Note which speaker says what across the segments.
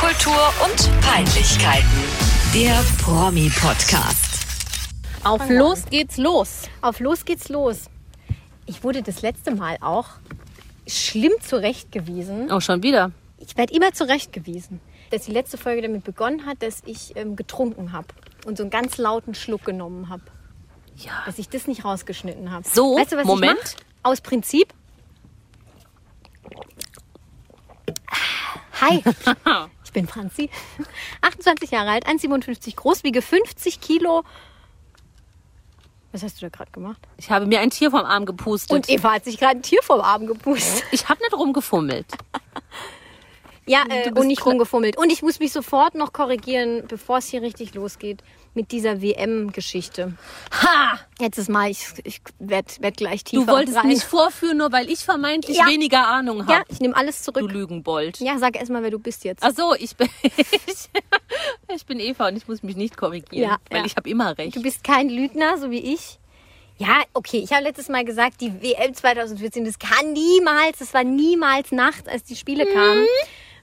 Speaker 1: Kultur und Peinlichkeiten. Der Promi-Podcast.
Speaker 2: Auf los geht's los.
Speaker 3: Auf los geht's los. Ich wurde das letzte Mal auch schlimm zurechtgewiesen.
Speaker 2: Auch Oh, schon wieder.
Speaker 3: Ich werde immer zurechtgewiesen. Dass die letzte Folge damit begonnen hat, dass ich ähm, getrunken habe und so einen ganz lauten Schluck genommen habe.
Speaker 2: Ja.
Speaker 3: Dass ich das nicht rausgeschnitten habe.
Speaker 2: So,
Speaker 3: weißt du, was
Speaker 2: Moment.
Speaker 3: Ich mach? Aus Prinzip. Hi, ich bin Franzi, 28 Jahre alt, 1,57 groß, wiege 50 Kilo. Was hast du da gerade gemacht?
Speaker 2: Ich habe mir ein Tier vom Arm gepustet.
Speaker 3: Und Eva hat sich gerade ein Tier vom Arm gepustet.
Speaker 2: ich habe nicht rumgefummelt.
Speaker 3: Ja, äh,
Speaker 2: bist
Speaker 3: und nicht
Speaker 2: klar-
Speaker 3: rumgefummelt. Und ich muss mich sofort noch korrigieren, bevor es hier richtig losgeht, mit dieser WM-Geschichte.
Speaker 2: Ha!
Speaker 3: Letztes Mal, ich, ich werde werd gleich tiefer
Speaker 2: Du wolltest
Speaker 3: rein.
Speaker 2: mich vorführen, nur weil ich vermeintlich
Speaker 3: Ja.
Speaker 2: weniger Ahnung habe.
Speaker 3: Ja, ich nehme alles
Speaker 2: Du
Speaker 3: zurück.
Speaker 2: Lügenbold.
Speaker 3: Ja, sag erst mal, wer du bist jetzt.
Speaker 2: Ach so, ich bin, ich, ich bin Eva und ich muss mich nicht korrigieren,
Speaker 3: Ja,
Speaker 2: weil
Speaker 3: ja.
Speaker 2: ich habe immer recht.
Speaker 3: Du bist kein Lügner, so wie ich. Ja, okay, ich habe letztes Mal gesagt, die WM 2014, das kann niemals, das war niemals Nacht, als die Spiele
Speaker 2: Mhm.
Speaker 3: kamen.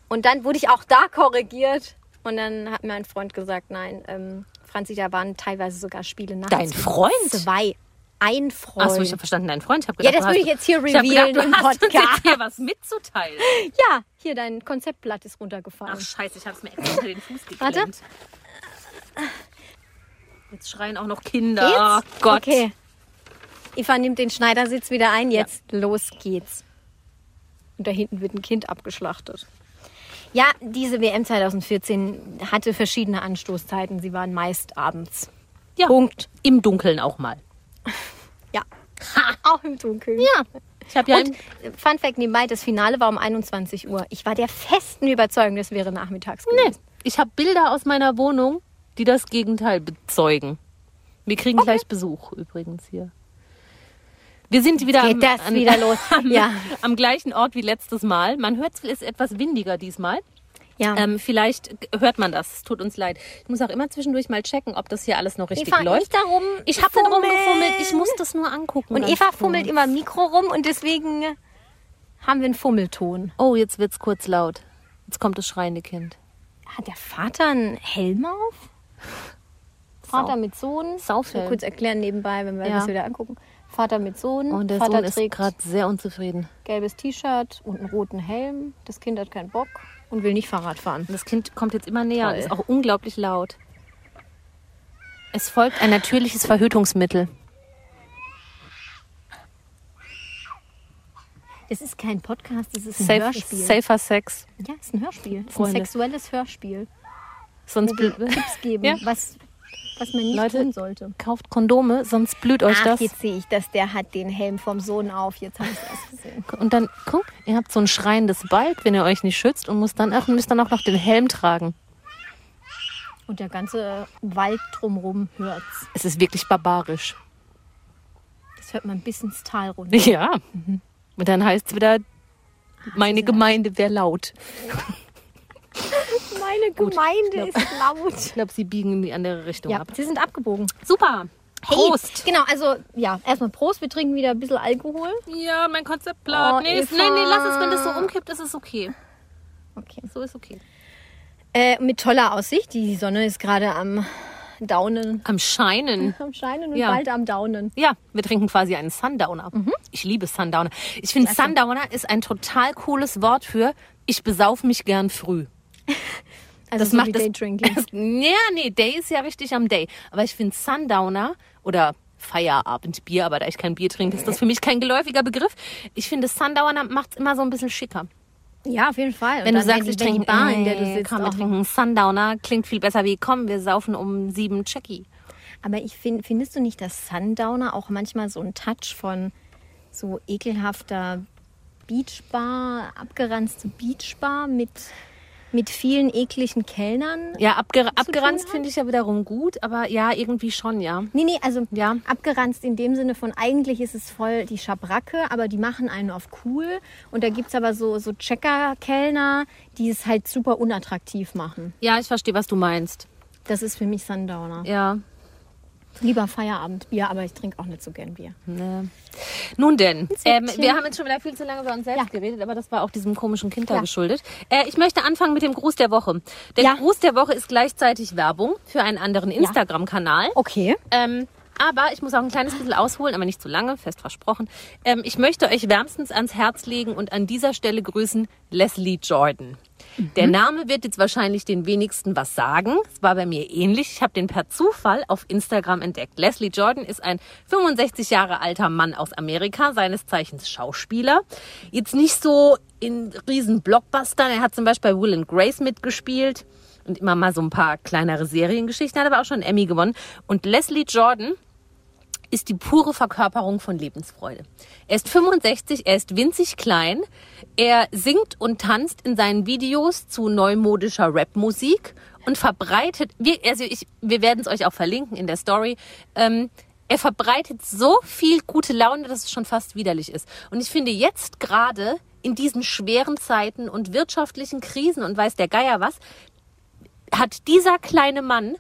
Speaker 3: Und dann wurde ich auch da korrigiert. Und dann hat mir ein Freund gesagt, nein, ähm, Franzi, da waren teilweise sogar Spiele nachts.
Speaker 2: Dein Freund?
Speaker 3: Zwei. Ein Freund.
Speaker 2: Ach so, ich habe verstanden, dein Freund. Ich hab
Speaker 3: Ja,
Speaker 2: gedacht,
Speaker 3: das
Speaker 2: du
Speaker 3: würde
Speaker 2: hast-
Speaker 3: ich jetzt hier
Speaker 2: ich hab gedacht,
Speaker 3: revealen
Speaker 2: du
Speaker 3: im
Speaker 2: hast uns jetzt
Speaker 3: Podcast.
Speaker 2: hier was mitzuteilen.
Speaker 3: Ja, hier, dein Konzeptblatt ist runtergefallen.
Speaker 2: Ach scheiße, ich hab's mir extra unter den Fuß geklemmt.
Speaker 3: Warte.
Speaker 2: Jetzt schreien auch noch Kinder.
Speaker 3: Geht's?
Speaker 2: Oh Gott.
Speaker 3: Okay. Eva nimmt den Schneidersitz wieder ein. Jetzt los geht's. Und da hinten wird ein Kind abgeschlachtet. Ja, diese WM 2014 hatte verschiedene Anstoßzeiten. Sie waren meist abends.
Speaker 2: Ja.
Speaker 3: Punkt.
Speaker 2: Im Dunkeln auch mal.
Speaker 3: Ja. Auch im Dunkeln. Ja.
Speaker 2: Ich habe ja
Speaker 3: Und äh, Fun Fact nebenbei, das Finale war um 21 Uhr. Ich war der festen Überzeugung, das wäre nachmittags gewesen.
Speaker 2: Nee. Ich habe Bilder aus meiner Wohnung, die das Gegenteil bezeugen. Wir kriegen gleich Besuch übrigens hier. Wir sind wieder,
Speaker 3: Geht das wieder los? Ja.
Speaker 2: am gleichen Ort wie letztes Mal. Man hört, es ist etwas windiger diesmal.
Speaker 3: Ja.
Speaker 2: Ähm, vielleicht hört man das. Es Tut uns leid. Ich muss auch immer zwischendurch mal checken, ob das hier alles noch richtig
Speaker 3: Eva,
Speaker 2: läuft.
Speaker 3: nicht darum.
Speaker 2: Ich habe da drum
Speaker 3: fummeln.
Speaker 2: gefummelt. Ich muss das nur angucken.
Speaker 3: Und
Speaker 2: ganz
Speaker 3: Eva
Speaker 2: kurz.
Speaker 3: fummelt immer am Mikro rum und deswegen haben wir einen Fummelton.
Speaker 2: Oh, jetzt wird's kurz laut. Jetzt kommt das schreiende Kind.
Speaker 3: Hat der Vater einen Helm auf? Vater mit Sohn.
Speaker 2: Saufhelm.
Speaker 3: Ich will kurz erklären nebenbei, wenn wir
Speaker 2: Ja.
Speaker 3: das wieder angucken. Vater mit Oh, Sohn.
Speaker 2: Oh, Und der
Speaker 3: Vater
Speaker 2: Sohn ist
Speaker 3: trägt
Speaker 2: gerade sehr unzufrieden.
Speaker 3: gelbes T-Shirt und einen roten Helm. Das Kind hat keinen Bock und will nicht Fahrrad fahren.
Speaker 2: Und das Kind kommt jetzt immer näher und
Speaker 3: Toll.
Speaker 2: ist auch unglaublich laut. Es folgt ein natürliches Verhütungsmittel.
Speaker 3: Das ist kein Podcast, das ist ein
Speaker 2: Safe,
Speaker 3: Hörspiel.
Speaker 2: safer Sex.
Speaker 3: Ja, es ist ein Hörspiel. Es ist ein
Speaker 2: Freunde.
Speaker 3: sexuelles Hörspiel.
Speaker 2: Sonst
Speaker 3: Wo wir
Speaker 2: blüht,
Speaker 3: Tipps geben,
Speaker 2: Ja.
Speaker 3: was, was man nicht
Speaker 2: Leute,
Speaker 3: tun sollte.
Speaker 2: kauft Kondome, sonst blüht euch
Speaker 3: Ach,
Speaker 2: das.
Speaker 3: jetzt sehe ich, dass der hat den Helm vom Sohn auf. Jetzt habe ich es erst gesehen.
Speaker 2: Und dann, guck, ihr habt so ein schreiendes Balk, wenn ihr euch nicht schützt und müsst dann, ach, müsst dann auch noch den Helm tragen.
Speaker 3: Und der ganze Wald drumherum hört's.
Speaker 2: Es ist wirklich barbarisch.
Speaker 3: Das hört man bis ins Tal runter.
Speaker 2: Ja. Und dann heißt es wieder, meine Gemeinde wäre laut.
Speaker 3: Meine Gemeinde ist laut.
Speaker 2: Ich glaube, sie biegen in die andere Richtung
Speaker 3: Ja,
Speaker 2: ab.
Speaker 3: sie sind abgebogen.
Speaker 2: Super. Prost.
Speaker 3: Genau, also ja, erstmal Prost. Wir trinken wieder ein bisschen Alkohol.
Speaker 2: Ja, mein Konzeptblatt.
Speaker 3: Oh,
Speaker 2: nee, ist-
Speaker 3: Eva.
Speaker 2: nee, nee, lass es, wenn das so umkippt, ist es okay.
Speaker 3: Okay.
Speaker 2: So ist okay.
Speaker 3: Äh, mit toller Aussicht. Die Sonne ist gerade am Daunen.
Speaker 2: Am Scheinen.
Speaker 3: Am Scheinen und
Speaker 2: Ja.
Speaker 3: bald am Daunen.
Speaker 2: Ja, wir trinken quasi einen Sundowner. Ich liebe Sundowner. Ich finde, Sundowner ist ein total cooles Wort für ich besauf mich gern früh.
Speaker 3: Also so wie Daydrinking.
Speaker 2: das. Ja, nee, Day ist ja richtig am Day. Aber ich finde Sundowner oder Feierabendbier, aber da ich kein Bier trinke, ist das für mich kein geläufiger Begriff. Ich finde, Sundowner macht es immer so ein bisschen schicker.
Speaker 3: Ja, auf jeden Fall. Und
Speaker 2: Wenn du
Speaker 3: dann,
Speaker 2: sagst,
Speaker 3: die-
Speaker 2: ich
Speaker 3: wenn
Speaker 2: trinke
Speaker 3: die Bar, in der du
Speaker 2: ey,
Speaker 3: sitzt,
Speaker 2: komm, wir
Speaker 3: auch
Speaker 2: trinken Sundowner, klingt viel besser wie komm, wir saufen um sieben Checky.
Speaker 3: Aber ich find, findest du nicht, dass Sundowner auch manchmal so einen Touch von so ekelhafter Beachbar, abgeranzte Beachbar mit, mit vielen ekligen Kellnern?
Speaker 2: Ja, abger
Speaker 3: tun
Speaker 2: abgeranzt
Speaker 3: hat?
Speaker 2: finde ich ja wiederum gut, aber ja, irgendwie schon, ja.
Speaker 3: Nee, nee, also
Speaker 2: Ja.
Speaker 3: abgeranzt in dem Sinne von eigentlich ist es voll die Schabracke, aber die machen einen auf cool. Und da gibt es aber so, so Checker-Kellner, die es halt super unattraktiv machen.
Speaker 2: Ja, ich verstehe, was du meinst.
Speaker 3: Das ist für mich Sundowner.
Speaker 2: Ja.
Speaker 3: Lieber Feierabendbier, aber ich trinke auch nicht so gern Bier.
Speaker 2: Ne. Nun denn, ähm,
Speaker 3: Säckchen.
Speaker 2: wir haben jetzt schon wieder viel zu lange über uns selbst
Speaker 3: Ja.
Speaker 2: geredet, aber das war auch diesem komischen Kind da
Speaker 3: Ja.
Speaker 2: geschuldet. Äh, ich möchte anfangen mit dem Gruß der Woche. Der
Speaker 3: Ja.
Speaker 2: Gruß der Woche ist gleichzeitig Werbung für einen anderen Instagram-Kanal.
Speaker 3: Okay.
Speaker 2: Ähm, aber ich muss auch ein kleines bisschen ausholen, aber nicht zu lange, fest versprochen. Ähm, ich möchte euch wärmstens ans Herz legen und an dieser Stelle grüßen Leslie Jordan. Der Name wird jetzt wahrscheinlich den wenigsten was sagen. Es war bei mir ähnlich. Ich habe den per Zufall auf Instagram entdeckt. Leslie Jordan ist ein 65 Jahre alter Mann aus Amerika, seines Zeichens Schauspieler. Jetzt nicht so in riesen Blockbustern. Er hat zum Beispiel bei Will and Grace mitgespielt und immer mal so ein paar kleinere Seriengeschichten, hat aber auch schon einen Emmy gewonnen. Und Leslie Jordan ist die pure Verkörperung von Lebensfreude. Er ist 65, er ist winzig klein, er singt und tanzt in seinen Videos zu neumodischer Rapmusik und verbreitet, wir, also ich, wir werden es euch auch verlinken in der Story, ähm, er verbreitet so viel gute Laune, dass es schon fast widerlich ist. Und ich finde jetzt gerade in diesen schweren Zeiten und wirtschaftlichen Krisen und weiß der Geier was, hat dieser kleine Mann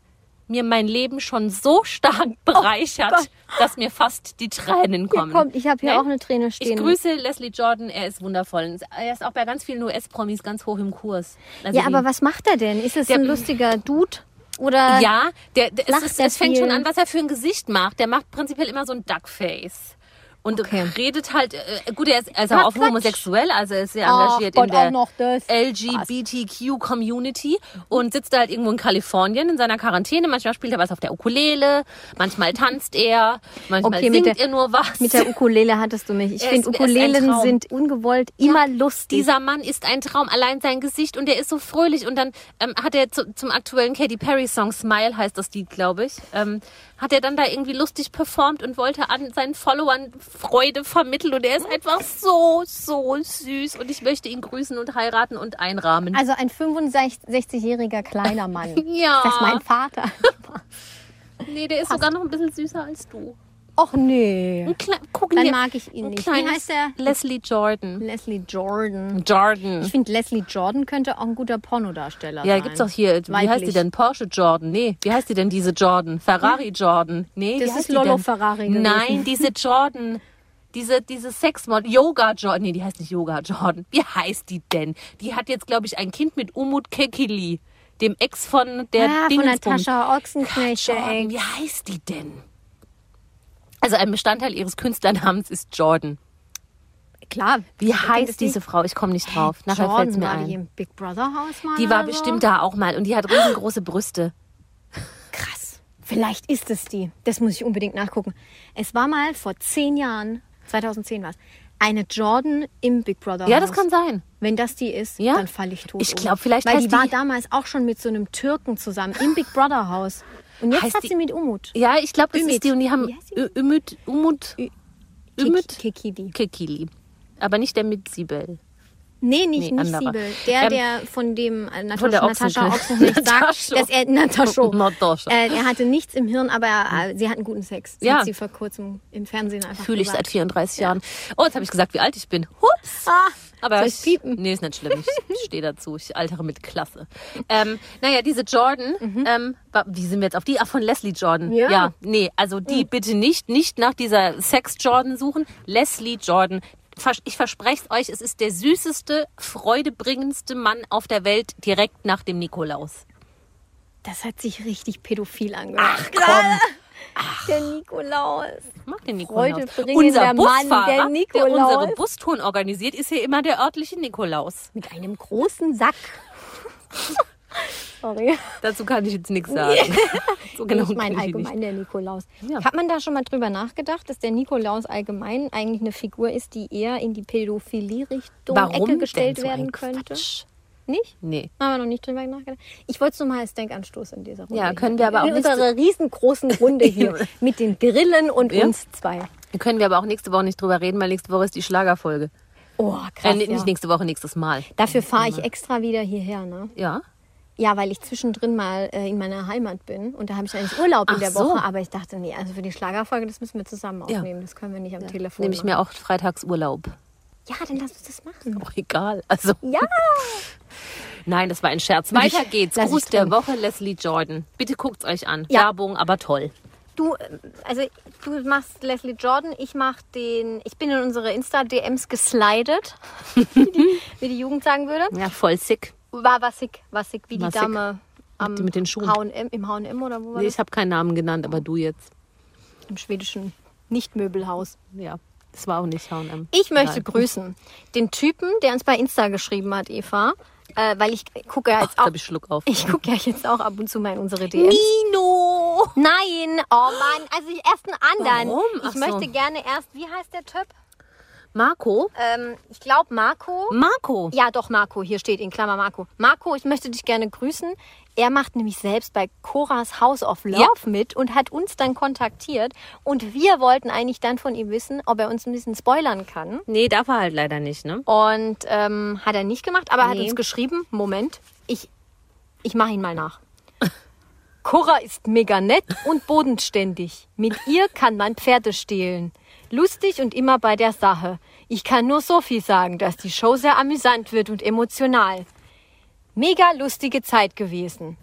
Speaker 2: mir mein Leben schon so stark bereichert,
Speaker 3: Oh Gott.
Speaker 2: dass mir fast die Tränen kommen.
Speaker 3: komm, ich hab hier
Speaker 2: Nein?
Speaker 3: auch eine Träne
Speaker 2: Ich
Speaker 3: stehen.
Speaker 2: grüße Leslie Jordan, er ist wundervoll. Er ist auch bei ganz vielen US-Promis ganz hoch im Kurs. Also
Speaker 3: Ja,
Speaker 2: die-
Speaker 3: aber was macht er denn? Ist es
Speaker 2: Der-
Speaker 3: ein lustiger Dude? Oder
Speaker 2: Ja, der, der, es,
Speaker 3: Lacht
Speaker 2: ist,
Speaker 3: der
Speaker 2: es fängt schon
Speaker 3: Äh, viel?
Speaker 2: an, was er für ein Gesicht macht. Der macht prinzipiell immer so ein Duckface. Und
Speaker 3: Okay.
Speaker 2: redet halt, äh, gut, er ist also
Speaker 3: Ach,
Speaker 2: auch
Speaker 3: Quatsch.
Speaker 2: homosexuell, also er ist sehr
Speaker 3: Ach
Speaker 2: engagiert
Speaker 3: Gott,
Speaker 2: in
Speaker 3: auch
Speaker 2: der
Speaker 3: noch das. Mhm.
Speaker 2: LGBTQ-Community und sitzt da halt irgendwo in Kalifornien in seiner Quarantäne. Manchmal spielt er was auf der Ukulele, manchmal tanzt er, manchmal
Speaker 3: Okay, mit
Speaker 2: singt
Speaker 3: der-
Speaker 2: er nur was.
Speaker 3: mit der Ukulele hattest du mich. Ich
Speaker 2: Er
Speaker 3: finde,
Speaker 2: ist- er ist ein
Speaker 3: Ukulelen
Speaker 2: Traum.
Speaker 3: sind ungewollt immer lustig.
Speaker 2: Dieser Mann ist ein Traum, allein sein Gesicht und er ist so fröhlich. Und dann ähm, hat er zu, zum aktuellen Katy Perry Song Smile, heißt das Lied, glaube ich, ähm, hat er dann da irgendwie lustig performt und wollte an seinen Followern Freude vermitteln. Und er ist einfach so, so süß. Und ich möchte ihn grüßen und heiraten und einrahmen.
Speaker 3: also ein 65-jähriger kleiner Mann.
Speaker 2: Ja.
Speaker 3: Das ist mein Vater. Also,
Speaker 2: nee, der ist sogar noch ein bisschen süßer als du.
Speaker 3: Och nee.
Speaker 2: Ein Kle guck
Speaker 3: Dann
Speaker 2: dir-
Speaker 3: mag ich ihn
Speaker 2: ein
Speaker 3: nicht. Wie
Speaker 2: kleines
Speaker 3: heißt er?
Speaker 2: Leslie Jordan.
Speaker 3: Leslie Jordan.
Speaker 2: Jordan.
Speaker 3: Ich finde, Leslie Jordan könnte auch ein guter Pornodarsteller sein.
Speaker 2: Ja, gibt's doch hier, wie heißt die
Speaker 3: Weiblich.
Speaker 2: denn? Porsche Jordan? Nee, wie heißt die denn diese Jordan? Ferrari Jordan? Nee,
Speaker 3: Das
Speaker 2: wie heißt
Speaker 3: ist
Speaker 2: die
Speaker 3: Lolo
Speaker 2: denn?
Speaker 3: Ferrari gewesen.
Speaker 2: Nein, diese Jordan. Diese, diese Sexmod, Yoga Jordan, nee, die heißt nicht Yoga Jordan. Wie heißt die denn? Die hat jetzt, glaube ich, ein Kind mit Umut Kekili, dem Ex Ah, von der
Speaker 3: Ja, Ah, von
Speaker 2: Dingsbums.
Speaker 3: Natascha Ochsenknecht. der
Speaker 2: Jordan,
Speaker 3: Ex.
Speaker 2: wie heißt die denn? Also ein Bestandteil ihres Künstlernamens ist Jordan.
Speaker 3: Klar.
Speaker 2: Wie
Speaker 3: kennt das
Speaker 2: heißt diese
Speaker 3: nicht?
Speaker 2: Frau? Ich komme nicht drauf. Nachher
Speaker 3: Jordan,
Speaker 2: fällt's mir
Speaker 3: war die
Speaker 2: ein.
Speaker 3: im Big Brother Haus mal
Speaker 2: Die war
Speaker 3: oder so?
Speaker 2: bestimmt da auch mal und die hat riesengroße Brüste.
Speaker 3: Krass. Vielleicht ist es die. Das muss ich unbedingt nachgucken. Es war mal vor zehn Jahren, 2010 war es, eine Jordan im Big Brother.
Speaker 2: Ja, Oh, das
Speaker 3: Haus.
Speaker 2: kann sein.
Speaker 3: Wenn das die ist,
Speaker 2: Ja?
Speaker 3: dann falle ich tot.
Speaker 2: Ich
Speaker 3: um.
Speaker 2: glaub, vielleicht
Speaker 3: Weil
Speaker 2: heißt
Speaker 3: die war
Speaker 2: die-
Speaker 3: damals auch schon mit so einem Türken zusammen im Big Brother Haus. Und jetzt
Speaker 2: Heißt
Speaker 3: hat
Speaker 2: die-
Speaker 3: sie mit Umut.
Speaker 2: Ja, ich glaube, das
Speaker 3: Ümit.
Speaker 2: ist die und die haben
Speaker 3: Wie heißt sie?
Speaker 2: Ü- Ümit, Umut, Ümit
Speaker 3: Kekili.
Speaker 2: Kekili. Aber nicht der mit Sibel.
Speaker 3: Nee, nicht,
Speaker 2: Nee,
Speaker 3: nicht
Speaker 2: anderer.
Speaker 3: Siebel. Der,
Speaker 2: Ähm,
Speaker 3: der von dem äh, Natascha,
Speaker 2: von der
Speaker 3: Natascha
Speaker 2: Ochsenknecht.
Speaker 3: Ochsenknecht sagt,
Speaker 2: Natascha.
Speaker 3: dass er Natascha.
Speaker 2: Natascha.
Speaker 3: Äh, er hatte nichts im Hirn, aber äh, sie hatten guten Sex. Das
Speaker 2: Ja.
Speaker 3: hat sie vor kurzem im Fernsehen einfach
Speaker 2: Fühle ich seit
Speaker 3: gesagt.
Speaker 2: 34 Jahren. Oh, jetzt habe ich gesagt, wie alt ich bin. Hups.
Speaker 3: Ah,
Speaker 2: Aber
Speaker 3: soll
Speaker 2: ich,
Speaker 3: ich piepen?
Speaker 2: nee, ist nicht schlimm. Ich stehe dazu. Ich altere mit Klasse. Ähm, naja, diese Jordan, ähm, wa- wie sind wir jetzt auf die? Ach, von Leslie Jordan.
Speaker 3: Mhm. Ja. Hm.
Speaker 2: nee, also die bitte nicht, nicht nach dieser Sex-Jordan suchen. Leslie Jordan. Vers- Ich verspreche es euch, es ist der süßeste, freudebringendste Mann auf der Welt, direkt nach dem Nikolaus.
Speaker 3: Das hat sich richtig pädophil angehört. Ach, Der Nikolaus.
Speaker 2: Ich mag den Nikolaus.
Speaker 3: Freudebringender Mann, der Nikolaus.
Speaker 2: unsere Bustouren organisiert, ist hier immer der örtliche Nikolaus.
Speaker 3: Mit einem großen Sack. Sorry.
Speaker 2: Dazu kann ich jetzt nichts sagen. so genau
Speaker 3: ich meine
Speaker 2: kenne ihn nicht.
Speaker 3: allgemein der Nikolaus.
Speaker 2: Ja.
Speaker 3: Hat man da schon mal drüber nachgedacht, dass der Nikolaus allgemein eigentlich eine Figur ist, die eher in die Pädophilie-Richtung Ecke
Speaker 2: denn
Speaker 3: gestellt
Speaker 2: so
Speaker 3: werden
Speaker 2: ein
Speaker 3: könnte?
Speaker 2: Quatsch?
Speaker 3: Nicht?
Speaker 2: Nee.
Speaker 3: Haben wir noch nicht drüber nachgedacht. Ich wollte es nur mal als Denkanstoß in dieser Runde.
Speaker 2: Ja, können wir
Speaker 3: hier.
Speaker 2: aber auch
Speaker 3: In
Speaker 2: nicht-
Speaker 3: unserer riesengroßen Runde hier mit den Grillen und
Speaker 2: Ja.
Speaker 3: uns zwei.
Speaker 2: Da Können wir aber auch nächste Woche nicht drüber reden, weil nächste Woche ist die Schlagerfolge.
Speaker 3: Oh,
Speaker 2: Äh,
Speaker 3: krass.
Speaker 2: nicht
Speaker 3: ja.
Speaker 2: nächste Woche, nächstes Mal.
Speaker 3: Dafür fahre ich extra wieder hierher, ne?
Speaker 2: Ja.
Speaker 3: Ja, weil ich zwischendrin mal äh, in meiner Heimat bin und da habe ich eigentlich Urlaub
Speaker 2: Ach
Speaker 3: in der
Speaker 2: so.
Speaker 3: Woche, aber ich dachte, nee, also für die Schlagerfolge, das müssen wir zusammen
Speaker 2: Ja.
Speaker 3: aufnehmen. Das können wir nicht am Telefon.
Speaker 2: Nehme ich mir auch freitags Urlaub.
Speaker 3: Ja, dann lass uns das machen.
Speaker 2: Auch egal. Also,
Speaker 3: Ja!
Speaker 2: nein, das war ein Scherz. Weiter
Speaker 3: Ich-
Speaker 2: geht's.
Speaker 3: lass ich
Speaker 2: Gruß der
Speaker 3: drin.
Speaker 2: Woche, Leslie Jordan. Bitte guckt's euch an.
Speaker 3: Ja.
Speaker 2: Werbung, aber toll.
Speaker 3: du, äh, also du machst Leslie Jordan, ich mach den, ich bin in unsere Insta-DMs geslidet, wie die, wie die Jugend sagen würde.
Speaker 2: Ja, voll sick.
Speaker 3: War wassig, wassig, wie
Speaker 2: War
Speaker 3: die
Speaker 2: sick.
Speaker 3: Dame am
Speaker 2: Mit- mit den Schuhen.
Speaker 3: H&M, im H&M oder wo war
Speaker 2: Nee,
Speaker 3: das?
Speaker 2: ich habe keinen Namen genannt, aber du jetzt.
Speaker 3: Im schwedischen Nichtmöbelhaus.
Speaker 2: Ja, es war auch nicht H&M.
Speaker 3: Ich möchte
Speaker 2: Nein.
Speaker 3: grüßen den Typen, der uns bei Insta geschrieben hat, Eva, äh, weil ich gucke ja jetzt
Speaker 2: Jetzt
Speaker 3: auch,
Speaker 2: habe ich Schluck auf.
Speaker 3: ich gucke ja jetzt auch ab und zu mal in unsere DMs.
Speaker 2: Nino!
Speaker 3: Nein, oh Mann, also ich erst einen anderen.
Speaker 2: Warum? Ach
Speaker 3: Ich möchte
Speaker 2: so.
Speaker 3: gerne erst, wie heißt der Typ?
Speaker 2: Marco?
Speaker 3: Ähm, ich glaube Marco.
Speaker 2: Marco!
Speaker 3: Ja, doch, Marco, hier steht in Klammer Marco. Marco, ich möchte dich gerne grüßen. Er macht nämlich selbst bei Coras House of Love
Speaker 2: Ja.
Speaker 3: mit und hat uns dann kontaktiert. Und wir wollten eigentlich dann von ihm wissen, ob er uns ein bisschen spoilern kann.
Speaker 2: Nee, darf er halt leider nicht, ne?
Speaker 3: Und ähm, hat er nicht gemacht, aber er hat
Speaker 2: Nee.
Speaker 3: uns geschrieben, Moment, ich, ich mache ihn mal nach. Cora ist mega nett und bodenständig. Mit ihr kann man Pferde stehlen. Lustig und immer bei der Sache. Ich kann nur so viel sagen, dass die Show sehr amüsant wird und emotional. Mega lustige Zeit gewesen.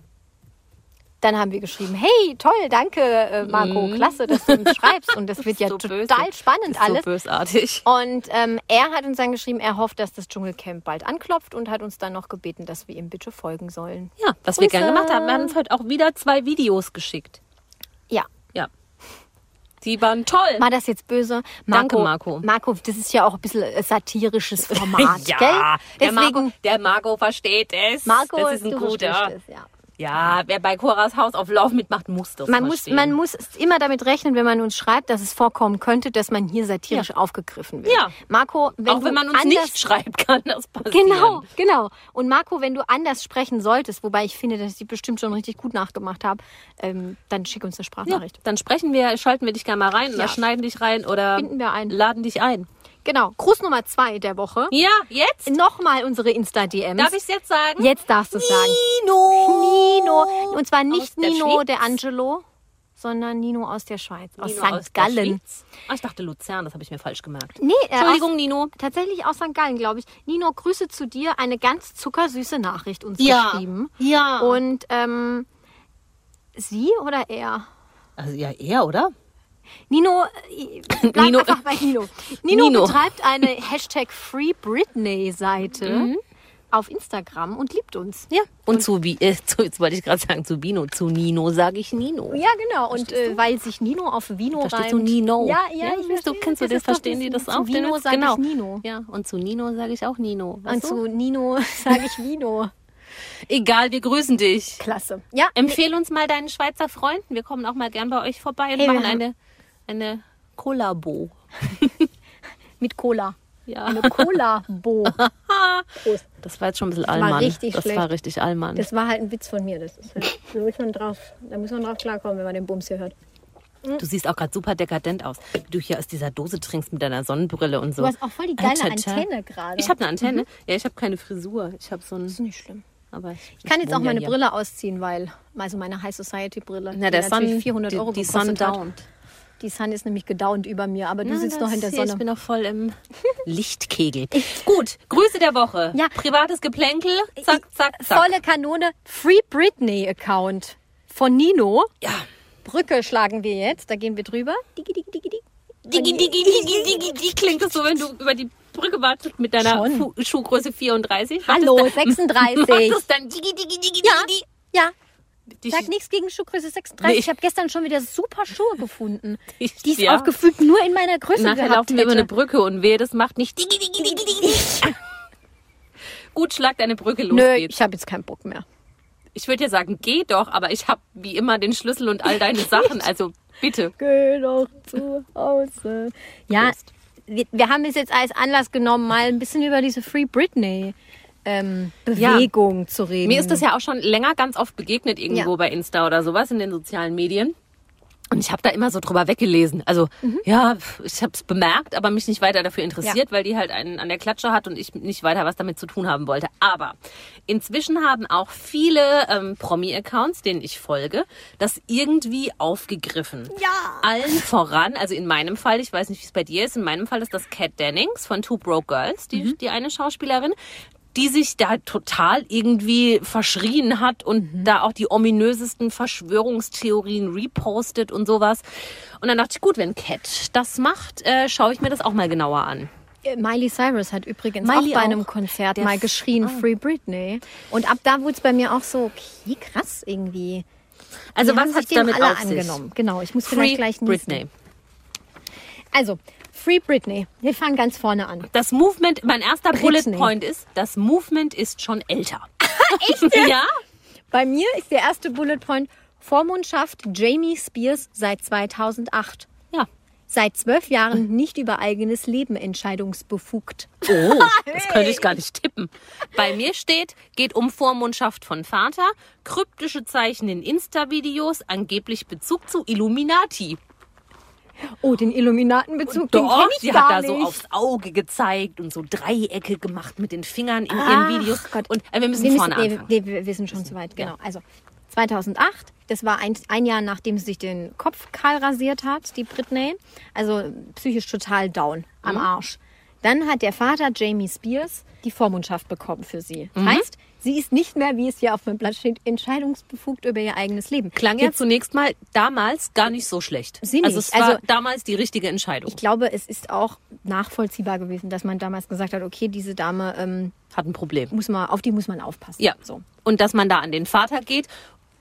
Speaker 3: Dann haben wir geschrieben, hey, toll, danke, äh, Marco, klasse, dass du uns schreibst. Und das wird ja
Speaker 2: Mhm. so böse.
Speaker 3: total spannend
Speaker 2: Ist
Speaker 3: alles.
Speaker 2: so bösartig.
Speaker 3: Und ähm, er hat uns dann geschrieben, er hofft, dass das Dschungelcamp bald anklopft und hat uns dann noch gebeten, dass wir ihm bitte folgen sollen.
Speaker 2: Ja, was wir gern
Speaker 3: Grüße.
Speaker 2: gemacht haben. Wir haben uns heute auch wieder zwei Videos geschickt.
Speaker 3: Ja.
Speaker 2: Ja. Die waren toll.
Speaker 3: War das jetzt böse?
Speaker 2: Marco.
Speaker 3: Marco, das ist ja auch ein bisschen äh, satirisches Format,
Speaker 2: ja,
Speaker 3: gell?
Speaker 2: Der,
Speaker 3: Deswegen,
Speaker 2: Marco, der Marco versteht es.
Speaker 3: Marco,
Speaker 2: das ist ein
Speaker 3: du
Speaker 2: guter.
Speaker 3: verstehst es, ja.
Speaker 2: Ja, wer bei Coras Haus auf Lauf mitmacht, muss das
Speaker 3: Man muss,
Speaker 2: verstehen.
Speaker 3: man muss immer damit rechnen, wenn man uns schreibt, dass es vorkommen könnte, dass man hier satirisch aufgegriffen wird.
Speaker 2: Ja.
Speaker 3: Marco, wenn
Speaker 2: auch
Speaker 3: du
Speaker 2: wenn man uns
Speaker 3: anders
Speaker 2: nicht schreibt, kann das passieren.
Speaker 3: Genau, genau. Und Marco, wenn du anders sprechen solltest, wobei ich finde, dass ich die bestimmt schon richtig gut nachgemacht habe, ähm, dann schick uns
Speaker 2: Ja,
Speaker 3: eine Sprachnachricht.
Speaker 2: dann sprechen wir, schalten wir dich gerne mal rein oder
Speaker 3: Ja.
Speaker 2: schneiden dich rein oder
Speaker 3: Binden wir ein.
Speaker 2: laden dich ein.
Speaker 3: Genau. Gruß Nummer zwei der Woche.
Speaker 2: Ja, jetzt?
Speaker 3: Nochmal unsere Insta-DMs.
Speaker 2: Darf ich es jetzt sagen?
Speaker 3: Jetzt darfst du es sagen.
Speaker 2: Nino!
Speaker 3: Nino. Und zwar nicht
Speaker 2: Aus der
Speaker 3: Nino
Speaker 2: Schweiz?
Speaker 3: der Angelo, sondern Nino aus der Schweiz, aus
Speaker 2: Nino
Speaker 3: St.
Speaker 2: der
Speaker 3: Gallen.
Speaker 2: Schweiz. Ah, ich dachte Luzern, das habe ich mir falsch gemerkt.
Speaker 3: Nee, äh,
Speaker 2: Entschuldigung,
Speaker 3: aus,
Speaker 2: Nino.
Speaker 3: Tatsächlich aus St. Gallen, glaube ich. Nino, Grüße zu dir. Eine ganz zuckersüße Nachricht uns geschrieben.
Speaker 2: Ja.
Speaker 3: Und ähm, sie oder er?
Speaker 2: also ja, er, oder?
Speaker 3: Nino, äh, bleib
Speaker 2: Nino.
Speaker 3: einfach bei Nino. äh, Nino.
Speaker 2: Nino.
Speaker 3: betreibt eine Hashtag Free Britney-Seite auf Instagram und liebt uns.
Speaker 2: Ja. Und, zu, Bi- äh, zu, jetzt wollte ich gerade sagen, zu Bino, zu Nino sage ich Nino.
Speaker 3: Ja, genau. Und äh, weil sich Nino auf Vino
Speaker 2: Verstehst
Speaker 3: reimt.
Speaker 2: du Nino?
Speaker 3: Ja, ja. ich
Speaker 2: weißt du,
Speaker 3: verstehe.
Speaker 2: kennst du das?
Speaker 3: ist doch
Speaker 2: Verstehen die das auch?
Speaker 3: Zu Vino
Speaker 2: Dennis?
Speaker 3: sage
Speaker 2: genau.
Speaker 3: ich Nino.
Speaker 2: Ja, und zu Nino sage ich auch Nino.
Speaker 3: Und
Speaker 2: weißt du?
Speaker 3: zu Nino sage ich Vino.
Speaker 2: Egal, wir grüßen dich.
Speaker 3: Klasse. Ähm, Ja,
Speaker 2: Empfehl uns mal deinen Schweizer Freunden. Wir kommen auch mal gern bei euch vorbei und
Speaker 3: Hey, wir
Speaker 2: machen
Speaker 3: haben-
Speaker 2: eine, eine Kollabo.
Speaker 3: mit Cola.
Speaker 2: Ja.
Speaker 3: Eine Cola-Bo.
Speaker 2: Das war jetzt schon ein bisschen
Speaker 3: war
Speaker 2: Allmann.
Speaker 3: richtig
Speaker 2: das
Speaker 3: schlecht.
Speaker 2: war richtig Allmann.
Speaker 3: Das war halt ein Witz von mir. Das ist halt, da, muss man drauf, da muss man drauf klarkommen, wenn man den Bums hier hört.
Speaker 2: Du siehst auch gerade super dekadent aus, wie du hier aus dieser Dose trinkst mit deiner Sonnenbrille und so.
Speaker 3: Du hast auch voll die geile
Speaker 2: Ah, tja, tja.
Speaker 3: Antenne gerade. Mhm.
Speaker 2: Ich habe eine Antenne. Ja, ich habe keine Frisur. Ich habe so ein.
Speaker 3: ist nicht schlimm.
Speaker 2: Aber ich,
Speaker 3: Ich kann jetzt
Speaker 2: wohne
Speaker 3: auch
Speaker 2: ja
Speaker 3: meine
Speaker 2: hier.
Speaker 3: Brille ausziehen, weil, also meine High Society Brille,
Speaker 2: Na, der
Speaker 3: die
Speaker 2: Sun,
Speaker 3: natürlich 400 Euro
Speaker 2: die, die Sun
Speaker 3: gekostet hat.
Speaker 2: down.
Speaker 3: Die Sun ist nämlich gedauert über mir, aber du sitzt noch in der
Speaker 2: Ich
Speaker 3: Sonne.
Speaker 2: bin noch voll im Lichtkegel. Gut, Grüße der Woche.
Speaker 3: Ja.
Speaker 2: Privates Geplänkel. Zack, zack, zack.
Speaker 3: Volle Kanone, Free Britney Account von Nino.
Speaker 2: Ja.
Speaker 3: Brücke schlagen wir jetzt, da gehen wir drüber. Digi, digi, digi, digi.
Speaker 2: Digi, digi, digi, digi, digi. Klingt das so, wenn du über die Brücke wartest mit deiner
Speaker 3: Schon.
Speaker 2: Fu Schuhgröße 34? Macht
Speaker 3: Hallo,
Speaker 2: das dann- Macht
Speaker 3: 36.
Speaker 2: das dann digi, digi, digi,
Speaker 3: Ja,
Speaker 2: digi,
Speaker 3: ja.
Speaker 2: digi.
Speaker 3: Sag nichts gegen Schuhgröße 36.
Speaker 2: Nee.
Speaker 3: Ich habe gestern schon wieder super Schuhe gefunden. Die
Speaker 2: Ich-
Speaker 3: ich
Speaker 2: ja.
Speaker 3: auch gefühlt nur in meiner Größe
Speaker 2: Nachher
Speaker 3: gehabt
Speaker 2: laufen wir über eine
Speaker 3: hätte.
Speaker 2: Brücke und wehe, das macht nicht digi, digi, digi, digi, digi. Gut, schlag deine Brücke, los
Speaker 3: Nö,
Speaker 2: geht's.
Speaker 3: ich habe jetzt keinen Bock mehr.
Speaker 2: Ich würde ja sagen, geh doch, aber ich habe wie immer den Schlüssel und all deine Sachen, also bitte.
Speaker 3: Geh doch zu Hause. Ja,
Speaker 2: Prost.
Speaker 3: wir, wir haben es jetzt als Anlass genommen, mal ein bisschen über diese Free Britney ähm,
Speaker 2: Ja.
Speaker 3: Bewegung zu reden.
Speaker 2: Mir ist das ja auch schon länger ganz oft begegnet irgendwo
Speaker 3: Ja.
Speaker 2: bei Insta oder sowas in den sozialen Medien. Und ich habe da immer so drüber weggelesen. Also
Speaker 3: Mhm.
Speaker 2: ja, pf, ich habe es bemerkt, aber mich nicht weiter dafür interessiert, weil die halt einen an der Klatsche hat und ich nicht weiter was damit zu tun haben wollte. Aber inzwischen haben auch viele ähm, Promi-Accounts, denen ich folge, das irgendwie aufgegriffen.
Speaker 3: Ja.
Speaker 2: Allen voran, also in meinem Fall, ich
Speaker 3: Mhm.
Speaker 2: weiß nicht, wie es bei dir ist, in meinem Fall ist das Kat Dennings von Two Broke Girls, die, die eine Schauspielerin. die sich da total irgendwie verschrien hat und
Speaker 3: Mhm.
Speaker 2: da auch die ominösesten Verschwörungstheorien repostet und sowas. Und dann dachte ich, gut, wenn Cat das macht, äh, schaue ich mir das auch mal genauer an.
Speaker 3: Äh, Miley Cyrus hat übrigens
Speaker 2: Miley
Speaker 3: auch bei einem
Speaker 2: auch.
Speaker 3: Konzert
Speaker 2: Der
Speaker 3: mal
Speaker 2: F-
Speaker 3: geschrien,
Speaker 2: ah.
Speaker 3: Free Britney. Und ab da wurde es bei mir auch so, okay, krass irgendwie.
Speaker 2: Also
Speaker 3: Die haben
Speaker 2: was
Speaker 3: sich
Speaker 2: hat
Speaker 3: dem
Speaker 2: damit
Speaker 3: alle
Speaker 2: auf
Speaker 3: angenommen? Genau, ich muss
Speaker 2: sich?
Speaker 3: vielleicht
Speaker 2: Free
Speaker 3: gleich niesen.
Speaker 2: Britney.
Speaker 3: Also, Free Britney. Wir fangen ganz vorne an.
Speaker 2: Das Movement, mein erster
Speaker 3: Britney.
Speaker 2: Bullet Point ist, das Movement ist schon älter. Echt? Ja.
Speaker 3: Bei mir ist der erste Bullet Point Vormundschaft Jamie Spears seit 2008.
Speaker 2: Ja.
Speaker 3: Seit zwölf Jahren nicht über eigenes Leben entscheidungsbefugt.
Speaker 2: Oh, das könnte ich gar nicht tippen. Bei mir steht, geht um Vormundschaft von Vater, kryptische Zeichen in Insta-Videos, angeblich Bezug zu Illuminati.
Speaker 3: Oh, den Illuminatenbezug, den kenne ich
Speaker 2: die
Speaker 3: gar
Speaker 2: hat da
Speaker 3: nicht.
Speaker 2: so aufs Auge gezeigt und so Dreiecke gemacht mit den Fingern in
Speaker 3: Ach
Speaker 2: ihren Videos.
Speaker 3: Gott.
Speaker 2: Und äh, wir müssen vorne
Speaker 3: nee,
Speaker 2: anfangen.
Speaker 3: Wir, wir wissen schon zu weit, genau. Also 2008, das war ein, ein Jahr, nachdem sie sich den Kopf kahl rasiert hat, die Britney. Also psychisch total down,
Speaker 2: Mhm.
Speaker 3: am Arsch. Dann hat der Vater Jamie Spears die Vormundschaft bekommen für sie.
Speaker 2: Mhm.
Speaker 3: Heißt, sie ist nicht mehr, wie es hier auf dem Blatt steht, entscheidungsbefugt über ihr eigenes Leben.
Speaker 2: Klang ja
Speaker 3: jetzt
Speaker 2: zunächst mal damals gar nicht so schlecht.
Speaker 3: Sie
Speaker 2: Also
Speaker 3: nicht.
Speaker 2: es war
Speaker 3: Also-
Speaker 2: damals die richtige Entscheidung.
Speaker 3: ich glaube, es ist auch nachvollziehbar gewesen, dass man damals gesagt hat, okay, diese Dame ähm,
Speaker 2: Hat ein Problem.
Speaker 3: muss man, auf die muss man aufpassen.
Speaker 2: Ja.
Speaker 3: So.
Speaker 2: Und dass man da an den Vater geht,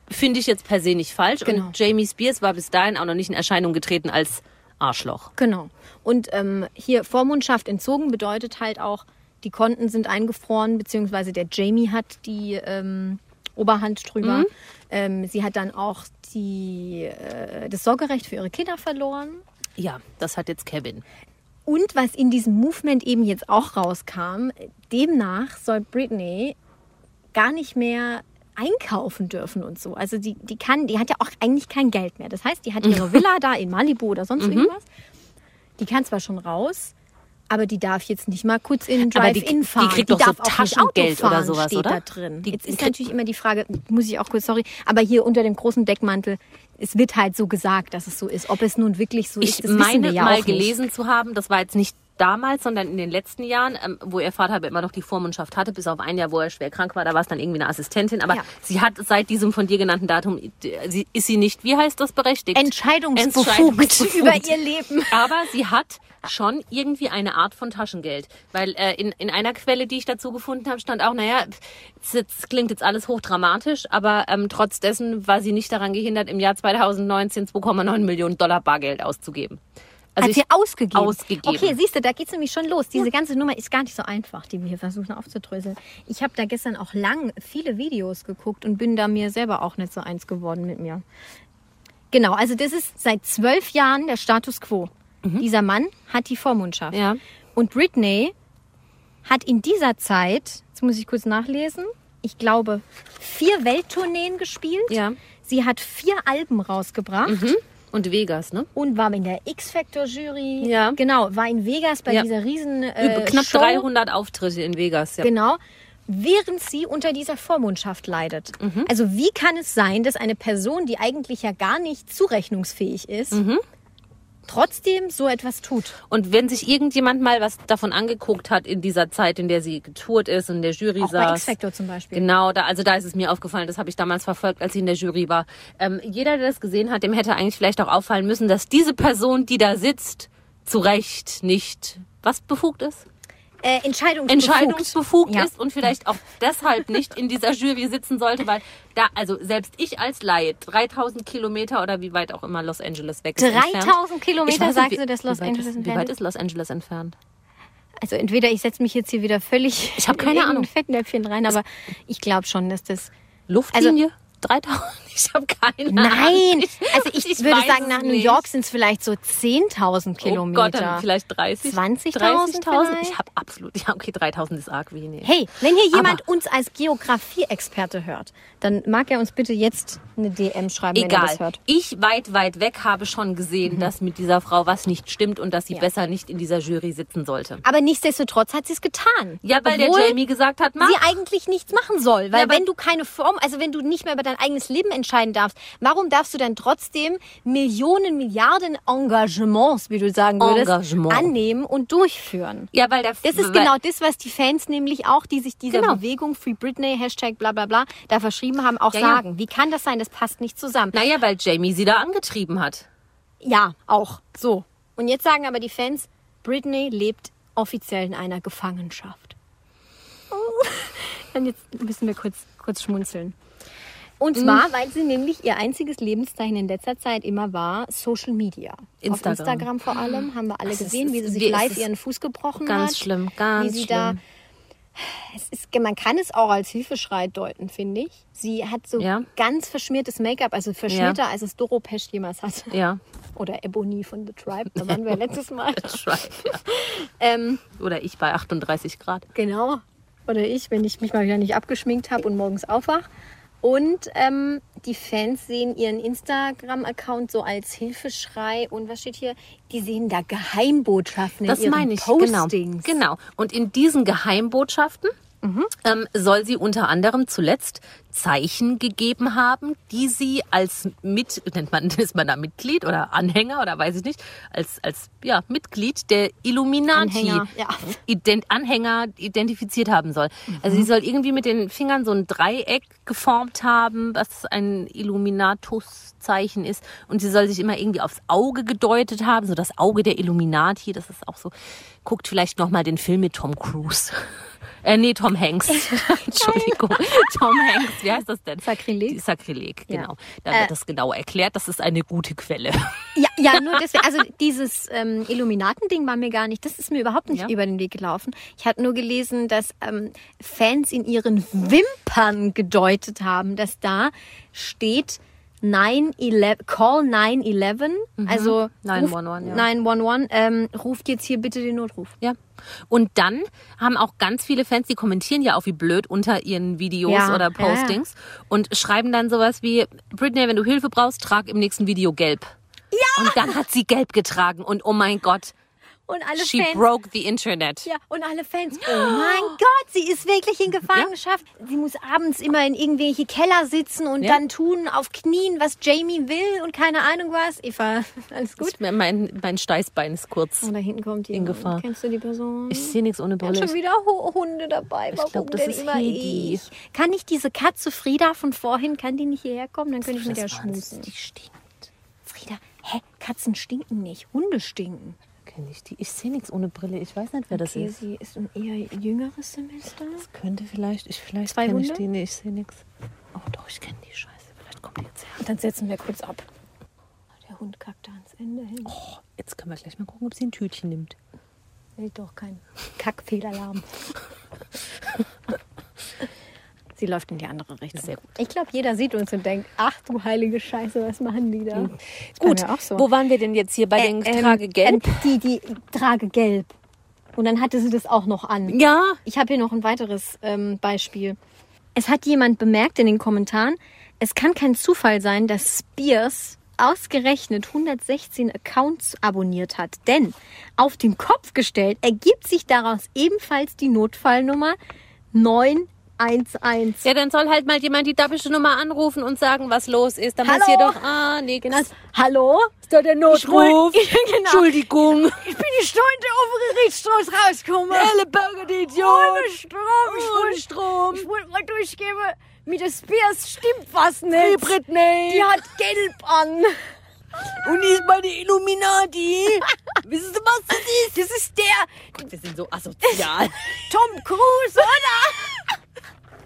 Speaker 2: finde ich jetzt per se nicht falsch.
Speaker 3: Genau.
Speaker 2: Und Jamie Spears war bis dahin auch noch nicht in Erscheinung getreten als Arschloch.
Speaker 3: Genau. Und ähm, hier Vormundschaft entzogen bedeutet halt auch, die Konten sind eingefroren, beziehungsweise der Jamie hat die ähm, Oberhand drüber. Ähm, sie hat dann auch die, äh, das Sorgerecht für ihre Kinder verloren.
Speaker 2: Ja, das hat jetzt Kevin.
Speaker 3: Und was in diesem Movement eben jetzt auch rauskam, demnach soll Britney gar nicht mehr einkaufen dürfen und so. Also die, die kann, die hat ja auch eigentlich kein Geld mehr. Das heißt, die hat ihre Villa da in Malibu oder sonst
Speaker 2: Mhm.
Speaker 3: irgendwas. Die kann zwar schon raus, aber die darf jetzt nicht mal kurz in
Speaker 2: Aber die-
Speaker 3: Drive-In
Speaker 2: die
Speaker 3: fahren.
Speaker 2: kriegt doch so
Speaker 3: darf auch nicht Auto
Speaker 2: Taschengeld oder
Speaker 3: fahren,
Speaker 2: sowas,
Speaker 3: steht
Speaker 2: oder?
Speaker 3: Da drin.
Speaker 2: Die-
Speaker 3: jetzt
Speaker 2: die
Speaker 3: ist
Speaker 2: kriegt-
Speaker 3: natürlich immer die Frage, muss ich auch kurz, sorry, aber hier unter dem großen Deckmantel, es wird halt so gesagt, dass es so ist. Ob es nun wirklich so
Speaker 2: Ich
Speaker 3: ist, das wissen wir
Speaker 2: meine
Speaker 3: ja
Speaker 2: mal
Speaker 3: auch nicht.
Speaker 2: gelesen zu haben, das war jetzt nicht damals, sondern in den letzten Jahren, ähm, wo ihr Vater aber immer noch die Vormundschaft hatte, bis auf ein Jahr, wo er schwer krank war, da war es dann irgendwie eine Assistentin. Aber
Speaker 3: Ja.
Speaker 2: sie hat seit diesem von dir genannten Datum, äh, sie, ist sie nicht, wie heißt das, berechtigt?
Speaker 3: entscheidungsbefugt,
Speaker 2: Entscheidungsbefugt.
Speaker 3: über ihr Leben.
Speaker 2: Aber sie hat schon irgendwie eine Art von Taschengeld. Weil äh, in, in einer Quelle, die ich dazu gefunden habe, stand auch, naja, es jetzt- klingt jetzt alles hochdramatisch, aber ähm, trotz dessen war sie nicht daran gehindert, im Jahr 2019 2,9 Millionen Dollar Bargeld auszugeben. Also
Speaker 3: Hat sie
Speaker 2: ich-
Speaker 3: ausgegeben.
Speaker 2: ausgegeben.
Speaker 3: Okay, siehst du, da geht's nämlich schon los. Diese ganze Nummer ist gar nicht so einfach, die wir hier versuchen aufzudröseln. Ich habe da gestern auch lang viele Videos geguckt und bin da mir selber auch nicht so eins geworden mit mir. Genau, also das ist seit zwölf Jahren der Status quo. Dieser Mann hat die Vormundschaft.
Speaker 2: Mhm. Ja.
Speaker 3: Und Britney hat in dieser Zeit, jetzt muss ich kurz nachlesen, ich glaube, vier Welttourneen gespielt.
Speaker 2: Ja. Mhm.
Speaker 3: Sie hat vier Alben rausgebracht.
Speaker 2: und Vegas, ne?
Speaker 3: und war in der X-Factor-Jury.
Speaker 2: Ja.
Speaker 3: Genau, war in Vegas bei
Speaker 2: Ja.
Speaker 3: dieser riesen äh,
Speaker 2: Knapp
Speaker 3: Show.
Speaker 2: 300 Auftritte in Vegas, ja.
Speaker 3: Genau. Während sie unter dieser Vormundschaft leidet.
Speaker 2: Mhm.
Speaker 3: Also wie kann es sein, dass eine Person, die eigentlich ja gar nicht zurechnungsfähig ist,
Speaker 2: Mhm.
Speaker 3: trotzdem so etwas tut?
Speaker 2: Und wenn sich irgendjemand mal was davon angeguckt hat in dieser Zeit, in der sie getourt ist und in der Jury
Speaker 3: Auch
Speaker 2: saß.
Speaker 3: bei X-Factor zum Beispiel.
Speaker 2: Genau, da, also da ist es mir aufgefallen, das habe ich damals verfolgt, als ich in der Jury war. Ähm, jeder, der das gesehen hat, dem hätte eigentlich vielleicht auch auffallen müssen, dass diese Person, die da sitzt, zu Recht nicht was befugt ist?
Speaker 3: Äh, Entscheidungsbefugt.
Speaker 2: Entscheidungsbefugt
Speaker 3: Ja.
Speaker 2: ist und vielleicht auch deshalb nicht in dieser Jury sitzen sollte, weil da, also selbst ich als Laie, 3000 Kilometer oder wie weit auch immer Los Angeles weg ist. entfernt.
Speaker 3: 3000
Speaker 2: Ich weiß
Speaker 3: Kilometer
Speaker 2: nicht,
Speaker 3: sagst
Speaker 2: wie-
Speaker 3: du, dass
Speaker 2: wie
Speaker 3: Los
Speaker 2: weit
Speaker 3: Angeles
Speaker 2: ist, Wie
Speaker 3: entfernt
Speaker 2: weit
Speaker 3: ist?
Speaker 2: ist Los Angeles entfernt?
Speaker 3: Also entweder ich setze mich jetzt hier wieder völlig
Speaker 2: Ich hab keine
Speaker 3: in
Speaker 2: Ahnung.
Speaker 3: ein Fettnäpfchen rein, aber ich glaube schon, dass das
Speaker 2: Luftlinie? 3000? Ich habe keine Ahnung.
Speaker 3: Also Nein, also ich, würde
Speaker 2: Ah, weiß
Speaker 3: sagen,
Speaker 2: es
Speaker 3: nach New
Speaker 2: nicht.
Speaker 3: York sind es vielleicht so 10.000
Speaker 2: Oh Gott,
Speaker 3: Kilometer.
Speaker 2: dann vielleicht 30.
Speaker 3: 20.000
Speaker 2: 30.000?
Speaker 3: vielleicht?
Speaker 2: Ich habe absolut, ja, okay, 3000 ist arg wenig.
Speaker 3: hey, wenn hier jemand
Speaker 2: Aber-
Speaker 3: uns als Geografie-Experte hört, dann mag er uns bitte jetzt eine DM schreiben, wenn er
Speaker 2: Egal.
Speaker 3: das hört. Mhm.
Speaker 2: Ich weit, weit weg habe schon gesehen, dass mit dieser Frau was nicht stimmt und dass sie besser nicht in dieser Jury sitzen sollte.
Speaker 3: Aber nichtsdestotrotz hat sie es getan.
Speaker 2: Ja, weil
Speaker 3: obwohl
Speaker 2: der Jamie gesagt hat, mach.
Speaker 3: sie eigentlich nichts machen soll. Weil
Speaker 2: Ja, aber-
Speaker 3: wenn du keine Form, also wenn du nicht mehr über dein eigenes Leben entscheiden darfst, warum darfst du denn trotzdem Millionen, Milliarden Engagements, wie du sagen würdest,
Speaker 2: Engagement.
Speaker 3: annehmen und durchführen?
Speaker 2: Ja, weil der
Speaker 3: Das ist
Speaker 2: weil,
Speaker 3: genau das, was die Fans nämlich auch, die sich dieser
Speaker 2: Genau.
Speaker 3: Bewegung Free Britney, Hashtag bla bla bla, da verschrieben haben, auch
Speaker 2: Ja, ja.
Speaker 3: sagen. Wie kann das sein? Das passt nicht zusammen.
Speaker 2: Naja, weil Jamie sie da angetrieben hat.
Speaker 3: Ja, auch. So. Und jetzt sagen aber die Fans, Britney lebt offiziell in einer Gefangenschaft. Dann Oh. jetzt müssen wir kurz, kurz schmunzeln. Und zwar, weil sie nämlich ihr einziges Lebenszeichen in letzter Zeit immer war Social Media.
Speaker 2: Instagram.
Speaker 3: Auf Instagram vor allem haben wir alle
Speaker 2: Es ist-
Speaker 3: gesehen, wie sie
Speaker 2: wie-
Speaker 3: sich
Speaker 2: es
Speaker 3: live
Speaker 2: ist
Speaker 3: ihren Fuß gebrochen hat.
Speaker 2: Ganz schlimm, ganz
Speaker 3: wie sie da
Speaker 2: schlimm.
Speaker 3: es ist, man kann es auch als Hilfeschrei deuten, finde ich. Sie hat so
Speaker 2: Ja.
Speaker 3: ganz verschmiertes Make-up, also verschmierter, als es Doro Pesch jemals hatte.
Speaker 2: Ja.
Speaker 3: Oder Ebony von The Tribe, da waren wir letztes Mal.
Speaker 2: Schreib, ja.
Speaker 3: Ähm,
Speaker 2: Oder ich bei 38 Grad.
Speaker 3: genau. Oder ich, wenn ich mich mal wieder nicht abgeschminkt habe und morgens aufwach. Und ähm, die Fans sehen ihren Instagram-Account so als Hilfeschrei. Und was steht hier? Die sehen da Geheimbotschaften
Speaker 2: Das
Speaker 3: in ihren
Speaker 2: meine ich, genau.
Speaker 3: Postings. Mhm.
Speaker 2: Genau. Und in diesen Geheimbotschaften ähm, soll sie unter anderem zuletzt Zeichen gegeben haben, die sie als mit nennt man ist man da Mitglied oder Anhänger oder weiß ich nicht als als ja Mitglied der Illuminati
Speaker 3: Anhänger, ja.
Speaker 2: ident, Anhänger identifiziert haben soll. Also
Speaker 3: Mhm.
Speaker 2: sie soll irgendwie mit den Fingern so ein Dreieck geformt haben, was ein Illuminatus-Zeichen ist. Und sie soll sich immer irgendwie aufs Auge gedeutet haben, so das Auge der Illuminati. Das ist auch so. Guckt vielleicht noch mal den Film mit Tom Cruise. Äh, nee, Tom Hanks. Entschuldigung. Tom Hanks, wie heißt das denn?
Speaker 3: Sakrileg?
Speaker 2: Die Sakrileg,
Speaker 3: Ja.
Speaker 2: genau. Da
Speaker 3: Äh.
Speaker 2: wird das genau erklärt. Das ist eine gute Quelle.
Speaker 3: Ja, ja, nur deswegen. Also dieses ähm, Illuminatending war mir gar nicht, das ist mir überhaupt nicht
Speaker 2: Ja.
Speaker 3: über den Weg gelaufen. Ich hatte nur gelesen, dass ähm, Fans in ihren Wimpern gedeutet haben, dass da steht 911, Call 911,
Speaker 2: Mhm.
Speaker 3: also
Speaker 2: 911, ja.
Speaker 3: 911 ähm, ruft jetzt hier bitte den Notruf.
Speaker 2: Ja. Und dann haben auch ganz viele Fans, die kommentieren ja auch wie blöd unter ihren Videos
Speaker 3: Ja,
Speaker 2: oder
Speaker 3: ja, ja.
Speaker 2: Postings und schreiben dann sowas wie, Britney, wenn du Hilfe brauchst, trag im nächsten Video gelb. Ja! Und dann hat sie gelb getragen und oh mein Gott,
Speaker 3: Und alle
Speaker 2: she
Speaker 3: Fans
Speaker 2: broke the internet.
Speaker 3: Ja, und alle Fans, oh mein Gott, sie ist wirklich in Gefangenschaft. Sie muss abends immer in irgendwelche Keller sitzen und
Speaker 2: Ja.
Speaker 3: dann tun auf Knien, was Jamie will und keine Ahnung was. Eva, alles gut? Mhm.
Speaker 2: Gut, mein, mein Steißbein ist kurz.
Speaker 3: Und da hinten kommt die.
Speaker 2: In Gefahr.
Speaker 3: Kennst du die Person?
Speaker 2: Ich sehe nichts ohne
Speaker 3: Wir haben
Speaker 2: Brille.
Speaker 3: schon wieder Ho- Hunde dabei. Warum
Speaker 2: glaub, das
Speaker 3: denn
Speaker 2: ist
Speaker 3: immer
Speaker 2: Hedi.
Speaker 3: ich? Kann nicht diese Katze Frieda von vorhin, kann die nicht hierher kommen? Dann könnte ich mit der
Speaker 2: Das
Speaker 3: schmusen.
Speaker 2: wahnsinnig stinkt.
Speaker 3: Frieda, hä? Katzen stinken nicht, Hunde stinken.
Speaker 2: Kenn ich die? Ich sehe nichts ohne Brille. Ich weiß nicht, wer das
Speaker 3: Okay,
Speaker 2: ist.
Speaker 3: sie ist ein eher jüngeres Semester.
Speaker 2: Das könnte vielleicht, ich vielleicht
Speaker 3: Zwei
Speaker 2: kenn ich
Speaker 3: Hunde?
Speaker 2: die. Nee, ich sehe nichts. Oh doch, ich kenne die Scheiße. Vielleicht kommt die jetzt her.
Speaker 3: Dann setzen wir kurz ab. Der Hund kackt da ans Ende hin.
Speaker 2: Oh, jetzt können wir gleich mal gucken, ob sie ein Tütchen nimmt.
Speaker 3: Will doch kein Kackfehlalarm. Sie läuft in die andere Richtung.
Speaker 2: Sehr gut.
Speaker 3: Ich glaube, jeder sieht uns und denkt, ach du heilige Scheiße, was machen die da? Das war
Speaker 2: Gut,
Speaker 3: mir auch so.
Speaker 2: wo waren wir denn jetzt hier bei
Speaker 3: Äh,
Speaker 2: den
Speaker 3: ähm,
Speaker 2: Tragegelb?
Speaker 3: ähm, die, die trage gelb. Und dann hatte sie das auch noch an.
Speaker 2: ja,
Speaker 3: Ich habe hier noch ein weiteres ähm, Beispiel. Es hat jemand bemerkt in den Kommentaren, es kann kein Zufall sein, dass Spears ausgerechnet 116 Accounts abonniert hat. Denn auf den Kopf gestellt ergibt sich daraus ebenfalls die Notfallnummer 911.
Speaker 2: ja, dann soll halt mal jemand die doppelte Nummer anrufen und sagen, was los ist. Dann
Speaker 3: Hallo?
Speaker 2: passiert doch ah, nix.
Speaker 3: Genau. Hallo? Ist da der Notruf? genau.
Speaker 2: Entschuldigung.
Speaker 3: Ich bin die Stunde auf den Richtstoß rausgekommen.
Speaker 2: Alle Burger, die
Speaker 3: Ohne
Speaker 2: Idiot.
Speaker 3: Strom.
Speaker 2: Ohne Strom.
Speaker 3: Ich wollte mal durchgeben, mit der Spears stimmt was nicht.
Speaker 2: Hey, Britney.
Speaker 3: Die hat gelb an.
Speaker 2: Und die ist bei der Illuminati. Wissen Sie, was das ist?
Speaker 3: Das ist der
Speaker 2: Gott, wir sind so asozial.
Speaker 3: Tom Cruise, oder?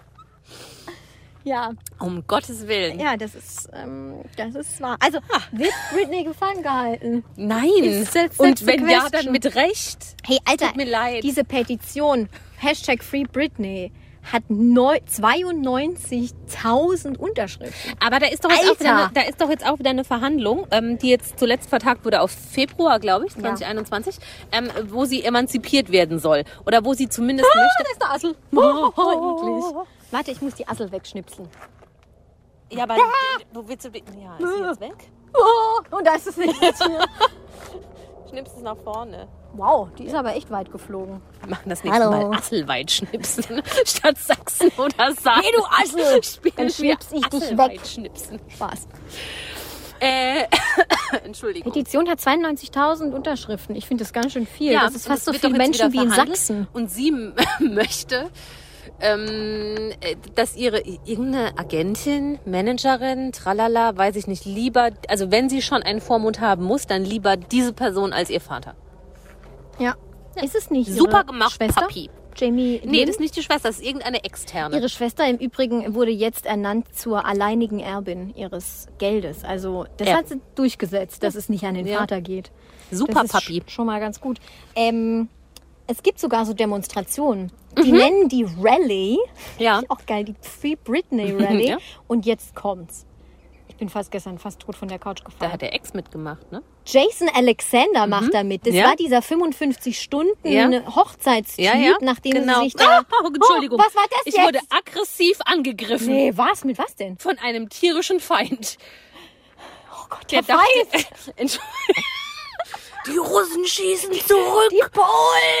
Speaker 3: Ja,
Speaker 2: um Gottes Willen.
Speaker 3: ja, das ist, ähm, das ist wahr. Also, wird Britney gefangen gehalten?
Speaker 2: Nein.
Speaker 3: Ist jetzt
Speaker 2: Und
Speaker 3: letzte
Speaker 2: wenn ja, dann
Speaker 3: Question.
Speaker 2: mit Recht.
Speaker 3: Hey, Alter,
Speaker 2: Tut mir leid.
Speaker 3: diese Petition, Hashtag Free Britney, hat neu- 92.000 Unterschriften.
Speaker 2: Aber da ist doch jetzt, auch
Speaker 3: Alter.
Speaker 2: wieder, eine- da ist doch jetzt auch wieder eine Verhandlung, ähm, die jetzt zuletzt vertagt wurde auf Februar, glaube ich, 2021, ähm, wo sie emanzipiert werden soll. Oder wo sie zumindest möchte.
Speaker 3: Ah, ist der Assel. Oh,
Speaker 2: eklig.
Speaker 3: Warte, ich muss die Assel wegschnipseln.
Speaker 2: Ja, aber
Speaker 3: Oh,
Speaker 2: wo willst du die- Ja, ist sie jetzt weg?
Speaker 3: Und da ist es nicht.
Speaker 2: schnippst es nach vorne.
Speaker 3: Wow, die ist aber echt weit geflogen.
Speaker 2: Wir machen das nächste
Speaker 3: Hallo.
Speaker 2: Mal Asselweit schnipsen statt Sachsen oder Sachsen.
Speaker 3: Hey, du Assel! Dann
Speaker 2: Spielen wir
Speaker 3: schnips ich dich
Speaker 2: Asselweit
Speaker 3: weg.
Speaker 2: Schnipsen.
Speaker 3: Spaß.
Speaker 2: Äh, Entschuldigung.
Speaker 3: Petition hat 92.000 Unterschriften. Ich finde das ganz schön viel.
Speaker 2: Ja,
Speaker 3: das ist
Speaker 2: und
Speaker 3: fast so
Speaker 2: wird doch
Speaker 3: viele
Speaker 2: jetzt
Speaker 3: Menschen wie
Speaker 2: wieder
Speaker 3: in
Speaker 2: verhandelt.
Speaker 3: Sachsen.
Speaker 2: Und sie m- möchte, ähm, äh, dass ihre irgendeine Agentin, Managerin, tralala, weiß ich nicht, lieber, also wenn sie schon einen Vormund haben muss, dann lieber diese Person als ihr Vater.
Speaker 3: Ja. Ist es nicht
Speaker 2: Super
Speaker 3: ihre
Speaker 2: gemacht,
Speaker 3: Schwester?
Speaker 2: Papi.
Speaker 3: Jamie
Speaker 2: Nee,
Speaker 3: Lynn?
Speaker 2: das ist nicht die Schwester, das ist irgendeine externe.
Speaker 3: Mhm. Ihre Schwester im Übrigen wurde jetzt ernannt zur alleinigen Erbin ihres Geldes. Also das
Speaker 2: Ja.
Speaker 3: hat sie durchgesetzt, dass es nicht an den
Speaker 2: Ja.
Speaker 3: Vater geht.
Speaker 2: Super
Speaker 3: das ist
Speaker 2: Papi.
Speaker 3: sch- Schon mal ganz gut. Ähm, es gibt sogar so Demonstrationen. Die nennen die Rally.
Speaker 2: Mhm. Ja.
Speaker 3: Auch geil, die Free Britney Rally.
Speaker 2: Ja.
Speaker 3: Und jetzt kommt's. Ich bin fast gestern fast tot von der Couch
Speaker 2: Da
Speaker 3: gefallen.
Speaker 2: hat der Ex mitgemacht, ne?
Speaker 3: Jason Alexander macht da mit. Das
Speaker 2: Mhm. Ja.
Speaker 3: war dieser 55-Stunden
Speaker 2: Ja.
Speaker 3: Hochzeitstyp, nachdem sie sich da...
Speaker 2: Oh, Entschuldigung.
Speaker 3: Oh, was war das
Speaker 2: ich
Speaker 3: jetzt?
Speaker 2: wurde aggressiv angegriffen
Speaker 3: Nee, was? Mit was denn?
Speaker 2: von einem tierischen Feind.
Speaker 3: Oh Gott,
Speaker 2: Der
Speaker 3: der Pfeif!
Speaker 2: dachte- Entschuldigung. Die Russen schießen zurück.
Speaker 3: Die Polen!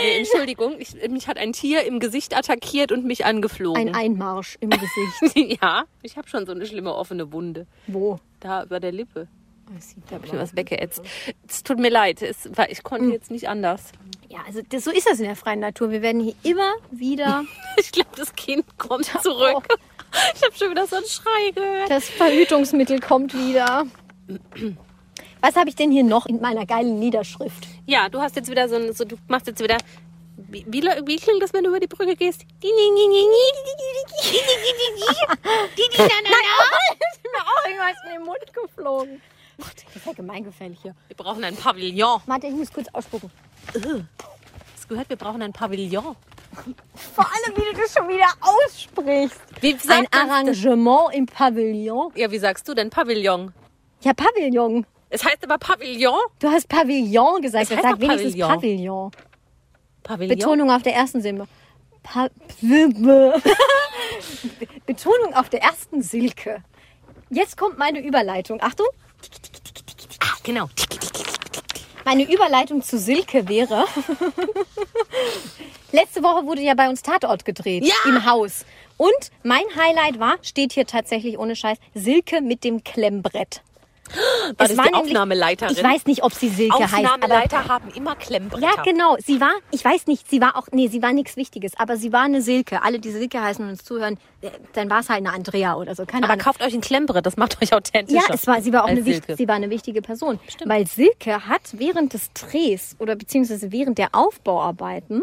Speaker 2: Nee, Entschuldigung, ich, mich hat ein Tier im Gesicht attackiert und mich
Speaker 3: Ein
Speaker 2: angeflogen.
Speaker 3: Einmarsch im Gesicht.
Speaker 2: ja, ich habe schon so eine schlimme offene Wunde.
Speaker 3: Wo?
Speaker 2: Da über der Lippe.
Speaker 3: Das sieht da
Speaker 2: Hab ich mir was weggeätzt. Es tut mir leid, es war, ich
Speaker 3: Mm.
Speaker 2: konnte jetzt nicht anders.
Speaker 3: Ja, also das, so ist das in der freien Natur. Wir werden hier immer wieder
Speaker 2: Ich glaube, das Kind kommt
Speaker 3: Oh.
Speaker 2: zurück. Ich habe schon wieder so einen Schrei gehört.
Speaker 3: Das Verhütungsmittel kommt wieder. Was habe ich denn hier noch in meiner geilen Niederschrift?
Speaker 2: Ja, du hast jetzt wieder so ein, so, du machst jetzt wieder. Wie, wie, lau- wie klingt das, wenn du über die Brücke gehst?
Speaker 3: oh Ist mir auch irgendwas in den Mund geflogen. Ach, das ist ja gemeingefährlich hier.
Speaker 2: Wir brauchen ein Pavillon.
Speaker 3: Warte, ich muss kurz ausspucken.
Speaker 2: Es gehört, wir brauchen ein Pavillon.
Speaker 3: Vor allem, wie du das schon wieder aussprichst.
Speaker 2: Wie
Speaker 3: Ein
Speaker 2: sagt man-
Speaker 3: Arrangement im Pavillon.
Speaker 2: Ja, wie sagst du denn Pavillon?
Speaker 3: Ja, Pavillon.
Speaker 2: Es heißt aber Pavillon.
Speaker 3: Du hast Pavillon gesagt.
Speaker 2: Das heißt
Speaker 3: Sag
Speaker 2: doch
Speaker 3: wenigstens
Speaker 2: Pavillon.
Speaker 3: Pavillon.
Speaker 2: Pavillon.
Speaker 3: Betonung auf der ersten Silbe. Pa Silbe. Betonung auf der ersten Silke. Jetzt kommt meine Überleitung. Achtung.
Speaker 2: Ah, genau.
Speaker 3: Meine Überleitung zu Silke wäre. Letzte Woche wurde ja bei uns Tatort gedreht.
Speaker 2: Ja!
Speaker 3: Im Haus. Und mein Highlight war, steht hier tatsächlich ohne Scheiß, Silke mit dem Klemmbrett.
Speaker 2: War das die
Speaker 3: nämlich-
Speaker 2: Aufnahmeleiterin?
Speaker 3: Ich weiß nicht, ob sie Silke heißt. Aber
Speaker 2: Aufnahmeleiter haben immer Klemmbretter.
Speaker 3: Ja, genau. Sie war, ich weiß nicht, sie war auch, nee, sie war nichts Wichtiges, aber sie war eine Silke. Alle, die Silke heißen und uns zuhören, äh, dann war es halt eine Andrea oder so. Keine
Speaker 2: Aber
Speaker 3: Ahnung.
Speaker 2: kauft euch ein Klemmbrett, das macht euch authentischer.
Speaker 3: Ja, es war, sie war auch
Speaker 2: als
Speaker 3: eine, wicht-
Speaker 2: Silke.
Speaker 3: sie war eine wichtige Person. Weil Silke hat während des Drehs oder beziehungsweise während der Aufbauarbeiten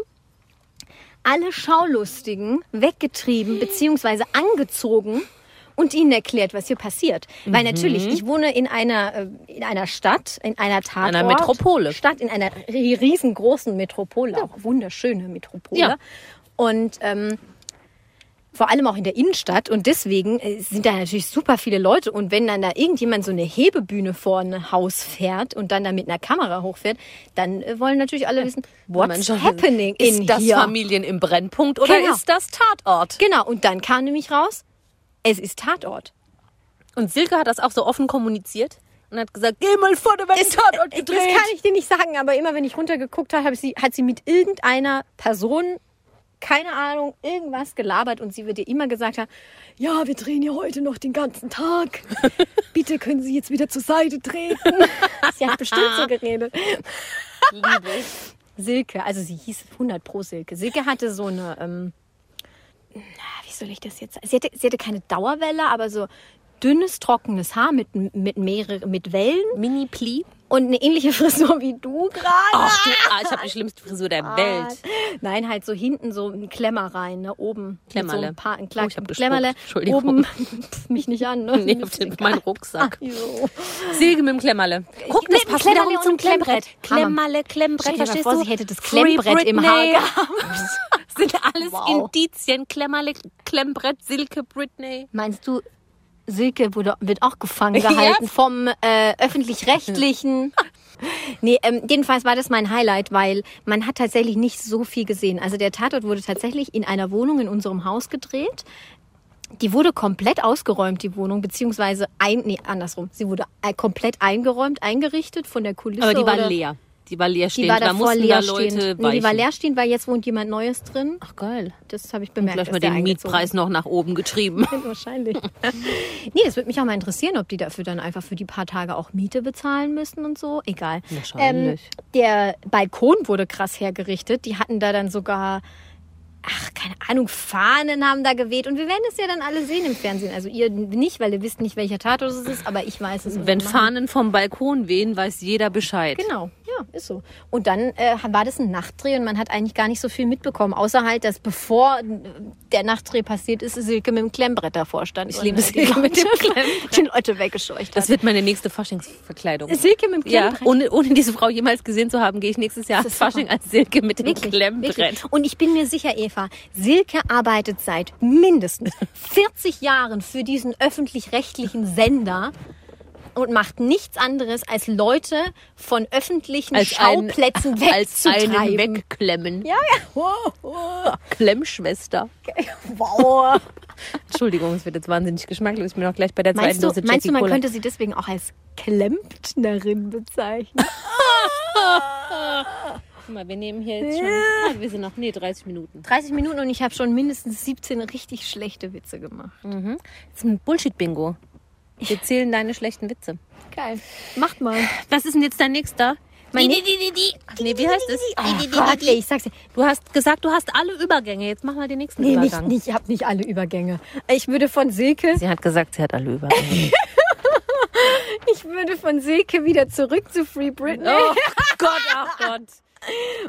Speaker 3: alle Schaulustigen weggetrieben beziehungsweise angezogen und ihnen erklärt, was hier passiert.
Speaker 2: Mhm.
Speaker 3: Weil natürlich, ich wohne in einer, äh, in einer Stadt, in einer Tatort.
Speaker 2: einer Metropole.
Speaker 3: Stadt, in einer ri- riesengroßen Metropole. Auch wunderschöne Metropole.
Speaker 2: Ja.
Speaker 3: Und ähm, vor allem auch in der Innenstadt. Und deswegen äh, sind da natürlich super viele Leute. Und wenn dann da irgendjemand so eine Hebebühne vor ein Haus fährt und dann da mit einer Kamera hochfährt, dann äh, wollen natürlich alle wissen, what's
Speaker 2: Mensch,
Speaker 3: happening
Speaker 2: also ist
Speaker 3: in
Speaker 2: das
Speaker 3: here?
Speaker 2: Familien im Brennpunkt oder
Speaker 3: Genau.
Speaker 2: ist das Tatort?
Speaker 3: Genau, und dann kam nämlich raus, es ist Tatort.
Speaker 2: Und Silke hat das auch so offen kommuniziert und hat gesagt, geh mal vorne, wenn ein Tatort
Speaker 3: das
Speaker 2: gedreht.
Speaker 3: kann ich dir nicht sagen, aber immer wenn ich runtergeguckt habe, hab ich sie, hat sie mit irgendeiner Person, keine Ahnung, irgendwas gelabert und sie wird ihr immer gesagt haben, ja, wir drehen ja heute noch den ganzen Tag. Bitte können Sie jetzt wieder zur Seite treten. sie hat bestimmt so geredet. Silke, also sie hieß 100 Pro Silke. Silke hatte so eine, ähm, na, wie soll ich das jetzt sagen? Sie hatte, sie hatte keine Dauerwelle, aber so dünnes, trockenes Haar mit, mit mehrere, mit Wellen
Speaker 2: Mini Pli.
Speaker 3: und eine ähnliche Frisur wie du gerade.
Speaker 2: Ach du, ah, ich habe die schlimmste Frisur der
Speaker 3: Ah,
Speaker 2: Welt.
Speaker 3: Nein, halt so hinten so ein Klemmer rein, ne? Oben. Mit So
Speaker 2: Klemmerle.
Speaker 3: ein paar, ein
Speaker 2: Oh,
Speaker 3: klein,
Speaker 2: ich hab gespuckt.
Speaker 3: Klemmerle.
Speaker 2: Entschuldigung.
Speaker 3: Oben. Pff, mich nicht an, ne?
Speaker 2: Nee, auf den, meinen Rucksack.
Speaker 3: Jo.
Speaker 2: Silke mit dem Klemmerle. Guck,
Speaker 3: Nee,
Speaker 2: das
Speaker 3: ein
Speaker 2: passt
Speaker 3: Klemmerle
Speaker 2: wiederum
Speaker 3: und
Speaker 2: zum
Speaker 3: ein Klemmbrett.
Speaker 2: Klemmbrett. Klemmerle,
Speaker 3: Hammer. Stell
Speaker 2: Klemmbrett,
Speaker 3: dir mal
Speaker 2: verstehst
Speaker 3: vor,
Speaker 2: du?
Speaker 3: sie hätte das
Speaker 2: Free
Speaker 3: Klemmbrett im
Speaker 2: Britney.
Speaker 3: Haar
Speaker 2: Sind alles
Speaker 3: Wow.
Speaker 2: Indizien. Klemmerle, Klemmbrett, Silke, Britney.
Speaker 3: Meinst du, Silke wurde, wird auch gefangen gehalten
Speaker 2: Ja.
Speaker 3: vom äh, öffentlich-rechtlichen? Nee, ähm, jedenfalls war das mein Highlight, weil man hat tatsächlich nicht so viel gesehen. Also der Tatort wurde tatsächlich in einer Wohnung in unserem Haus gedreht. Die wurde komplett ausgeräumt, die Wohnung, beziehungsweise ein, nee, andersrum. Sie wurde äh, komplett eingeräumt, eingerichtet von der Kulisse.
Speaker 2: Aber die war
Speaker 3: oder-
Speaker 2: leer. Die war leerstehend.
Speaker 3: war
Speaker 2: da
Speaker 3: davor
Speaker 2: mussten
Speaker 3: leerstehend.
Speaker 2: da Leute
Speaker 3: nee, die war
Speaker 2: weichen.
Speaker 3: leerstehend, weil jetzt wohnt jemand Neues drin.
Speaker 2: Ach geil.
Speaker 3: Das habe ich bemerkt.
Speaker 2: Vielleicht
Speaker 3: dass
Speaker 2: mal
Speaker 3: der
Speaker 2: den
Speaker 3: eingezogen
Speaker 2: Mietpreis noch nach oben getrieben.
Speaker 3: ist. Wahrscheinlich. nee, das würde mich auch mal interessieren, ob die dafür dann einfach für die paar Tage auch Miete bezahlen müssen und so. Egal. Ähm,
Speaker 2: Wahrscheinlich.
Speaker 3: der Balkon wurde krass hergerichtet. Die hatten da dann sogar, ach, keine Ahnung, Fahnen haben da geweht. Und wir werden es ja dann alle sehen im Fernsehen. Also ihr nicht, weil ihr wisst nicht, welcher Tatort es ist, aber ich weiß es. Und
Speaker 2: Wenn
Speaker 3: wir machen-
Speaker 2: Fahnen vom Balkon wehen, weiß jeder Bescheid.
Speaker 3: Genau, ja, ist so. Und dann äh, war das ein Nachtdreh und man hat eigentlich gar nicht so viel mitbekommen, außer halt, dass bevor äh, der Nachtdreh passiert ist, Silke mit dem Klemmbrett davor stand. Ich
Speaker 2: liebe Silke
Speaker 3: mit dem Oh Klemmbrett. Die Leute weggescheucht
Speaker 2: Das
Speaker 3: hat.
Speaker 2: wird meine nächste Faschingsverkleidung.
Speaker 3: Silke mit dem
Speaker 2: Ja,
Speaker 3: Klemmbrett.
Speaker 2: ohne, ohne diese Frau jemals gesehen zu haben, gehe ich nächstes Jahr
Speaker 3: Das ist
Speaker 2: Fasching als Silke mit dem Klemmbrett.
Speaker 3: wirklich. Und ich bin mir sicher, Eva, Silke arbeitet seit mindestens 40 Jahren für diesen öffentlich-rechtlichen Sender und macht nichts anderes, als Leute von öffentlichen
Speaker 2: einen-
Speaker 3: Schauplätzen
Speaker 2: als einen
Speaker 3: wegzutreiben.
Speaker 2: wegklemmen.
Speaker 3: ja, ja. Wow, wow.
Speaker 2: Klemmschwester.
Speaker 3: wow.
Speaker 2: Entschuldigung, es wird jetzt wahnsinnig geschmacklos. Ich bin auch gleich bei der zweiten
Speaker 3: Meinst du,
Speaker 2: Dose
Speaker 3: meinst
Speaker 2: Jackie
Speaker 3: du, man
Speaker 2: Cola.
Speaker 3: könnte sie deswegen auch als Klempnerin bezeichnen?
Speaker 2: Guck mal, wir nehmen hier jetzt schon. Ah, wir sind noch, nee, 30 Minuten.
Speaker 3: 30 Minuten und ich habe schon mindestens 17 richtig schlechte Witze gemacht.
Speaker 2: Das ist ein Bullshit-Bingo. Wir zählen deine schlechten Witze.
Speaker 3: Geil. Macht mal.
Speaker 2: Was ist denn jetzt dein nächster?
Speaker 3: Mein
Speaker 2: die, die, die, die. Ach, nee, wie heißt es?
Speaker 3: Oh Gott, ey, ich sag's dir.
Speaker 2: Du hast gesagt, du hast alle Übergänge. Jetzt mach mal den nächsten
Speaker 3: Nee, nicht,
Speaker 2: Übergang.
Speaker 3: nicht, ich habe nicht alle Übergänge. Ich würde von Silke,
Speaker 2: Sie hat gesagt, sie hat alle Übergänge.
Speaker 3: ich würde von Silke wieder zurück zu Free Britney.
Speaker 2: oh Gott, ach Gott.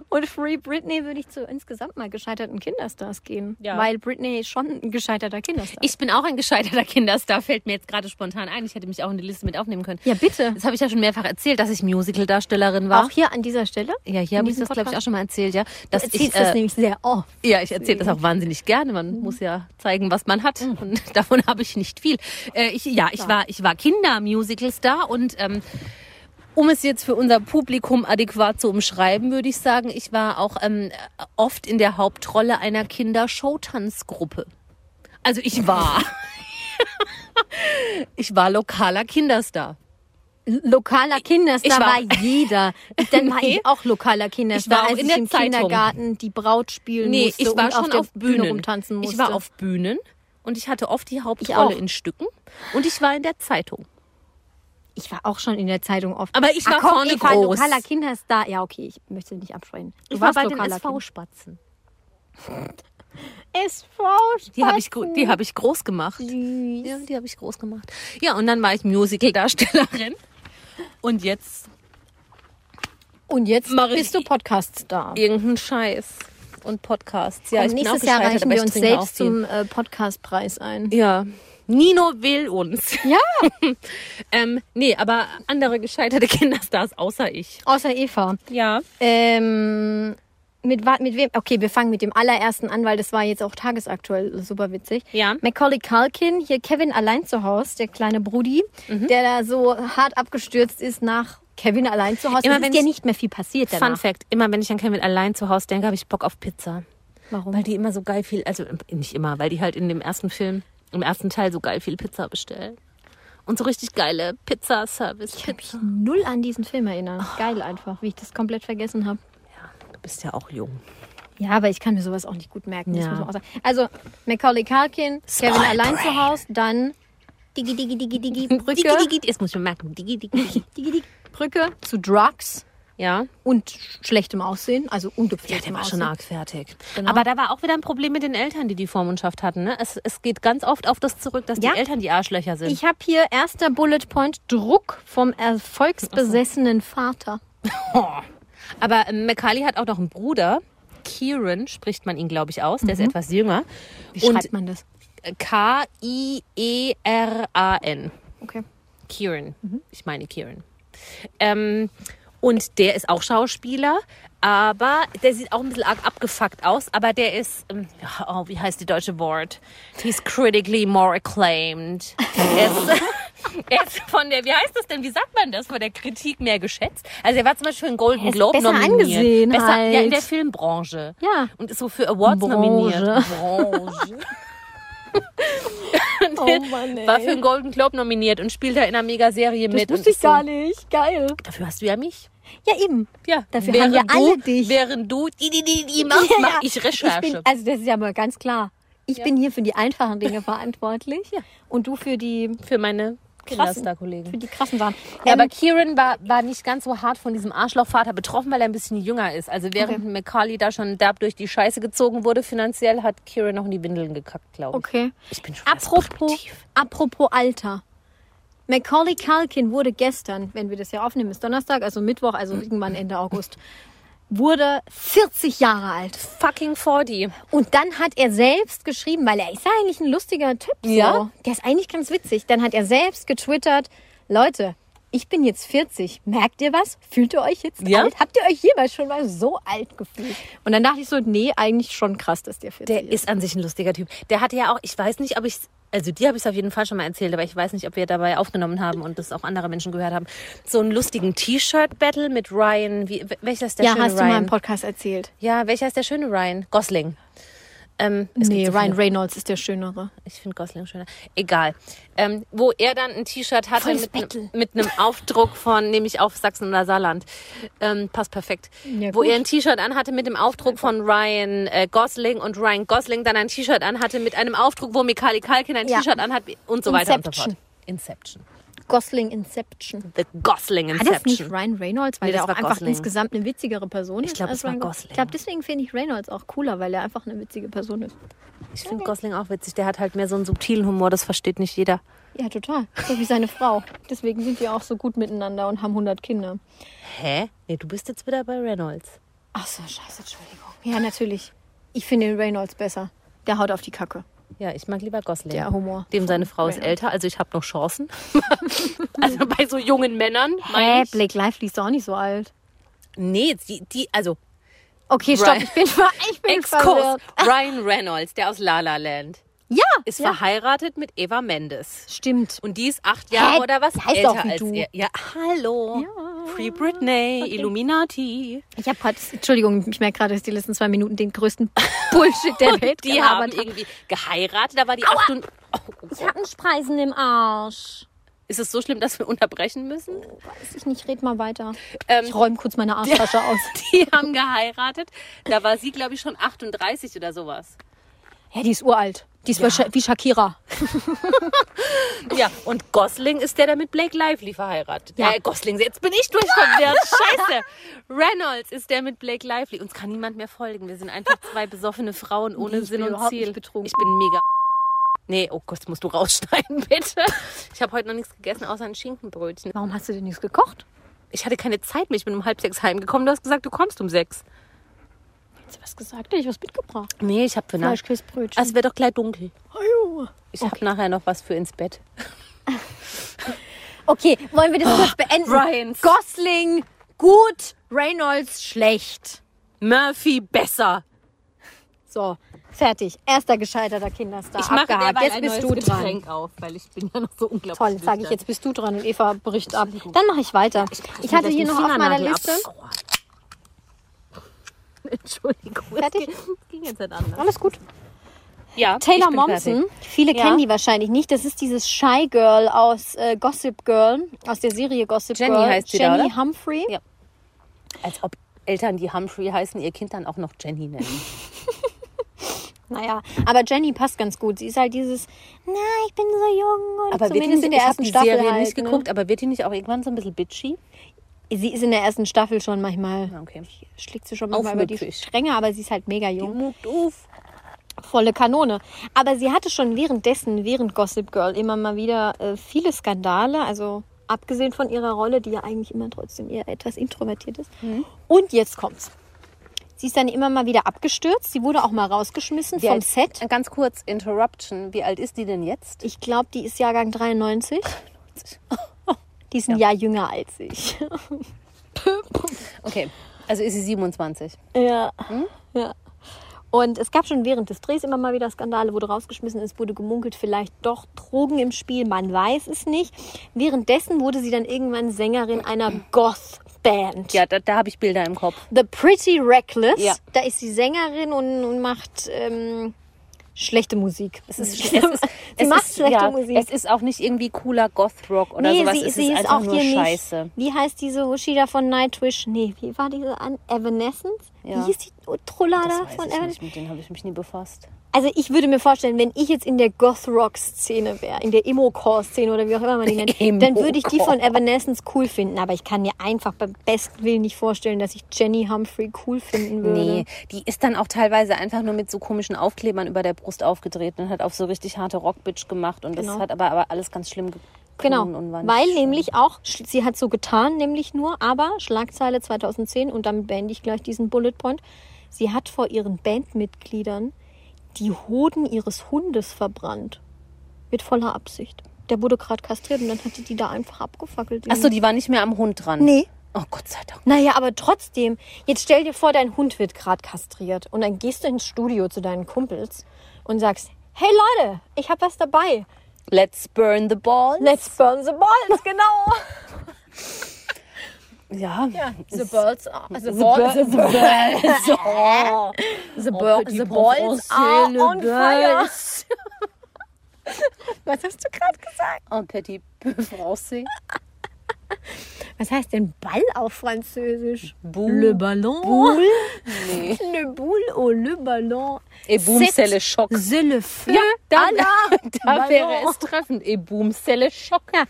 Speaker 3: Und Free Britney würde ich zu insgesamt mal gescheiterten Kinderstars gehen.
Speaker 2: Ja.
Speaker 3: Weil Britney schon ein gescheiterter Kinderstar ist.
Speaker 2: Ich bin auch ein gescheiterter Kinderstar, fällt mir jetzt gerade spontan ein. Ich hätte mich auch in die Liste mit aufnehmen können.
Speaker 3: Ja, bitte.
Speaker 2: Das habe ich ja schon mehrfach erzählt, dass ich Musical-Darstellerin war.
Speaker 3: Auch hier an dieser Stelle.
Speaker 2: Ja, hier
Speaker 3: in
Speaker 2: habe ich
Speaker 3: diesem
Speaker 2: das, glaube ich, auch
Speaker 3: Podcast.
Speaker 2: schon mal erzählt, ja. Dass
Speaker 3: Du
Speaker 2: ich,
Speaker 3: erzählst das
Speaker 2: äh,
Speaker 3: nämlich sehr oft.
Speaker 2: ja, ich erzähle das auch wahnsinnig gerne.
Speaker 3: Mhm.
Speaker 2: Man muss ja zeigen, was man hat. Und davon habe ich nicht viel. Äh, ich, ja, ich war, ich war Kinder-Musical-Star und ähm, um es jetzt für unser Publikum adäquat zu umschreiben, würde ich sagen, ich war auch ähm, oft in der Hauptrolle einer Kindershowtanzgruppe. Also ich war. ich war lokaler Kinderstar.
Speaker 3: lokaler Kinderstar
Speaker 2: ich war-
Speaker 3: war, jeder. Und Dann war
Speaker 2: Nee.
Speaker 3: ich auch lokaler Kinderstar,
Speaker 2: Ich war auch
Speaker 3: als
Speaker 2: in
Speaker 3: ich
Speaker 2: der
Speaker 3: im
Speaker 2: Zeitung.
Speaker 3: Kindergarten die Braut spielen
Speaker 2: Nee,
Speaker 3: musste
Speaker 2: ich war
Speaker 3: und
Speaker 2: schon
Speaker 3: um auf der
Speaker 2: auf Bühnen.
Speaker 3: Bühne rumtanzen musste.
Speaker 2: Ich war auf Bühnen und ich hatte oft die
Speaker 3: auch.
Speaker 2: Hauptrolle in Stücken und ich war in der Zeitung.
Speaker 3: ich war auch schon in der Zeitung oft.
Speaker 2: Aber ich war
Speaker 3: Ach, komm,
Speaker 2: vorne
Speaker 3: Eva,
Speaker 2: groß.
Speaker 3: lokaler Kinderstar. Ja, okay, ich möchte nicht abschreien. Du
Speaker 2: ich war
Speaker 3: warst
Speaker 2: bei den
Speaker 3: lokaler
Speaker 2: SV-Spatzen.
Speaker 3: Kind- SV.
Speaker 2: Die habe ich, gro- die hab ich groß gemacht. Ja, die habe ich groß gemacht. Ja, und dann war ich Musical-Darstellerin. Und jetzt
Speaker 3: Und jetzt
Speaker 2: Mach ich-
Speaker 3: bist du Podcast-Star.
Speaker 2: irgendein Scheiß und Podcasts. Ja,
Speaker 3: Komm,
Speaker 2: ich bin
Speaker 3: nächstes
Speaker 2: auch
Speaker 3: Jahr
Speaker 2: gescheitert,
Speaker 3: reichen
Speaker 2: aber
Speaker 3: wir
Speaker 2: ich
Speaker 3: uns
Speaker 2: trinke auch
Speaker 3: selbst
Speaker 2: viel.
Speaker 3: zum äh, Podcast-Preis ein.
Speaker 2: Ja. Nino will uns.
Speaker 3: Ja,
Speaker 2: Ähm, nee, aber andere gescheiterte Kinderstars außer ich.
Speaker 3: außer Eva.
Speaker 2: Ja.
Speaker 3: Ähm, mit, wa- mit wem? Okay, wir fangen mit dem allerersten an, weil das war jetzt auch tagesaktuell super witzig.
Speaker 2: Ja.
Speaker 3: Macaulay Culkin, hier Kevin allein zu Hause, der kleine Brudi,
Speaker 2: Mhm.
Speaker 3: der da so hart abgestürzt ist nach Kevin allein zu Hause.
Speaker 2: Immer
Speaker 3: es
Speaker 2: wenn
Speaker 3: ist ja
Speaker 2: ich-
Speaker 3: nicht mehr viel passiert danach.
Speaker 2: Fun Fact, immer wenn ich an Kevin allein zu Hause denke, habe ich Bock auf Pizza.
Speaker 3: Warum?
Speaker 2: Weil die immer so geil viel, also nicht immer, weil die halt in dem ersten Film, im ersten Teil so geil viel Pizza bestellen. Und so richtig geile Pizza-Service.
Speaker 3: ich habe mich null an diesen Film erinnert.
Speaker 2: Oh.
Speaker 3: Geil einfach, wie ich das komplett vergessen habe.
Speaker 2: Du bist ja auch jung.
Speaker 3: Ja, aber ich kann mir sowas auch nicht gut merken. Das
Speaker 2: Ja.
Speaker 3: muss man auch sagen. Also Macaulay Culkin, Kevin
Speaker 2: Small
Speaker 3: allein
Speaker 2: brain.
Speaker 3: zu Hause, dann Digi Digi Digi Digi Brücke,
Speaker 2: Digi, digi, das muss ich mir merken. Digi, digi, digi.
Speaker 3: Digi, Digi, Brücke zu Drugs.
Speaker 2: Ja.
Speaker 3: und sch- schlechtem Aussehen, also ungepflegtem
Speaker 2: Ja, der war
Speaker 3: Aussehen.
Speaker 2: schon arg fertig.
Speaker 3: Genau.
Speaker 2: Aber da war auch wieder ein Problem mit den Eltern, die die Vormundschaft hatten. Ne? Es, es geht ganz oft auf das zurück, dass
Speaker 3: Ja.
Speaker 2: die Eltern die Arschlöcher sind.
Speaker 3: Ich habe hier erster Bullet Point Druck vom erfolgsbesessenen Vater.
Speaker 2: Aber ähm, Macaulay hat auch noch einen Bruder. Kieran spricht man ihn, glaube ich, aus. Der ist etwas jünger.
Speaker 3: Wie
Speaker 2: Und
Speaker 3: schreibt man das?
Speaker 2: K-I-E-R-A-N.
Speaker 3: Okay.
Speaker 2: Kieran.
Speaker 3: Mhm.
Speaker 2: Ich meine Kieran. Ähm, und der ist auch Schauspieler, aber der sieht auch ein bisschen arg abgefuckt aus, aber der ist, ähm, ja, oh, wie heißt die deutsche Wort? He's critically more acclaimed. er, ist, er ist von der, wie heißt das denn, wie sagt man das, von der Kritik mehr geschätzt? Also er war zum Beispiel für einen Golden
Speaker 3: Er ist
Speaker 2: Globe
Speaker 3: besser
Speaker 2: nominiert.
Speaker 3: angesehen
Speaker 2: besser, ja, in
Speaker 3: halt.
Speaker 2: der Filmbranche.
Speaker 3: Ja.
Speaker 2: Und ist so für Awards
Speaker 3: Branche.
Speaker 2: nominiert. Branche.
Speaker 3: Oh Mann,
Speaker 2: War für einen Golden Globe nominiert und spielt da in einer Megaserie mit. und ist so-
Speaker 3: nicht. Geil.
Speaker 2: Dafür hast du ja mich.
Speaker 3: Ja, eben.
Speaker 2: Ja,
Speaker 3: Dafür
Speaker 2: während
Speaker 3: haben wir
Speaker 2: du,
Speaker 3: alle dich.
Speaker 2: Während du die, die, die, die machst,
Speaker 3: Ja, ja.
Speaker 2: mach ich Recherche.
Speaker 3: Ich bin, also das ist ja mal ganz klar. Ich bin hier für die einfachen Dinge verantwortlich
Speaker 2: Ja.
Speaker 3: und du für die
Speaker 2: für meine
Speaker 3: krassen,
Speaker 2: Kinderstar-Kollegen.
Speaker 3: für die krassen Waren.
Speaker 2: Genau. Ja,
Speaker 3: Ähm,
Speaker 2: aber Kieran war, war nicht ganz so hart von diesem Arschlochvater betroffen, weil er ein bisschen jünger ist. Also während Macaulay da schon derb durch die Scheiße gezogen wurde finanziell, hat Kieran noch in die Windeln gekackt, glaube ich.
Speaker 3: okay.
Speaker 2: Ich bin schon
Speaker 3: Apropos,
Speaker 2: respektiv.
Speaker 3: apropos Alter. Macaulay Culkin wurde gestern, wenn wir das ja aufnehmen, ist Donnerstag, also Mittwoch, also irgendwann Ende August, wurde 40 Jahre alt.
Speaker 2: fucking 40.
Speaker 3: Und dann hat er selbst geschrieben, weil er ist ja eigentlich ein lustiger Typ. So.
Speaker 2: Ja.
Speaker 3: Der ist eigentlich ganz witzig. Dann hat er selbst getwittert, Leute, ich bin jetzt 40. Merkt ihr was? Fühlt ihr euch jetzt
Speaker 2: Ja.
Speaker 3: alt? Habt ihr euch jemals schon mal so alt gefühlt? Und dann dachte ich so, nee, eigentlich schon krass, dass der 40
Speaker 2: Der
Speaker 3: ist.
Speaker 2: ist an sich ein lustiger Typ. Der hatte ja auch, ich weiß nicht, ob ich, also dir habe ich es auf jeden Fall schon mal erzählt, aber ich weiß nicht, ob wir dabei aufgenommen haben und das auch andere Menschen gehört haben. So einen lustigen T-Shirt-Battle mit Ryan. Wie, welcher ist der
Speaker 3: Ja,
Speaker 2: schöne
Speaker 3: hast du
Speaker 2: Ryan?
Speaker 3: mal im Podcast erzählt.
Speaker 2: ja, welcher ist der schöne Ryan? Gosling. Ähm, es
Speaker 3: nee,
Speaker 2: gibt so
Speaker 3: Ryan
Speaker 2: viele-
Speaker 3: Reynolds ist der Schönere.
Speaker 2: Ich finde Gosling schöner. Egal. Ähm, wo er dann ein T-Shirt hatte
Speaker 3: Volles
Speaker 2: mit,
Speaker 3: Battle.
Speaker 2: ne- mit einem Aufdruck von, nämlich auf Sachsen oder Saarland. Ähm, passt perfekt.
Speaker 3: Ja,
Speaker 2: wo
Speaker 3: gut.
Speaker 2: er ein T-Shirt anhatte mit dem Aufdruck von Ryan äh, Gosling und Ryan Gosling dann ein T-Shirt anhatte mit einem Aufdruck, wo Mikali Kalkin ein
Speaker 3: Ja.
Speaker 2: T-Shirt anhat und so weiter und so
Speaker 3: Inception.
Speaker 2: fort. Inception.
Speaker 3: Gosling Inception.
Speaker 2: The Gosling
Speaker 3: War Ah, das nicht
Speaker 2: Inception.
Speaker 3: Ryan Reynolds, weil
Speaker 2: Nee,
Speaker 3: der
Speaker 2: das
Speaker 3: auch
Speaker 2: war
Speaker 3: einfach
Speaker 2: Gosling.
Speaker 3: insgesamt eine witzigere Person ist?
Speaker 2: glaub,
Speaker 3: als
Speaker 2: es war
Speaker 3: Ryan Go-
Speaker 2: Gosling.
Speaker 3: Ich glaube, deswegen finde ich Reynolds auch cooler, weil er einfach eine witzige Person ist.
Speaker 2: Ich finde Gosling auch witzig. Der hat halt mehr so einen subtilen Humor, das versteht nicht jeder.
Speaker 3: Ja, total. So wie seine Frau. Deswegen sind die auch so gut miteinander und haben 100 Kinder.
Speaker 2: Hä? Nee, du bist jetzt wieder bei Reynolds.
Speaker 3: Ach so, scheiße, Entschuldigung. Ja, natürlich. Ich finde den Reynolds besser. Der haut auf die Kacke.
Speaker 2: Ja, ich mag lieber Gosling.
Speaker 3: Der Humor.
Speaker 2: Dem seine Frau ist
Speaker 3: Reynolds.
Speaker 2: älter, also ich habe noch Chancen. also bei so jungen Männern.
Speaker 3: Hä,
Speaker 2: meine
Speaker 3: äh,
Speaker 2: ich.
Speaker 3: Blake Lively ist doch auch nicht so alt.
Speaker 2: Nee, die, die also
Speaker 3: Okay, stopp,
Speaker 2: Ryan-
Speaker 3: ich bin, ver- ich bin
Speaker 2: Exkurs.
Speaker 3: verwirrt.
Speaker 2: Ryan Reynolds, der aus La La Land,
Speaker 3: Ja,
Speaker 2: ist
Speaker 3: ja.
Speaker 2: verheiratet mit Eva Mendes.
Speaker 3: Stimmt.
Speaker 2: Und die ist acht Jahre
Speaker 3: Hä?
Speaker 2: oder was
Speaker 3: Die heißt doch
Speaker 2: älter
Speaker 3: wie
Speaker 2: als
Speaker 3: du.
Speaker 2: er. Ja, hallo. Free Britney, Illuminati.
Speaker 3: Ich habe gerade, Entschuldigung, ich merke gerade, dass die letzten zwei Minuten den größten Bullshit der Welt
Speaker 2: Die haben
Speaker 3: gelabert
Speaker 2: irgendwie geheiratet, da war die acht und... Oh,
Speaker 3: Ich habe einen Spreisen im Arsch.
Speaker 2: ist es so schlimm, dass wir unterbrechen müssen?
Speaker 3: Weiß ich nicht, red mal weiter.
Speaker 2: Ähm,
Speaker 3: ich räume kurz meine Arschtasche aus.
Speaker 2: Die haben geheiratet. Da war sie, glaube ich, schon 38 oder sowas.
Speaker 3: Ja, die ist uralt. Die ist wie Sha- wie Shakira.
Speaker 2: Ja, und Gosling ist der, der mit Blake Lively verheiratet.
Speaker 3: Ja.
Speaker 2: Äh, Gosling, jetzt bin ich durchverwirrt. Scheiße. Reynolds ist der mit Blake Lively. Uns kann niemand mehr folgen. Wir sind einfach zwei besoffene Frauen ohne
Speaker 3: Nee, ich
Speaker 2: Sinn
Speaker 3: bin
Speaker 2: und
Speaker 3: überhaupt
Speaker 2: Ziel.
Speaker 3: nicht betrunken.
Speaker 2: Ich bin mega. Nee, oh Gott, das musst du rausschneiden, bitte. Ich habe heute noch nichts gegessen, außer ein Schinkenbrötchen.
Speaker 3: Warum hast du denn nichts gekocht?
Speaker 2: Ich hatte keine Zeit mehr. Ich bin um halb sechs heimgekommen. Du hast gesagt, du kommst um sechs.
Speaker 3: Hast du was gesagt? Hätte ich was mitgebracht.
Speaker 2: Nee, ich habe für nach.
Speaker 3: Fleischkäsebrötchen.
Speaker 2: Es wird doch gleich dunkel.
Speaker 3: Also,
Speaker 2: Ich hab habe nachher noch was für ins Bett.
Speaker 3: okay, wollen wir das kurz beenden?
Speaker 2: Oh, Ryans.
Speaker 3: Gosling gut, Reynolds schlecht.
Speaker 2: Murphy besser.
Speaker 3: So, fertig. Erster gescheiterter Kinderstar.
Speaker 2: Ich mache
Speaker 3: Äh, Abgehakt.
Speaker 2: derweil
Speaker 3: Jetzt
Speaker 2: ein
Speaker 3: bist du
Speaker 2: neues
Speaker 3: dran.
Speaker 2: Getränk auf, weil ich bin ja noch so unglaublich
Speaker 3: Toll, sage ich,
Speaker 2: schüchtern.
Speaker 3: jetzt bist du dran und Eva bricht ab. Dann mache ich weiter. Ich hatte hier noch auf meiner Liste.
Speaker 2: ne? Entschuldigung. Es
Speaker 3: Fertig?
Speaker 2: ging- es ging jetzt nicht anders.
Speaker 3: Alles gut.
Speaker 2: Ja,
Speaker 3: Taylor Momsen, viele
Speaker 2: Ja.
Speaker 3: kennen die wahrscheinlich nicht. Das ist dieses Shy Girl aus äh, Gossip Girl, aus der Serie Gossip
Speaker 2: Jenny
Speaker 3: Girl.
Speaker 2: heißt sie da,
Speaker 3: Jenny
Speaker 2: oder?
Speaker 3: Humphrey.
Speaker 2: Ja. Als ob Eltern, die Humphrey heißen, ihr Kind dann auch noch Jenny nennen.
Speaker 3: Naja, aber Jenny passt ganz gut. Sie ist halt dieses, na, ich bin so jung. Oder
Speaker 2: Aber wird die
Speaker 3: zumindest
Speaker 2: nicht,
Speaker 3: in der
Speaker 2: ich hab
Speaker 3: ersten
Speaker 2: die
Speaker 3: Staffel.
Speaker 2: Serie
Speaker 3: halt,
Speaker 2: nicht geguckt, aber wird die nicht auch irgendwann so ein bisschen bitchy?
Speaker 3: Ne? Sie ist in der ersten Staffel schon manchmal.
Speaker 2: Ja, okay.
Speaker 3: Schlägt sie schon manchmal über die
Speaker 2: Aufmüpfig.
Speaker 3: Stränge, aber sie ist halt mega jung.
Speaker 2: Muckt auf.
Speaker 3: volle Kanone. Aber sie hatte schon währenddessen, während Gossip Girl, immer mal wieder äh, viele Skandale. Also abgesehen von ihrer Rolle, die ja eigentlich immer trotzdem eher etwas introvertiert ist. Und jetzt kommt's. Sie ist dann immer mal wieder abgestürzt. Sie wurde auch mal rausgeschmissen vom Set.
Speaker 2: äh, Ganz kurz, Interruption. Wie alt ist die denn jetzt?
Speaker 3: Ich glaube, die ist Jahrgang 93. Die ist ein Jahr jünger als ich.
Speaker 2: Okay, also ist sie 27.
Speaker 3: Ja.
Speaker 2: Hm?
Speaker 3: ja. Und es gab schon während des Drehs immer mal wieder Skandale, wurde rausgeschmissen ist, wurde gemunkelt, vielleicht doch Drogen im Spiel, man weiß es nicht. Währenddessen wurde sie dann irgendwann Sängerin einer Goth-Band.
Speaker 2: Ja, da, da habe ich Bilder im Kopf.
Speaker 3: The Pretty Reckless.
Speaker 2: Ja.
Speaker 3: Da ist sie Sängerin und, und macht ähm, schlechte Musik. Es ist,
Speaker 2: Hm. Es ist,
Speaker 3: sie
Speaker 2: es
Speaker 3: macht
Speaker 2: ist,
Speaker 3: schlechte
Speaker 2: ja,
Speaker 3: Musik.
Speaker 2: Es ist auch nicht irgendwie cooler Goth-Rock oder
Speaker 3: nee,
Speaker 2: sowas.
Speaker 3: sie,
Speaker 2: es
Speaker 3: sie
Speaker 2: ist,
Speaker 3: ist,
Speaker 2: einfach
Speaker 3: auch
Speaker 2: nur
Speaker 3: hier
Speaker 2: Scheiße.
Speaker 3: nicht. Wie heißt diese Ushida von Nightwish? Nee, wie war diese an Evanescence?
Speaker 2: Ja.
Speaker 3: Wie hieß die Trollada
Speaker 2: Das
Speaker 3: von
Speaker 2: weiß ich
Speaker 3: Evanescence?
Speaker 2: nicht, mit denen habe ich mich nie befasst.
Speaker 3: Also ich würde mir vorstellen, wenn ich jetzt in der Goth-Rock-Szene wäre, in der Emo-Core-Szene oder wie auch immer man die nennt, dann würde ich die von Evanescence cool finden. Aber ich kann mir einfach beim besten Willen nicht vorstellen, dass ich Jenny Humphrey cool finden würde.
Speaker 2: Nee, die ist dann auch teilweise einfach nur mit so komischen Aufklebern über der Brust aufgedreht und hat auf so richtig harte Rockbitch gemacht und das
Speaker 3: Genau.
Speaker 2: hat aber, aber alles ganz schlimm geklungen
Speaker 3: Genau,
Speaker 2: und war nicht
Speaker 3: weil
Speaker 2: schön.
Speaker 3: nämlich auch, sch- sie hat so getan, nämlich nur, aber Schlagzeile 2010 und damit beende ich gleich diesen Bullet Point. Sie hat vor ihren Bandmitgliedern die Hoden ihres Hundes verbrannt. Mit voller Absicht. Der wurde gerade kastriert und dann hat die die da einfach abgefackelt.
Speaker 2: Ach so, die war nicht mehr am Hund dran.
Speaker 3: Nee.
Speaker 2: Oh Gott sei Dank.
Speaker 3: Naja, aber trotzdem, jetzt stell dir vor, dein Hund wird gerade kastriert und dann gehst du ins Studio zu deinen Kumpels und sagst, hey Leute, ich hab was dabei.
Speaker 2: Let's burn the ball.
Speaker 3: Let's burn the balls, genau.
Speaker 2: ja.
Speaker 3: The balls are, also the
Speaker 2: ball-
Speaker 3: balls, the balls are, the, ball-
Speaker 2: petit
Speaker 3: the
Speaker 2: pauvre
Speaker 3: balls are
Speaker 2: ancienne
Speaker 3: on fire. Was hast du gerade gesagt?
Speaker 2: Un petit peu français.
Speaker 3: Was heißt denn Ball auf Französisch?
Speaker 2: Boule.
Speaker 3: Le ballon.
Speaker 2: Boule? Nee.
Speaker 3: Le boule au le ballon.
Speaker 2: Et boum,
Speaker 3: C'est-
Speaker 2: c'est le choc.
Speaker 3: C'est le feu.
Speaker 2: Ja, da,
Speaker 3: à la
Speaker 2: da wäre
Speaker 3: ballon.
Speaker 2: es treffend. Et boum, c'est le choc.
Speaker 3: Ja,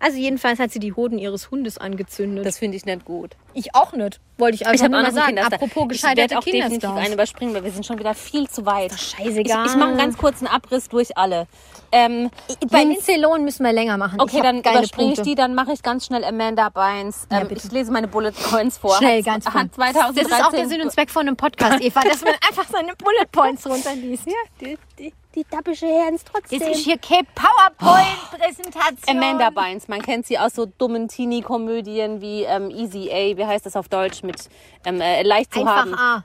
Speaker 3: also jedenfalls hat sie die Hoden ihres Hundes angezündet.
Speaker 2: Das finde ich nicht gut.
Speaker 3: ich auch nicht. Wollte ich
Speaker 2: Ich
Speaker 3: einfach
Speaker 2: habe
Speaker 3: nur
Speaker 2: auch
Speaker 3: mal
Speaker 2: noch einen
Speaker 3: sagen. also
Speaker 2: Kinderstars.
Speaker 3: Apropos
Speaker 2: Ich werde
Speaker 3: gescheiterte
Speaker 2: auch definitiv
Speaker 3: Kinderstars.
Speaker 2: einen überspringen, weil wir sind schon wieder viel zu weit.
Speaker 3: scheißegal.
Speaker 2: Ich, ich mache einen ganz kurzen Abriss durch alle. Ähm,
Speaker 3: Bei
Speaker 2: Lin-
Speaker 3: Lindsay Lohan müssen wir länger machen.
Speaker 2: okay,
Speaker 3: ich hab
Speaker 2: dann
Speaker 3: geile
Speaker 2: überspringe ich
Speaker 3: Punkte.
Speaker 2: die, dann mache ich ganz schnell Amanda Bynes. Ähm,
Speaker 3: bitte.
Speaker 2: ich lese meine Bullet Points vor.
Speaker 3: Schnell, ganz
Speaker 2: hat,
Speaker 3: kurz.
Speaker 2: hat 2013
Speaker 3: Das ist auch der Sinn und Zweck von einem Podcast, Eva, dass man einfach seine Bullet Points runterliest. Ja,
Speaker 2: die, die, die dappische Herren ist trotzdem.
Speaker 3: Jetzt ist hier keine PowerPoint-Präsentation.
Speaker 2: Amanda Bynes, man kennt sie aus so dummen Teenie-Komödien wie ähm, Easy A, wie heißt das auf Deutsch, mit ähm, äh, leicht zu haben.
Speaker 3: Einfach A.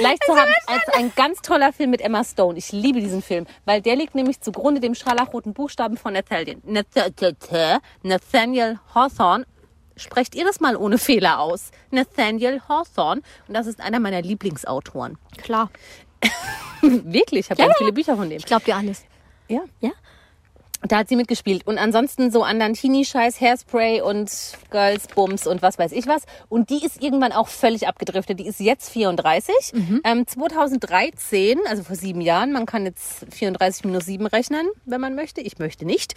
Speaker 2: Leicht zu haben als ein ganz toller Film mit Emma Stone. Ich liebe diesen Film, weil der liegt nämlich zugrunde dem scharlachroten Buchstaben von Nathaniel, Nath- Nathaniel Hawthorne. Sprecht ihr das mal ohne Fehler aus? Nathaniel Hawthorne. Und das ist einer meiner Lieblingsautoren.
Speaker 3: Klar.
Speaker 2: Wirklich, ich habe ganz viele Bücher von dem.
Speaker 3: Ich glaube dir alles.
Speaker 2: Ja.
Speaker 3: Ja?
Speaker 2: Da hat sie mitgespielt. Und ansonsten so anderen Teenie-Scheiß, Hairspray und Girls, Bums und was weiß ich was. Und die ist irgendwann auch völlig abgedriftet. Die ist jetzt 34.
Speaker 3: Mhm.
Speaker 2: Ähm, 2013, also vor sieben Jahren, man kann jetzt 34 minus 7 rechnen, wenn man möchte. Ich möchte nicht.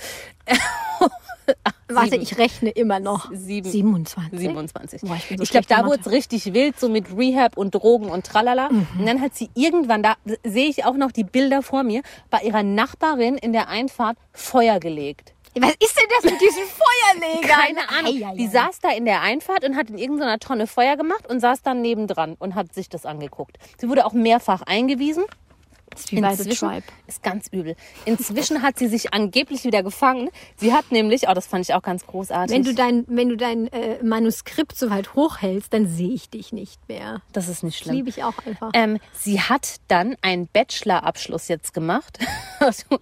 Speaker 3: Warte, ich rechne immer noch.
Speaker 2: Sieben.
Speaker 3: 27.
Speaker 2: 27.
Speaker 3: Oh, Boah, ich bin so
Speaker 2: glaube,
Speaker 3: schlecht
Speaker 2: da
Speaker 3: in
Speaker 2: wurde es richtig wild, so mit Rehab und Drogen und tralala.
Speaker 3: Mhm.
Speaker 2: Und dann hat sie irgendwann, da sehe ich auch noch die Bilder vor mir, bei ihrer Nachbarin in der Einfahrt Feuer gelegt.
Speaker 3: Was ist denn das mit diesen Feuerlegern?
Speaker 2: Keine Ahnung.
Speaker 3: Ei, ei,
Speaker 2: Die
Speaker 3: ei.
Speaker 2: saß da in der Einfahrt und hat in irgendeiner Tonne Feuer gemacht und saß dann nebendran und hat sich das angeguckt. Sie wurde auch mehrfach eingewiesen.
Speaker 3: Das ist wie bei The Tribe.
Speaker 2: ist ganz übel. Inzwischen hat sie sich angeblich wieder gefangen. Sie hat nämlich, oh, das fand ich auch ganz großartig.
Speaker 3: Wenn du dein, wenn du dein äh, Manuskript so weit hochhältst, dann sehe ich dich nicht mehr.
Speaker 2: das ist nicht
Speaker 3: Das
Speaker 2: schlimm.
Speaker 3: liebe ich auch einfach.
Speaker 2: Ähm, sie hat dann einen Bachelorabschluss jetzt gemacht. Soll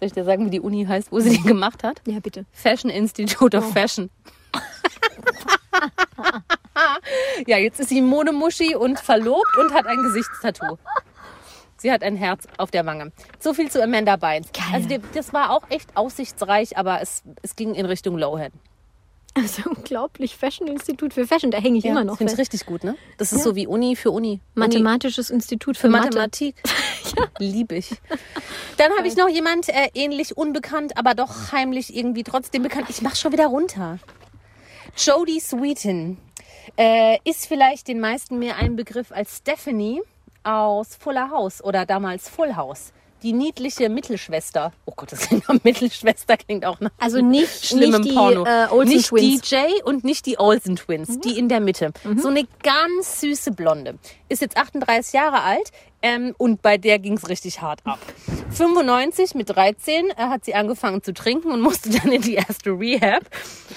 Speaker 2: ich dir sagen, wie die Uni heißt, wo sie den gemacht hat?
Speaker 3: ja, bitte.
Speaker 2: Fashion Institute
Speaker 3: Oh.
Speaker 2: of Fashion. ja, jetzt ist sie Modemuschi und verlobt und hat ein Gesichtstattoo. Sie hat ein Herz auf der Wange. So viel zu Amanda Bynes.
Speaker 3: Geil.
Speaker 2: Also die, das war auch echt aussichtsreich, aber es, es ging in Richtung Lowhead.
Speaker 3: Also unglaublich. Fashion Institut für Fashion, da hänge ich immer noch.
Speaker 2: Finde ich
Speaker 3: fest.
Speaker 2: richtig gut, ne? Das ist so wie Uni für Uni. Uni
Speaker 3: Mathematisches Institut
Speaker 2: für
Speaker 3: für, Mathe.
Speaker 2: Mathematik. Liebe ich. Dann habe ich noch jemand äh, ähnlich unbekannt, aber doch heimlich irgendwie trotzdem bekannt. Ich mache schon wieder runter. Jodie Sweetin äh, ist vielleicht den meisten mehr ein Begriff als Stephanie aus Fuller House oder damals Full House. Die niedliche Mittelschwester. Oh Gott, das klingt nach Mittelschwester, klingt auch nach
Speaker 3: Also nicht-
Speaker 2: schlimmem
Speaker 3: nicht die,
Speaker 2: Porno.
Speaker 3: äh, Olsen
Speaker 2: nicht
Speaker 3: Twins. Mhm.
Speaker 2: die Jay und nicht die Olsen Twins, die in der Mitte. So eine ganz süße Blonde. Ist jetzt 38 Jahre alt ähm, und bei der ging's richtig hart ab. 95 mit 13 äh, hat sie angefangen zu trinken und musste dann in die erste Rehab.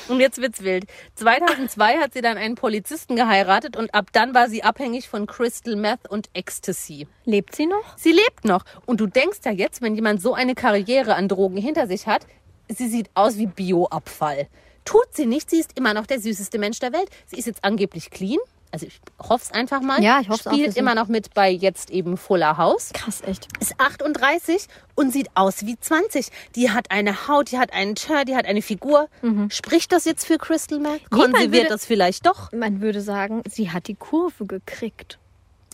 Speaker 2: Und jetzt wird's wild. 2002 hat sie dann einen Polizisten geheiratet und ab dann war sie abhängig von Crystal Meth und Ecstasy.
Speaker 3: Lebt sie noch?
Speaker 2: Sie lebt noch. Und du denkst ja jetzt, wenn jemand so eine Karriere an Drogen hinter sich hat, sie sieht aus wie Bioabfall. Tut sie nicht, sie ist immer noch der süßeste Mensch der Welt. Sie ist jetzt angeblich clean. also ich hoffe es einfach mal,
Speaker 3: Ja, ich hoff's auch für
Speaker 2: spielt
Speaker 3: sie.
Speaker 2: immer noch mit bei jetzt eben Fuller House.
Speaker 3: Krass, echt.
Speaker 2: Ist 38 und sieht aus wie 20. Die hat eine Haut, die hat einen Turn, die hat eine Figur. Spricht das jetzt für Crystal Mac?
Speaker 3: Niemand Mhm. würde-
Speaker 2: Konserviert das vielleicht doch?
Speaker 3: Man würde sagen, sie hat die Kurve gekriegt.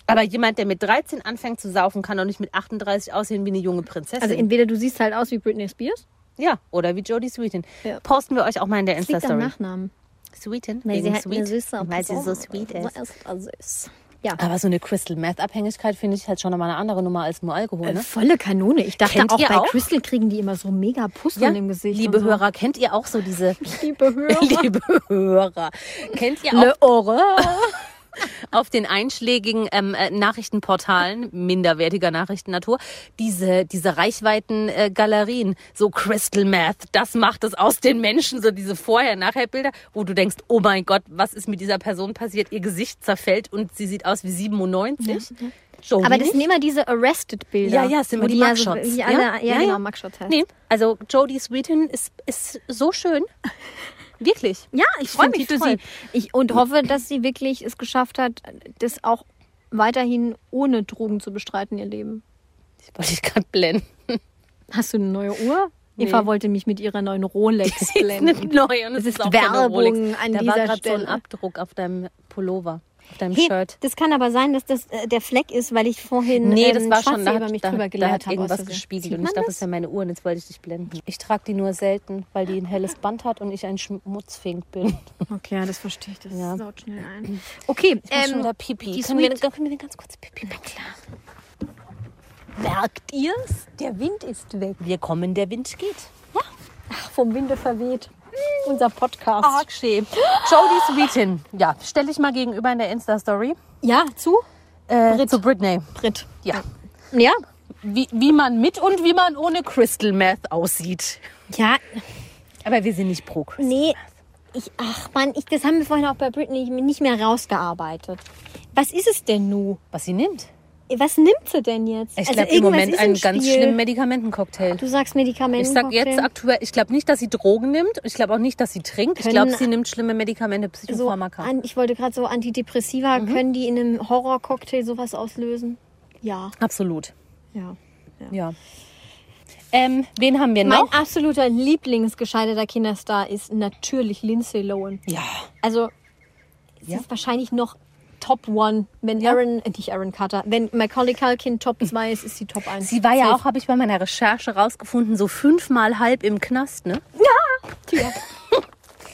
Speaker 2: Aber jemand, der mit 13 anfängt zu saufen, kann doch nicht mit 38 aussehen wie eine junge Prinzessin.
Speaker 3: Also entweder du siehst halt aus wie Britney Spears.
Speaker 2: ja, oder wie Jodie Sweetin.
Speaker 3: Ja.
Speaker 2: Posten wir euch auch mal in der
Speaker 3: Das liegt am
Speaker 2: Insta-Story.
Speaker 3: Nachnamen.
Speaker 2: Sweetin?
Speaker 3: Weil
Speaker 2: wegen
Speaker 3: sie halt eine
Speaker 2: sweet,
Speaker 3: süße
Speaker 2: Weil sie so
Speaker 3: Person
Speaker 2: sweet
Speaker 3: ist.
Speaker 2: ist.
Speaker 3: So ist also süß. Ja.
Speaker 2: Aber so eine Crystal Meth Abhängigkeit finde ich halt schon nochmal eine andere Nummer als nur Alkohol, ne?
Speaker 3: Äh, Volle Kanone. Ich dachte
Speaker 2: Kennt
Speaker 3: auch,
Speaker 2: ihr
Speaker 3: bei
Speaker 2: auch?
Speaker 3: Crystal kriegen die immer so mega Pusteln im Gesicht.
Speaker 2: liebe
Speaker 3: und so.
Speaker 2: Hörer, kennt ihr auch so diese
Speaker 3: Liebe Hörer.
Speaker 2: liebe Hörer, kennt ihr auch
Speaker 3: Le Horreur.
Speaker 2: auf den einschlägigen ähm, äh, Nachrichtenportalen minderwertiger Nachrichtennatur diese diese Reichweiten äh, Galerien, so Crystal Meth, das macht es aus den Menschen so diese vorher nachher Bilder, wo du denkst, oh mein Gott, was ist mit dieser Person passiert? Ihr Gesicht zerfällt und sie sieht aus wie 97. Jolie
Speaker 3: Aber das
Speaker 2: nicht?
Speaker 3: sind immer diese Arrested-Bilder.
Speaker 2: Ja, ja, es sind
Speaker 3: wo
Speaker 2: immer die
Speaker 3: ja so-
Speaker 2: Mugshots.
Speaker 3: die
Speaker 2: Ja?
Speaker 3: alle- Ja,
Speaker 2: Ja, ja.
Speaker 3: genau, Mugshots heißt.
Speaker 2: Nee, also Jodie Sweetin ist, ist so schön. Wirklich.
Speaker 3: Ja, ich
Speaker 2: Freu
Speaker 3: freue
Speaker 2: mich
Speaker 3: mich für
Speaker 2: voll.
Speaker 3: sie. Ich, und hoffe, dass sie wirklich es geschafft hat, das auch weiterhin ohne Drogen zu bestreiten, ihr Leben.
Speaker 2: Ich wollte dich gerade blenden.
Speaker 3: Hast du eine neue Uhr?
Speaker 2: Nee.
Speaker 3: Eva wollte mich mit ihrer neuen
Speaker 2: Das
Speaker 3: Rolex
Speaker 2: ist eine
Speaker 3: blenden.
Speaker 2: neue und es
Speaker 3: Es
Speaker 2: ist,
Speaker 3: ist
Speaker 2: auch keine
Speaker 3: Werbung
Speaker 2: Rolex.
Speaker 3: an
Speaker 2: da war
Speaker 3: dieser
Speaker 2: gerade so ein
Speaker 3: Stelle.
Speaker 2: Abdruck auf deinem Pullover, auf deinem
Speaker 3: Hey,
Speaker 2: Shirt.
Speaker 3: das kann aber sein, dass das äh, der Fleck ist, weil ich vorhin
Speaker 2: Nee,
Speaker 3: ähm,
Speaker 2: das war
Speaker 3: Schwarz
Speaker 2: schon,
Speaker 3: hier
Speaker 2: da
Speaker 3: über mich
Speaker 2: hat, da,
Speaker 3: drüber
Speaker 2: da
Speaker 3: geleiert
Speaker 2: hat
Speaker 3: habe.
Speaker 2: irgendwas
Speaker 3: aus Versehen.
Speaker 2: gespiegelt
Speaker 3: Sieht
Speaker 2: und ich
Speaker 3: man
Speaker 2: dachte, das wäre meine Uhr und jetzt wollte ich dich blenden. Ich trage die nur selten, weil die ein helles Band hat und ich ein Schmutzfink bin.
Speaker 3: Okay, ja, das verstehe ich. Das
Speaker 2: Ja.
Speaker 3: saut schnell ein.
Speaker 2: Ich
Speaker 3: Okay,
Speaker 2: muss
Speaker 3: ähm,
Speaker 2: schon wieder Pipi.
Speaker 3: die
Speaker 2: Können wir,
Speaker 3: Sweet-
Speaker 2: können wir eine ganz kurz Pipi machen? klar. Merkt ihr's? Der Wind ist weg. Wir kommen, der Wind geht.
Speaker 3: vom Winde verweht. Unser Podcast.
Speaker 2: Arg schön. Jodie Sweetin. Ja, stelle ich mal gegenüber in der Insta-Story.
Speaker 3: Ja, zu?
Speaker 2: Äh, Zu Britney.
Speaker 3: Brit.
Speaker 2: Ja.
Speaker 3: Ja?
Speaker 2: Wie, wie man mit und wie man ohne Crystal Meth aussieht.
Speaker 3: Ja,
Speaker 2: Aber wir sind nicht pro Crystal.
Speaker 3: nee. Ich, ach man, ich, das haben wir vorhin auch bei Britney nicht mehr rausgearbeitet. Was ist es denn nu?
Speaker 2: Was sie nimmt.
Speaker 3: Was nimmt sie denn jetzt?
Speaker 2: Ich
Speaker 3: Also
Speaker 2: glaube im
Speaker 3: irgendwas
Speaker 2: Moment
Speaker 3: ist
Speaker 2: einen ganz
Speaker 3: Spiel.
Speaker 2: schlimmen Medikamentencocktail.
Speaker 3: Du sagst Medikamente.
Speaker 2: Ich sag jetzt aktuell, ich glaube nicht, dass sie Drogen nimmt. Ich glaube auch nicht, dass sie trinkt. Ich glaube,
Speaker 3: Können-
Speaker 2: sie nimmt schlimme Medikamente,
Speaker 3: so
Speaker 2: Psychopharmaka.
Speaker 3: an, ich wollte gerade so Antidepressiva,
Speaker 2: Mhm.
Speaker 3: können die in einem Horrorcocktail sowas auslösen? Ja,
Speaker 2: Absolut.
Speaker 3: ja. ja.
Speaker 2: Ja. Ähm, wen haben wir
Speaker 3: Mein
Speaker 2: noch?
Speaker 3: absoluter Lieblingsgescheideter Kinderstar ist natürlich Lindsay Lohan.
Speaker 2: Ja.
Speaker 3: Also, es
Speaker 2: Ja.
Speaker 3: ist wahrscheinlich noch Top One, wenn Aaron, äh, nicht Aaron Carter, wenn Macaulay Culkin Top 2 ist, ist sie Top 1.
Speaker 2: Sie war ja auch, habe ich bei meiner Recherche rausgefunden, so fünfmal halb im Knast, ne?
Speaker 3: Tja,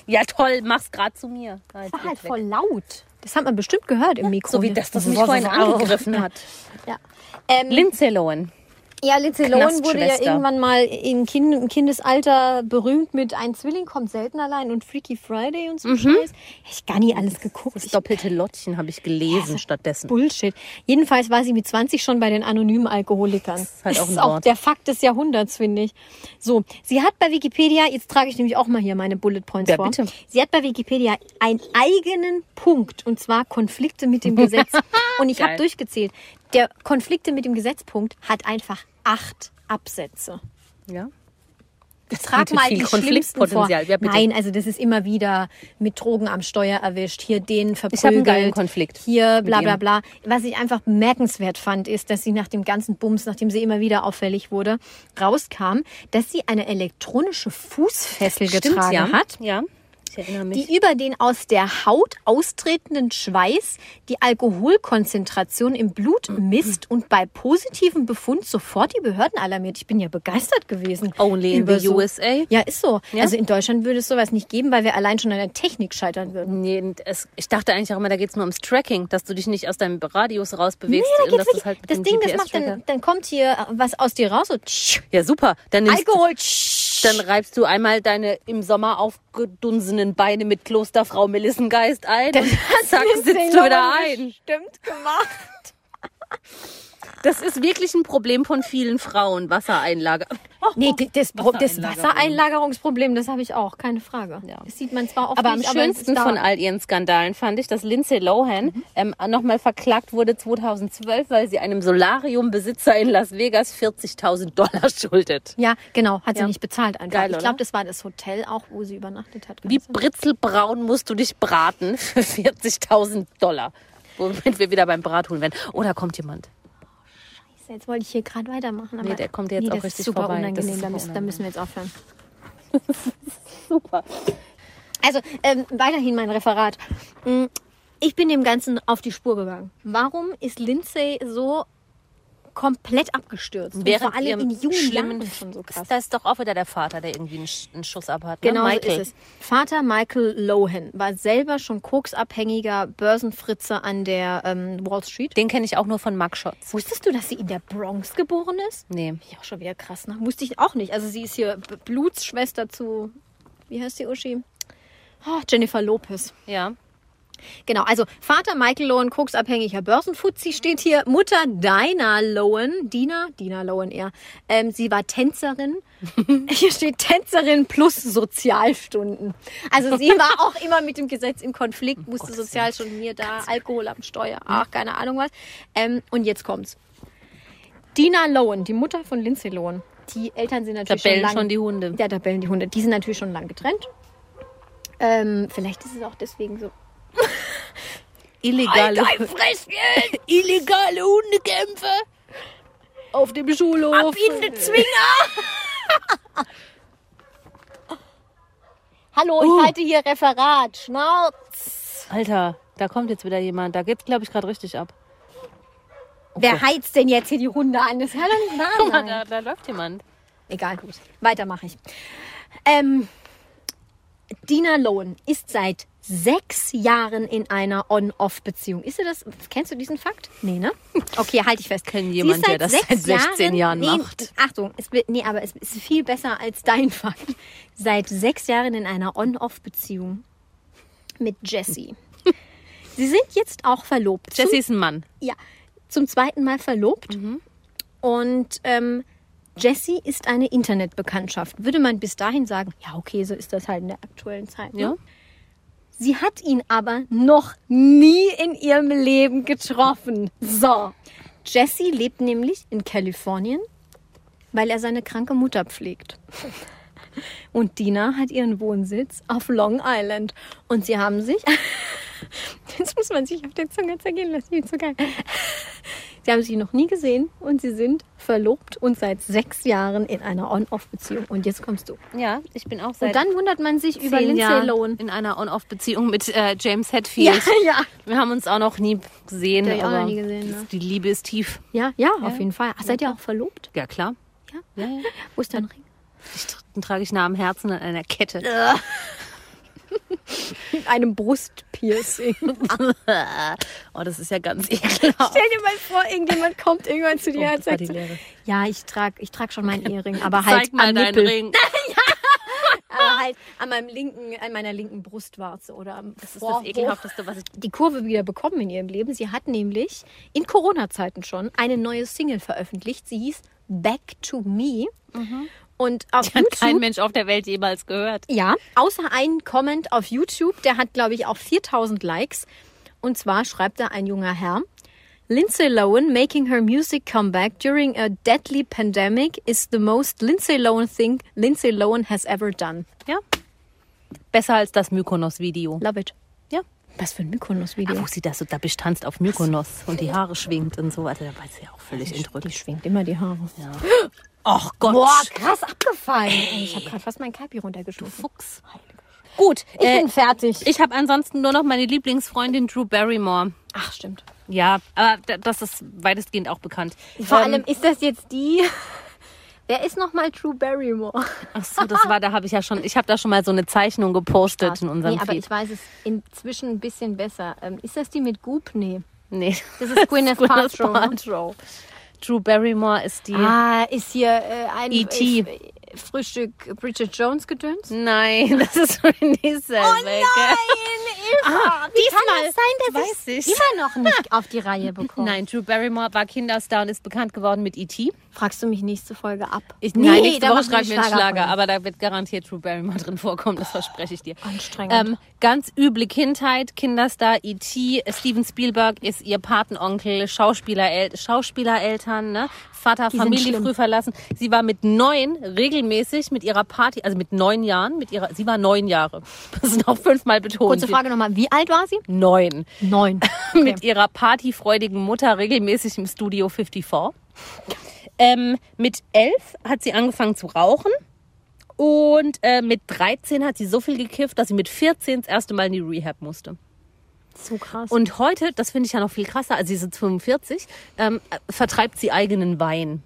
Speaker 2: Ja, toll, mach's grad zu mir. Ja, jetzt
Speaker 3: war halt
Speaker 2: geht's weg.
Speaker 3: voll laut. Das hat man bestimmt gehört im Mikro.
Speaker 2: So wie
Speaker 3: hier.
Speaker 2: das, das
Speaker 3: So,
Speaker 2: mich
Speaker 3: so,
Speaker 2: vorhin
Speaker 3: so.
Speaker 2: angegriffen hat.
Speaker 3: Ja. Ähm,
Speaker 2: Lindsay Lohan.
Speaker 3: Ja, Lindsay Lohan wurde ja
Speaker 2: Knastschwester.
Speaker 3: irgendwann mal im, kind, im Kindesalter berühmt mit Ein Zwilling kommt selten allein und Freaky Friday und so Scheiß. Hätte ich gar nie alles geguckt.
Speaker 2: Mhm. Das
Speaker 3: Ich-
Speaker 2: doppelte Lottchen habe ich gelesen stattdessen.
Speaker 3: Bullshit. Jedenfalls war sie mit 20 schon bei den anonymen Alkoholikern. Das
Speaker 2: ist halt auch
Speaker 3: ist
Speaker 2: ein
Speaker 3: auch
Speaker 2: Wort.
Speaker 3: der Fakt des Jahrhunderts, finde ich. So, sie hat bei Wikipedia, jetzt trage ich nämlich auch mal hier meine Bullet Points
Speaker 2: Ja,
Speaker 3: vor.
Speaker 2: bitte.
Speaker 3: Sie hat bei Wikipedia einen eigenen Punkt und zwar Konflikte mit dem Gesetz. und ich habe
Speaker 2: Geil.
Speaker 3: durchgezählt. Der Konflikte mit dem Gesetzpunkt hat einfach acht Absätze.
Speaker 2: Ja.
Speaker 3: Trag
Speaker 2: bietet
Speaker 3: mal
Speaker 2: viel
Speaker 3: die schlimmsten vor.
Speaker 2: Konfliktpotenzial. Ja, bitte.
Speaker 3: Nein, also das ist immer wieder mit Drogen am Steuer erwischt. Hier den verprügelt.
Speaker 2: hab einen geilen Konflikt
Speaker 3: Hier
Speaker 2: mit
Speaker 3: bla bla
Speaker 2: ihm.
Speaker 3: bla. Was ich einfach bemerkenswert fand, ist, dass sie nach dem ganzen Bums, nachdem sie immer wieder auffällig wurde, rauskam, dass sie eine elektronische Fußfessel getragen
Speaker 2: ja.
Speaker 3: hat.
Speaker 2: Ja. Ich erinnere mich.
Speaker 3: Die über den aus der Haut austretenden Schweiß die Alkoholkonzentration im Blut
Speaker 2: Mhm.
Speaker 3: misst und bei positivem Befund sofort die Behörden alarmiert. Ich bin ja begeistert gewesen.
Speaker 2: Only in
Speaker 3: über
Speaker 2: the USA?
Speaker 3: Ja, ist so.
Speaker 2: Ja?
Speaker 3: Also in Deutschland würde es sowas nicht geben, weil wir allein schon an der Technik scheitern würden.
Speaker 2: Nee, und es, ich dachte eigentlich auch immer, da geht's nur ums Tracking, dass du dich nicht aus deinem Radius rausbewegst.
Speaker 3: Ja, da
Speaker 2: und
Speaker 3: geht's
Speaker 2: dass
Speaker 3: wirklich.
Speaker 2: das halt mit
Speaker 3: das
Speaker 2: dem
Speaker 3: Ding, das
Speaker 2: GPS
Speaker 3: macht
Speaker 2: Tracker-
Speaker 3: dann, dann kommt hier äh, was aus dir raus. So, tsch,
Speaker 2: Ja, super. Dann, nimmst,
Speaker 3: Alkohol.
Speaker 2: dann reibst du einmal deine im Sommer aufgedunsenen Beine mit Klosterfrau Melissengeist ein. und zack, sitzt du wieder ein.
Speaker 3: Stimmt gemacht.
Speaker 2: Das ist wirklich ein Problem von vielen Frauen, Wassereinlage.
Speaker 3: Nee, d- das, Pro- das
Speaker 2: Wassereinlagerung.
Speaker 3: Wassereinlagerungsproblem, das habe ich auch, keine Frage.
Speaker 2: Ja.
Speaker 3: Das sieht man zwar oft
Speaker 2: Aber am
Speaker 3: nicht,
Speaker 2: schönsten
Speaker 3: aber es
Speaker 2: von
Speaker 3: ist da.
Speaker 2: all ihren Skandalen fand ich, dass Lindsay Lohan ähm, nochmal verklagt wurde 2012, weil sie einem Solariumbesitzer in Las Vegas 40.000 Dollar schuldet.
Speaker 3: Ja, genau, hat sie
Speaker 2: Ja.
Speaker 3: nicht bezahlt einfach.
Speaker 2: Geil,
Speaker 3: ich glaube,
Speaker 2: oder?
Speaker 3: das war das Hotel auch, wo sie übernachtet hat. kann
Speaker 2: Wie
Speaker 3: das sein?
Speaker 2: britzelbraun musst du dich braten für 40.000 Dollar? Womit wir wieder beim Brathuhn werden. Oder kommt jemand?
Speaker 3: Jetzt wollte ich hier gerade weitermachen. Aber
Speaker 2: Nee, der kommt jetzt auch
Speaker 3: das
Speaker 2: richtig
Speaker 3: ist super
Speaker 2: vorbei. Das
Speaker 3: Unangenehm.
Speaker 2: ist
Speaker 3: da,
Speaker 2: super
Speaker 3: müssen, da müssen wir jetzt aufhören.
Speaker 2: Super.
Speaker 3: Also, ähm, weiterhin mein Referat. Mm, Ich bin dem Ganzen auf die Spur gegangen. Warum ist Lindsay so komplett abgestürzt? Und
Speaker 2: Während
Speaker 3: vor allem in
Speaker 2: ihrem
Speaker 3: jungen
Speaker 2: schlimmen
Speaker 3: Jahren schon so krass.
Speaker 2: Da ist doch auch wieder der Vater, der irgendwie einen, Sch einen Schuss abhat.
Speaker 3: Genau
Speaker 2: ne?
Speaker 3: so
Speaker 2: Michael.
Speaker 3: ist es. Vater Michael Lohan war selber schon koksabhängiger Börsenfritze an der ähm, Wall Street.
Speaker 2: Den kenne ich auch nur von Mug Shots.
Speaker 3: Wusstest du, dass sie in der Bronx geboren ist?
Speaker 2: Nee.
Speaker 3: Ja, auch schon wieder krass. Ne? Wusste ich auch nicht. Also sie ist hier B- Blutsschwester zu, wie heißt die Uschi? Ah, Jennifer Lopez.
Speaker 2: Ja.
Speaker 3: Genau, also Vater Michael Lohan, koksabhängiger Börsenfuzzi steht hier. Mutter Dina Lohan, Dina, Dina Lohan eher. Ähm, sie war Tänzerin. hier steht Tänzerin plus Sozialstunden. Also sie war auch immer mit dem Gesetz im Konflikt,
Speaker 2: Oh
Speaker 3: musste Sozialstunden hier, da, Alkohol am Steuer, ach, keine Ahnung was. Ähm, und jetzt kommt's. Dina Lohan, die Mutter von Lindsay Lohan. Die Eltern sind natürlich
Speaker 2: bellen
Speaker 3: schon, lang,
Speaker 2: schon die Hunde.
Speaker 3: Ja, da bellen die Hunde. Die sind natürlich schon lang getrennt. Ähm, vielleicht ist es auch deswegen so Halt
Speaker 2: Illegale,
Speaker 3: Fresschen!
Speaker 2: illegale Hundekämpfe auf dem Schulhof.
Speaker 3: Zwinger! Hallo, ich halte hier Referat. Schnauz!
Speaker 2: Alter, da kommt jetzt wieder jemand. Da geht's, glaube ich, gerade richtig ab.
Speaker 3: Wer heizt denn jetzt hier die Hunde an? Das kann doch nicht wahr sein.
Speaker 2: Da, da läuft jemand.
Speaker 3: Egal, gut. Weiter mache ich. Ähm, Dina Lohan ist seit sechs Jahren in einer On-Off-Beziehung. Ist sie das? Kennst du diesen Fakt? Nee, ne? Okay, halte ich fest.
Speaker 2: Kenn
Speaker 3: Sie
Speaker 2: jemand,
Speaker 3: ist
Speaker 2: der das seit 16 Jahren
Speaker 3: nee,
Speaker 2: macht.
Speaker 3: Achtung, es, wird- nee, aber es ist viel besser als dein Fakt. Seit sechs Jahren in einer On-Off-Beziehung mit Jesse. Sie sind jetzt auch verlobt.
Speaker 2: Jesse ist ein Mann.
Speaker 3: Ja, zum zweiten Mal verlobt. Und ähm, Jessie ist eine Internetbekanntschaft. Würde man bis dahin sagen, ja, okay, so ist das halt in der aktuellen Zeit. Ne?
Speaker 2: Ja.
Speaker 3: Sie hat ihn aber noch nie in ihrem Leben getroffen. So. Jessie lebt nämlich in Kalifornien, weil er seine kranke Mutter pflegt. Und Dina hat ihren Wohnsitz auf Long Island. Und sie haben sich. Jetzt muss man sich auf der Zunge zergehen lassen, wie zu geil. Sie haben sich noch nie gesehen und sie sind verlobt und seit sechs Jahren in einer On-Off-Beziehung. Und jetzt kommst du.
Speaker 2: Ja, ich bin auch seit
Speaker 3: Und dann wundert man sich über
Speaker 2: zehn
Speaker 3: Lindsay
Speaker 2: Jahren
Speaker 3: Lohan.
Speaker 2: in einer On-Off-Beziehung mit äh, James
Speaker 3: Ja,
Speaker 2: Hetfield.
Speaker 3: ja.
Speaker 2: Wir haben uns auch noch nie gesehen.
Speaker 3: Der hat auch
Speaker 2: aber
Speaker 3: noch nie gesehen, ne?
Speaker 2: Die Liebe ist tief.
Speaker 3: Ja, ja, auf jeden Fall. Ach, seid ihr auch verlobt?
Speaker 2: Ja, klar.
Speaker 3: Ja.
Speaker 2: Ja, ja.
Speaker 3: Wo ist dein Ring?
Speaker 2: Ich, den trage ich nah am Herzen an einer Kette.
Speaker 3: Mit einem Brustpiercing.
Speaker 2: Oh, das ist ja ganz ekelhaft.
Speaker 3: Stell dir mal vor, irgendjemand kommt irgendwann zu dir
Speaker 2: Oh,
Speaker 3: und
Speaker 2: das war
Speaker 3: sagt
Speaker 2: die
Speaker 3: so,
Speaker 2: Lehre.
Speaker 3: ja, ich trage ich trag schon meinen Ehering, aber halt
Speaker 2: Zeig mal
Speaker 3: am
Speaker 2: deinen
Speaker 3: Nippel.
Speaker 2: Ring.
Speaker 3: Aber halt an meinem linken, an meiner linken Brustwarze oder am
Speaker 2: Das ist das Ekelhafteste, was ich
Speaker 3: die Kurve wieder bekommen in ihrem Leben. Sie hat nämlich in Corona-Zeiten schon eine neue Single veröffentlicht. Sie hieß Back to Me. Und auf
Speaker 2: hat kein
Speaker 3: YouTube,
Speaker 2: Mensch auf der Welt jemals gehört.
Speaker 3: ja, außer ein Comment auf YouTube, der hat, glaube ich, auch 4000 Likes. Und zwar schreibt da ein junger Herr, Lindsay Lohan making her music comeback during a deadly pandemic is the most Lindsay Lohan thing Lindsay Lohan has ever done.
Speaker 2: Ja. Besser als das Mykonos-Video.
Speaker 3: Love it.
Speaker 2: Ja.
Speaker 3: Was für ein Mykonos-Video.
Speaker 2: Wo sie das so da bestanzt auf Mykonos und die Haare schwingt und so. Also da war sie ja auch völlig entrückt.
Speaker 3: schwingt immer die Haare.
Speaker 2: Ach Gott.
Speaker 3: Boah, krass abgefallen. Ich habe gerade fast meinen Kalpi runtergeschmissen.
Speaker 2: Fuchs. Gut,
Speaker 3: Ich
Speaker 2: äh,
Speaker 3: bin fertig.
Speaker 2: ich habe ansonsten nur noch meine Lieblingsfreundin Drew Barrymore.
Speaker 3: Ach, stimmt.
Speaker 2: Ja, aber da- das ist weitestgehend auch bekannt.
Speaker 3: Vor
Speaker 2: Ähm,
Speaker 3: allem ist das jetzt die. Wer ist nochmal True Barrymore?
Speaker 2: Ach so, das war, da habe ich ja schon, ich habe da schon mal so eine Zeichnung gepostet in unserem
Speaker 3: nee, aber
Speaker 2: Feed.
Speaker 3: ich weiß es inzwischen ein bisschen besser. Ähm, ist das die mit Goop? Nee.
Speaker 2: Nee.
Speaker 3: Das ist Gwyneth
Speaker 2: Gwyneth
Speaker 3: Paltrow. ne?
Speaker 2: Paltrow. Drew Barrymore ist die.
Speaker 3: Ah, ist hier äh, ein
Speaker 2: E.T..
Speaker 3: äh, Frühstück Bridget Jones gedöns?
Speaker 2: Nein, das ist Renee Zellweger.
Speaker 3: Oh Nein, Eva, wie kann
Speaker 4: diesmal
Speaker 3: das sein, dass
Speaker 4: weiß ich.
Speaker 3: ich immer noch nicht auf die Reihe bekomme?
Speaker 2: Nein, Drew Barrymore war Kinderstar und ist bekannt geworden mit E E.T.
Speaker 3: Fragst du mich nächste Folge ab?
Speaker 2: Ich, nein, nächste
Speaker 3: dann
Speaker 2: Woche
Speaker 3: machen wir
Speaker 2: schreiben wir einen Schlager,
Speaker 3: Schlagerfolge.
Speaker 2: aber da wird garantiert Drew Barrymore drin vorkommen, das verspreche ich dir.
Speaker 3: Anstrengend.
Speaker 2: Ähm, ganz üble Kindheit, Kinderstar, E.T., Steven Spielberg ist ihr Patenonkel, Schauspielerel Schauspielereltern, ne? Vater,
Speaker 3: Die sind
Speaker 2: Familie
Speaker 3: schlimm.
Speaker 2: früh verlassen. Sie war mit neun regelmäßig mit ihrer Party, also mit neun Jahren, mit ihrer, sie war neun Jahre. Das sind auch fünfmal betont.
Speaker 3: Kurze Frage nochmal, wie alt war sie?
Speaker 2: Neun.
Speaker 3: Neun.
Speaker 2: mit ihrer partyfreudigen Mutter regelmäßig im Studio 54. Ähm, mit elf hat sie angefangen zu rauchen. Und äh, mit 13 hat sie so viel gekifft, dass sie mit 14 das erste Mal in die Rehab musste.
Speaker 3: So krass.
Speaker 2: Und heute, das finde ich ja noch viel krasser, also sie ist jetzt 45, ähm, äh, vertreibt sie eigenen Wein.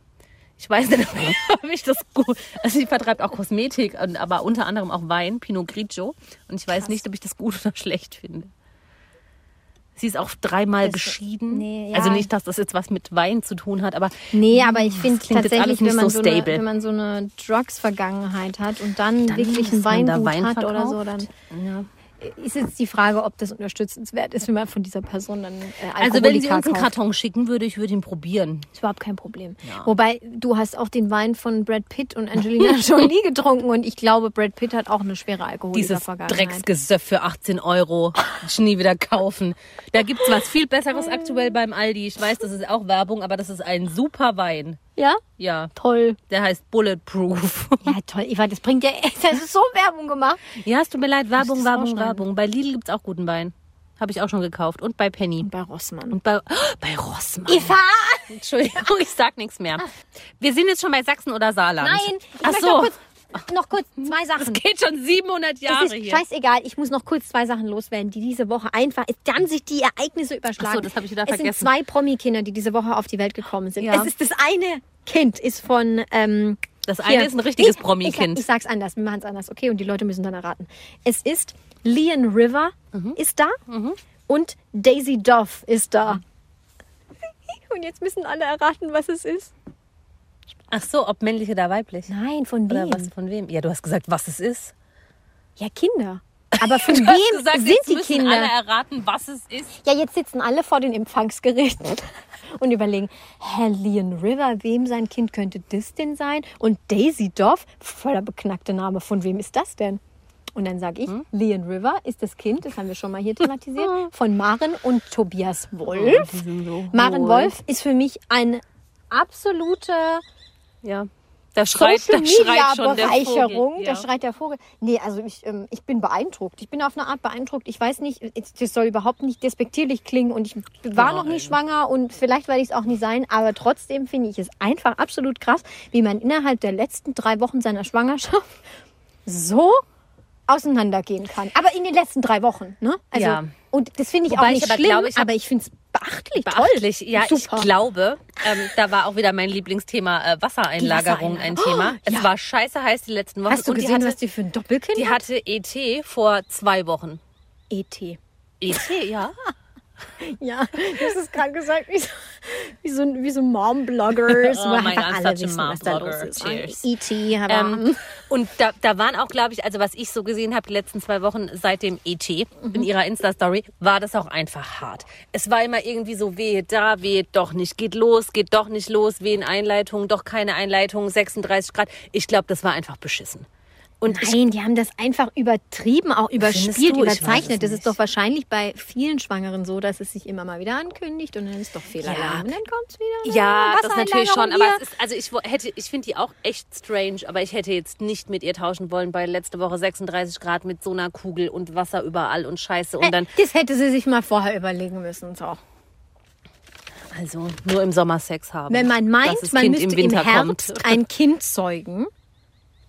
Speaker 2: Ich weiß nicht, ob ich das gut. Also sie vertreibt auch Kosmetik, und- aber unter anderem auch Wein, Pinot Grigio. Und ich weiß nicht, ob ich das gut oder schlecht finde. Sie ist auch dreimal
Speaker 3: Das-
Speaker 2: geschieden.
Speaker 3: nee, ja.
Speaker 2: Also nicht, dass das jetzt was mit Wein zu tun hat, aber
Speaker 3: Nee, aber ich finde
Speaker 2: klingt jetzt alles
Speaker 3: tatsächlich,
Speaker 2: nicht
Speaker 3: wenn man,
Speaker 2: so
Speaker 3: so eine,
Speaker 2: stable.
Speaker 3: wenn man so eine Drugs-Vergangenheit hat und dann,
Speaker 2: Dann,
Speaker 3: wirklich
Speaker 2: dass man
Speaker 3: ein
Speaker 2: da
Speaker 3: Weingut
Speaker 2: Wein
Speaker 3: hat oder so, dann
Speaker 2: verkauft. ja.
Speaker 3: ist jetzt die Frage, ob das unterstützenswert ist, wenn man von dieser Person dann äh,
Speaker 2: also wenn sie
Speaker 3: Alkoholika
Speaker 2: uns einen
Speaker 3: kauft.
Speaker 2: Karton schicken würde, ich würde ihn probieren.
Speaker 3: Ist überhaupt kein Problem. Wobei, du hast auch den Wein von Brad Pitt und Angelina Jolie getrunken und ich glaube, Brad Pitt hat auch eine schwere
Speaker 2: Dieses
Speaker 3: Alkoholiker-Vergangenheit.
Speaker 2: Drecksgesöff für 18 Euro. Ich nie wieder kaufen. Da gibt's was viel Besseres aktuell beim Aldi. Ich weiß, das ist auch Werbung, aber das ist ein super Wein.
Speaker 3: Ja?
Speaker 2: Ja,
Speaker 3: Toll.
Speaker 2: der heißt Bulletproof.
Speaker 3: Ja, toll. Eva, das bringt ja echt, das ist so Werbung gemacht.
Speaker 2: Ja, es tut mir leid. Werbung,
Speaker 3: das
Speaker 2: Werbung,
Speaker 3: rausschneiden?
Speaker 2: Werbung. Bei Lidl gibt's auch guten Wein. Habe ich auch schon gekauft. Und bei Penny.
Speaker 3: Und bei Rossmann.
Speaker 2: Und bei, oh, bei Rossmann.
Speaker 3: Eva!
Speaker 2: Entschuldigung, Oh, ich sag nichts mehr. Wir sind jetzt schon bei Sachsen oder Saarland.
Speaker 3: Nein! Ich
Speaker 2: Ach
Speaker 3: möchte
Speaker 2: so.
Speaker 3: noch kurz, noch kurz zwei Sachen.
Speaker 2: Geht schon 700 Jahre
Speaker 3: Das ist
Speaker 2: hier.
Speaker 3: scheißegal. Ich muss noch kurz zwei Sachen loswerden, die diese Woche einfach. Es haben sich die Ereignisse überschlagen.
Speaker 2: Ach so, das hab ich wieder
Speaker 3: es
Speaker 2: vergessen.
Speaker 3: sind zwei Promi-Kinder, die diese Woche auf die Welt gekommen sind.
Speaker 2: Ja.
Speaker 3: Es ist das eine Kind ist von. Ähm,
Speaker 2: Das eine
Speaker 3: hier-
Speaker 2: ist ein richtiges
Speaker 3: Ich-
Speaker 2: Promi-Kind.
Speaker 3: Ich, ich sag's anders. Wir machen's anders. Okay, und die Leute müssen dann erraten. Es ist Leon River
Speaker 2: Mhm.
Speaker 3: ist da und Daisy Duff ist da. Und jetzt müssen alle erraten, was es ist.
Speaker 2: Ach so, ob männlich oder weiblich.
Speaker 3: Nein, von
Speaker 2: Oder
Speaker 3: wem?
Speaker 2: was von wem? Ja, du hast gesagt, was es ist.
Speaker 3: Ja, Kinder. Aber von
Speaker 2: Du hast
Speaker 3: wem
Speaker 2: gesagt,
Speaker 3: sind
Speaker 2: jetzt
Speaker 3: die
Speaker 2: müssen
Speaker 3: Kinder?
Speaker 2: alle erraten, was es ist.
Speaker 3: Ja, jetzt sitzen alle vor den Empfangsgeräten und überlegen, Herr Leon River, wem sein Kind könnte das denn sein? Und Daisy Doff, voller beknackte Name, von wem ist das denn? Und dann sage ich,
Speaker 2: Hm?
Speaker 3: Leon River ist das Kind, das haben wir schon mal hier thematisiert, von Maren und Tobias Wolf.
Speaker 2: die sind Oh, so
Speaker 3: Maren
Speaker 2: hohl.
Speaker 3: Wolf ist für mich eine absolute
Speaker 2: Ja. Da schreit,
Speaker 3: Social
Speaker 2: da
Speaker 3: Media
Speaker 2: schreit schon der
Speaker 3: Bereicherung.
Speaker 2: Vogel.
Speaker 3: Da schreit der Vogel. Nee, also ich, ähm, ich bin beeindruckt. Ich bin auf eine Art beeindruckt. Ich weiß nicht, es- das soll überhaupt nicht despektierlich klingen und ich war
Speaker 2: Genau,
Speaker 3: noch nie schwanger und vielleicht werde ich es auch nie sein, aber trotzdem finde ich es einfach absolut krass, wie man innerhalb der letzten drei Wochen seiner Schwangerschaft so auseinandergehen kann. Aber in den letzten drei Wochen, ne? Also,
Speaker 2: Ja.
Speaker 3: Und das finde ich
Speaker 2: Wobei
Speaker 3: auch
Speaker 2: ich
Speaker 3: nicht
Speaker 2: aber
Speaker 3: schlimm,
Speaker 2: glaube, ich hab-
Speaker 3: aber ich finde es beachtlich,
Speaker 2: Beachtlich.
Speaker 3: toll.
Speaker 2: Ja,
Speaker 3: Super.
Speaker 2: ich glaube, ähm, da war auch wieder mein Lieblingsthema äh, Wassereinlagerung ein Thema. es war scheiße heiß die letzten Wochen.
Speaker 3: Oh, Hast du
Speaker 2: und
Speaker 3: gesehen,
Speaker 2: die
Speaker 3: was
Speaker 2: hatte,
Speaker 3: die für ein Doppelkind
Speaker 2: die
Speaker 3: hat? E
Speaker 2: hatte ET vor zwei Wochen.
Speaker 3: E.T.
Speaker 2: ET, ja.
Speaker 3: Ja, du hast es gerade gesagt, wie so, wie so, ein- wie so Mom-Bloggers,
Speaker 2: Oh
Speaker 3: wo
Speaker 2: mein
Speaker 3: einfach
Speaker 2: Gott,
Speaker 3: alle
Speaker 2: such a
Speaker 3: wissen, was da los
Speaker 2: Mom-Blogger.
Speaker 3: ist.
Speaker 2: Cheers.
Speaker 3: E.T. aber-
Speaker 2: Ähm, und da, da waren auch, glaube ich, also was ich so gesehen habe die letzten zwei Wochen seit dem ET in ihrer Insta-Story, war das auch einfach hart. Es war immer irgendwie so, wehe da, wehe doch nicht, geht los, geht doch nicht los, wehen Einleitung, doch keine Einleitung, 36 Grad. Ich glaube, das war einfach beschissen. Und ich,
Speaker 3: Nein, die haben das einfach übertrieben, auch überspielt,
Speaker 2: du? Ich weiß es
Speaker 3: überzeichnet. Das
Speaker 2: nicht.
Speaker 3: ist doch wahrscheinlich bei vielen Schwangeren so, dass es sich immer mal wieder ankündigt und dann ist doch Fehlalarm
Speaker 2: Ja.
Speaker 3: und dann kommt es wieder.
Speaker 2: ja, das
Speaker 3: Wassereinlagerung
Speaker 2: natürlich schon, aber
Speaker 3: hier.
Speaker 2: es ist, also ich wo- hätte, ich finde die auch echt strange, aber ich hätte jetzt nicht mit ihr tauschen wollen bei letzte Woche 36 Grad mit so einer Kugel und Wasser überall und Scheiße und dann,
Speaker 3: Äh, das hätte sie sich mal vorher überlegen müssen. So.
Speaker 2: also nur im Sommer Sex haben.
Speaker 3: Wenn man
Speaker 2: dass das
Speaker 3: meint, man
Speaker 2: Kind
Speaker 3: müsste im,
Speaker 2: Winter
Speaker 3: Herbst
Speaker 2: kommt.
Speaker 3: ein Kind zeugen,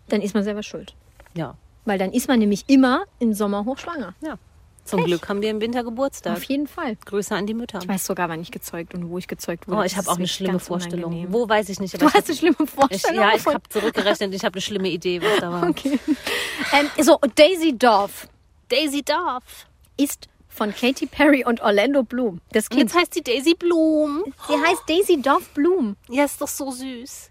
Speaker 3: dann ist man selber schuld.
Speaker 2: Ja.
Speaker 3: Weil dann ist man nämlich immer im Sommer hochschwanger.
Speaker 2: ja. Zum Glück haben wir im Winter Geburtstag.
Speaker 3: Auf jeden Fall.
Speaker 2: Grüße an die Mütter.
Speaker 3: Ich weiß sogar, wann ich gezeugt und wo ich gezeugt wurde.
Speaker 2: Oh, ich habe
Speaker 3: Das ist
Speaker 2: auch eine
Speaker 3: wirklich
Speaker 2: schlimme
Speaker 3: ganz
Speaker 2: Vorstellung.
Speaker 3: unangenehm.
Speaker 2: Wo weiß ich nicht. Aber
Speaker 3: Du
Speaker 2: ich hab-
Speaker 3: hast eine schlimme
Speaker 2: ich, oh.
Speaker 3: Vorstellung.
Speaker 2: ja, ich
Speaker 3: von-
Speaker 2: habe zurückgerechnet. und Ich habe eine schlimme Idee, was da war.
Speaker 3: Okay. ähm, so, und Daisy Dove
Speaker 2: Daisy Duff.
Speaker 3: ist von Katy Perry und Orlando Bloom. Das
Speaker 2: Und
Speaker 3: Kind.
Speaker 2: jetzt heißt sie Daisy Bloom.
Speaker 3: Sie heißt Daisy Dove Bloom.
Speaker 2: Ja, ist doch so süß.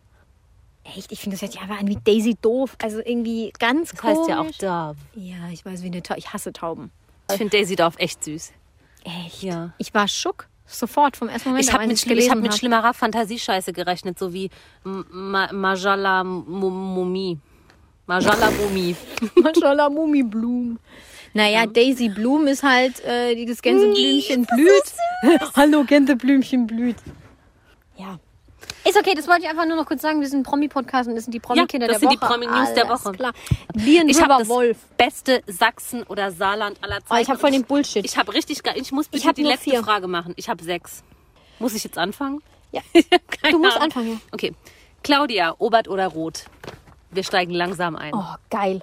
Speaker 3: Echt, ich finde das hört sich einfach an wie Daisy Doof. Also irgendwie ganz
Speaker 2: Das
Speaker 3: komisch.
Speaker 2: heißt ja auch Dove.
Speaker 3: Ja, ich weiß, wie eine Taube. Ich hasse Tauben.
Speaker 2: Ich finde Daisy Dorf echt süß.
Speaker 3: Echt?
Speaker 2: Ja.
Speaker 3: Ich war schock. Sofort vom ersten Moment.
Speaker 2: Ich
Speaker 3: an,
Speaker 2: habe
Speaker 3: als
Speaker 2: mit,
Speaker 3: ich's
Speaker 2: schlimm, ich hab
Speaker 3: gelesen
Speaker 2: mit
Speaker 3: hab.
Speaker 2: schlimmerer Fantasiescheiße gerechnet, so wie M- Ma Majala Mu- Mumi. Majala Mumi.
Speaker 3: Mashallah, Mumi Bloom. Naja, Daisy Bloom ist halt, äh, die Hm, das Gänseblümchen blüht. Hallo, Gänseblümchen blüht. Ja. Ist okay, das wollte ich einfach nur noch kurz sagen. Wir sind ein Promi-Podcast und das sind die Promi-Kinder
Speaker 2: das
Speaker 3: der
Speaker 2: sind
Speaker 3: Woche.
Speaker 2: die Promi-News der
Speaker 3: Alles
Speaker 2: Woche.
Speaker 3: klar. Lian
Speaker 2: Ich
Speaker 3: River
Speaker 2: habe das
Speaker 3: Wolf.
Speaker 2: beste Sachsen oder Saarland aller
Speaker 3: Oh,
Speaker 2: Zeiten.
Speaker 3: ich habe voll den Bullshit.
Speaker 2: Ich habe richtig geil. Ich muss bitte
Speaker 3: Ich hab
Speaker 2: die
Speaker 3: nur
Speaker 2: letzte
Speaker 3: vier.
Speaker 2: Frage machen. Ich habe sechs. Muss ich jetzt anfangen?
Speaker 3: Ja.
Speaker 2: Keine
Speaker 3: Du musst
Speaker 2: Ahnung.
Speaker 3: anfangen.
Speaker 2: Okay. Claudia, Obert oder Rot? Wir steigen langsam ein.
Speaker 3: Oh, geil.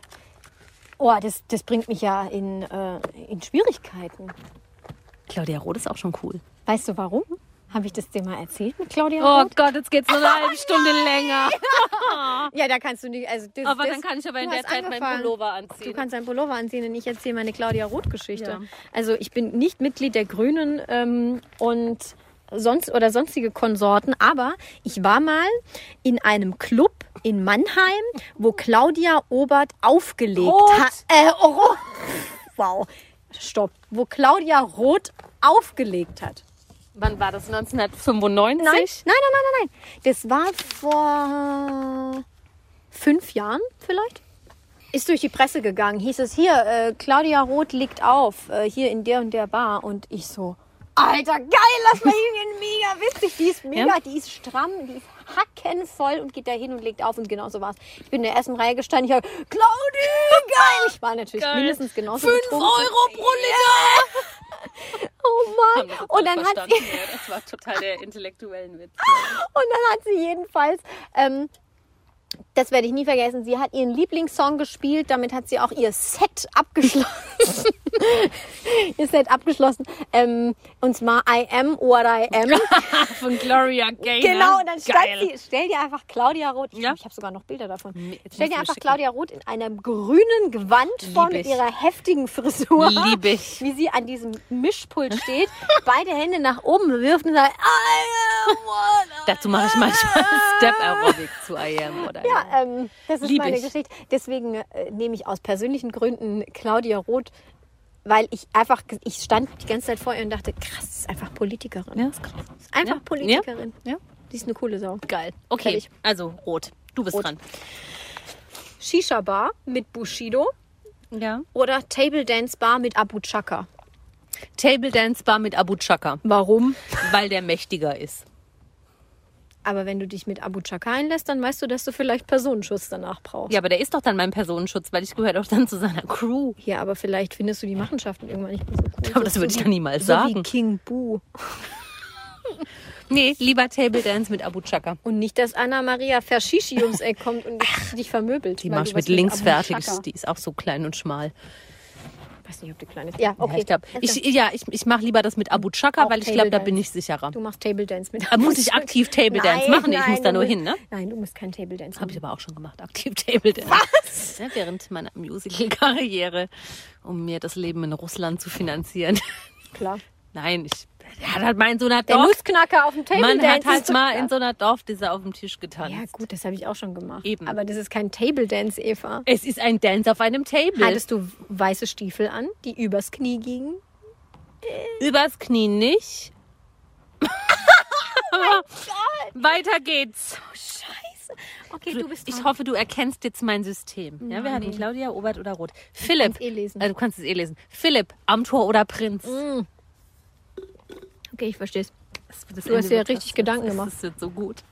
Speaker 3: Oh, das, das bringt mich ja in, äh, in Schwierigkeiten.
Speaker 2: Claudia Roth ist auch schon cool.
Speaker 3: Weißt du warum? Habe ich das dir mal erzählt mit Claudia?
Speaker 2: Oh
Speaker 3: Roth?
Speaker 2: Gott, jetzt geht's noch eine
Speaker 3: Oh
Speaker 2: halbe Stunde länger.
Speaker 3: Ja, da kannst du nicht. Also das,
Speaker 2: Aber
Speaker 3: das,
Speaker 2: dann kann ich aber
Speaker 3: du
Speaker 2: in der
Speaker 3: hast
Speaker 2: Zeit meinen
Speaker 3: angefangen.
Speaker 2: Pullover
Speaker 3: Du
Speaker 2: anziehen.
Speaker 3: kannst deinen Pullover anziehen und ich erzähle meine Claudia Roth-Geschichte.
Speaker 2: Ja.
Speaker 3: Also ich bin nicht Mitglied der Grünen ähm, und sonst oder sonstige Konsorten, aber ich war mal in einem Club in Mannheim, wo Claudia Obert aufgelegt
Speaker 2: Roth!
Speaker 3: hat. Äh, oh, Roth. wow, stopp. Wo Claudia Roth aufgelegt hat.
Speaker 2: Wann war das? 1995?
Speaker 3: Nein, nein, nein, nein, nein, nein. Das war vor fünf Jahren vielleicht. Ist durch die Presse gegangen. Hieß es hier, äh, Claudia Roth legt auf, äh, hier in der und der Bar. Und ich so, alter, geil, lass mal hingehen, mega witzig. Die ist mega,
Speaker 2: Ja.
Speaker 3: die ist stramm, die ist hackenvoll und geht da hin und legt auf. Und genau so war es. Ich bin in der ersten Reihe gestanden, ich habe, Claudia, geil. Ich war natürlich
Speaker 2: Geil.
Speaker 3: mindestens genauso
Speaker 2: Fünf
Speaker 3: betrunken.
Speaker 2: Euro pro Liter!
Speaker 3: Oh
Speaker 2: Haben
Speaker 3: Mann.
Speaker 2: das jetzt alle
Speaker 3: Und Oh, dann hat
Speaker 2: verstanden,
Speaker 3: sie...
Speaker 2: ja. Das war total der intellektuellen Witz.
Speaker 3: Und dann hat sie jedenfalls, ähm, das werde ich nie vergessen, sie hat ihren Lieblingssong gespielt, damit hat sie auch ihr Set abgeschlossen. ihr Set abgeschlossen. Ähm, und zwar I am what I am.
Speaker 2: Von Gloria Gaynor.
Speaker 3: Genau, und dann
Speaker 2: Geil.
Speaker 3: stand sie, stell dir einfach Claudia Roth, ich,
Speaker 2: Ja.
Speaker 3: glaub, ich habe sogar noch Bilder davon.
Speaker 2: jetzt
Speaker 3: Stell
Speaker 2: musst du
Speaker 3: dir
Speaker 2: mir
Speaker 3: einfach
Speaker 2: schicken.
Speaker 3: Claudia Roth in einer grünen Gewand vor
Speaker 2: Lieb
Speaker 3: mit
Speaker 2: ich.
Speaker 3: ihrer heftigen Frisur.
Speaker 2: Lieb ich.
Speaker 3: Wie sie an diesem Mischpult steht, beide Hände nach oben wirft und sagt, I am what I am.
Speaker 2: Dazu mache ich manchmal Step-Aerobic zu I am oder
Speaker 3: Ja, ähm, das ist
Speaker 2: Lieb
Speaker 3: meine
Speaker 2: ich.
Speaker 3: Geschichte. Deswegen äh, nehme ich aus persönlichen Gründen Claudia Roth, weil ich einfach, ge- ich stand die ganze Zeit vor ihr und dachte, krass, das ist einfach Politikerin.
Speaker 2: Ja, ist krass.
Speaker 3: Ist einfach
Speaker 2: Ja,
Speaker 3: Politikerin.
Speaker 2: ja, ja.
Speaker 3: Die ist eine coole Sau.
Speaker 2: Geil. Okay,
Speaker 3: Fertig.
Speaker 2: also rot. Du bist
Speaker 3: Rot.
Speaker 2: dran.
Speaker 3: Shisha-Bar mit Bushido
Speaker 2: Ja.
Speaker 3: oder Table-Dance-Bar mit Abu Chaka.
Speaker 2: Table Dance Bar mit Abu Chaka,
Speaker 3: Warum?
Speaker 2: weil der mächtiger ist.
Speaker 3: Aber wenn du dich mit Abu Chaka einlässt, dann weißt du, dass du vielleicht Personenschutz danach brauchst.
Speaker 2: Ja, aber der ist doch dann mein Personenschutz, weil ich gehöre doch dann zu seiner Crew.
Speaker 3: Ja, aber vielleicht findest du die Machenschaften irgendwann nicht mehr so cool.
Speaker 2: Aber das würde ich
Speaker 3: So
Speaker 2: doch niemals
Speaker 3: wie- So wie
Speaker 2: sagen.
Speaker 3: King Boo.
Speaker 2: Nee, lieber Table Dance mit Abu Chaka.
Speaker 3: Und nicht, dass Anna-Maria Verschischi ums Eck kommt und dich- dich vermöbelt.
Speaker 2: Die
Speaker 3: weil
Speaker 2: mach
Speaker 3: du
Speaker 2: ich
Speaker 3: was
Speaker 2: mit links
Speaker 3: Abu
Speaker 2: fertig.
Speaker 3: Shaka-
Speaker 2: Die ist auch so klein und schmal.
Speaker 3: Ich weiß nicht, ob die klein ist. Ja, okay.
Speaker 2: Ja, ich, glaub, ich, ja, ich, ich mache lieber das mit Abu Chaka,
Speaker 3: Auch
Speaker 2: weil ich
Speaker 3: Table
Speaker 2: glaube, da
Speaker 3: Dance.
Speaker 2: bin ich sicherer.
Speaker 3: du machst Table Dance mit.
Speaker 2: Da Ah, muss ich aktiv Table Dance machen. Ich muss da
Speaker 3: du
Speaker 2: nur
Speaker 3: musst-
Speaker 2: hin, ne?
Speaker 3: Nein, du musst kein Table Dance
Speaker 2: Habe ich
Speaker 3: machen.
Speaker 2: aber auch schon gemacht, aktiv Table Dance. Was? Ja, während meiner Musical-Karriere, um mir das Leben in Russland zu finanzieren.
Speaker 3: Klar.
Speaker 2: Nein, ich ja, hat mal in so einer
Speaker 3: Der
Speaker 2: Dorf.
Speaker 3: Nussknacker auf dem Table
Speaker 2: Man
Speaker 3: Dance.
Speaker 2: hat halt
Speaker 3: ist doch
Speaker 2: mal
Speaker 3: klar.
Speaker 2: in so einer Dorfdisse auf dem Tisch getanzt.
Speaker 3: Ja, gut, das habe ich auch schon gemacht.
Speaker 2: Eben.
Speaker 3: Aber das ist kein Table Dance, Eva.
Speaker 2: Es ist ein Dance auf einem Table.
Speaker 3: Hattest du weiße Stiefel an, die übers Knie gingen?
Speaker 2: Übers Knie nicht.
Speaker 3: Oh
Speaker 2: Weiter geht's.
Speaker 3: Scheiße. Okay,
Speaker 2: ich hoffe, du erkennst jetzt mein System. Ja, wir hatten Claudia, Obert oder Roth. Philipp.
Speaker 3: kann's eh lesen. Mm.
Speaker 2: Äh, du kannst es eh lesen. Philipp, Amtor oder Prinz?
Speaker 3: Okay, ich verstehe es.
Speaker 2: Das- das
Speaker 3: Du hast
Speaker 2: Ende
Speaker 3: dir
Speaker 2: wird-
Speaker 3: richtig
Speaker 2: das-
Speaker 3: Gedanken
Speaker 2: das,
Speaker 3: gemacht.
Speaker 2: Das wird so gut.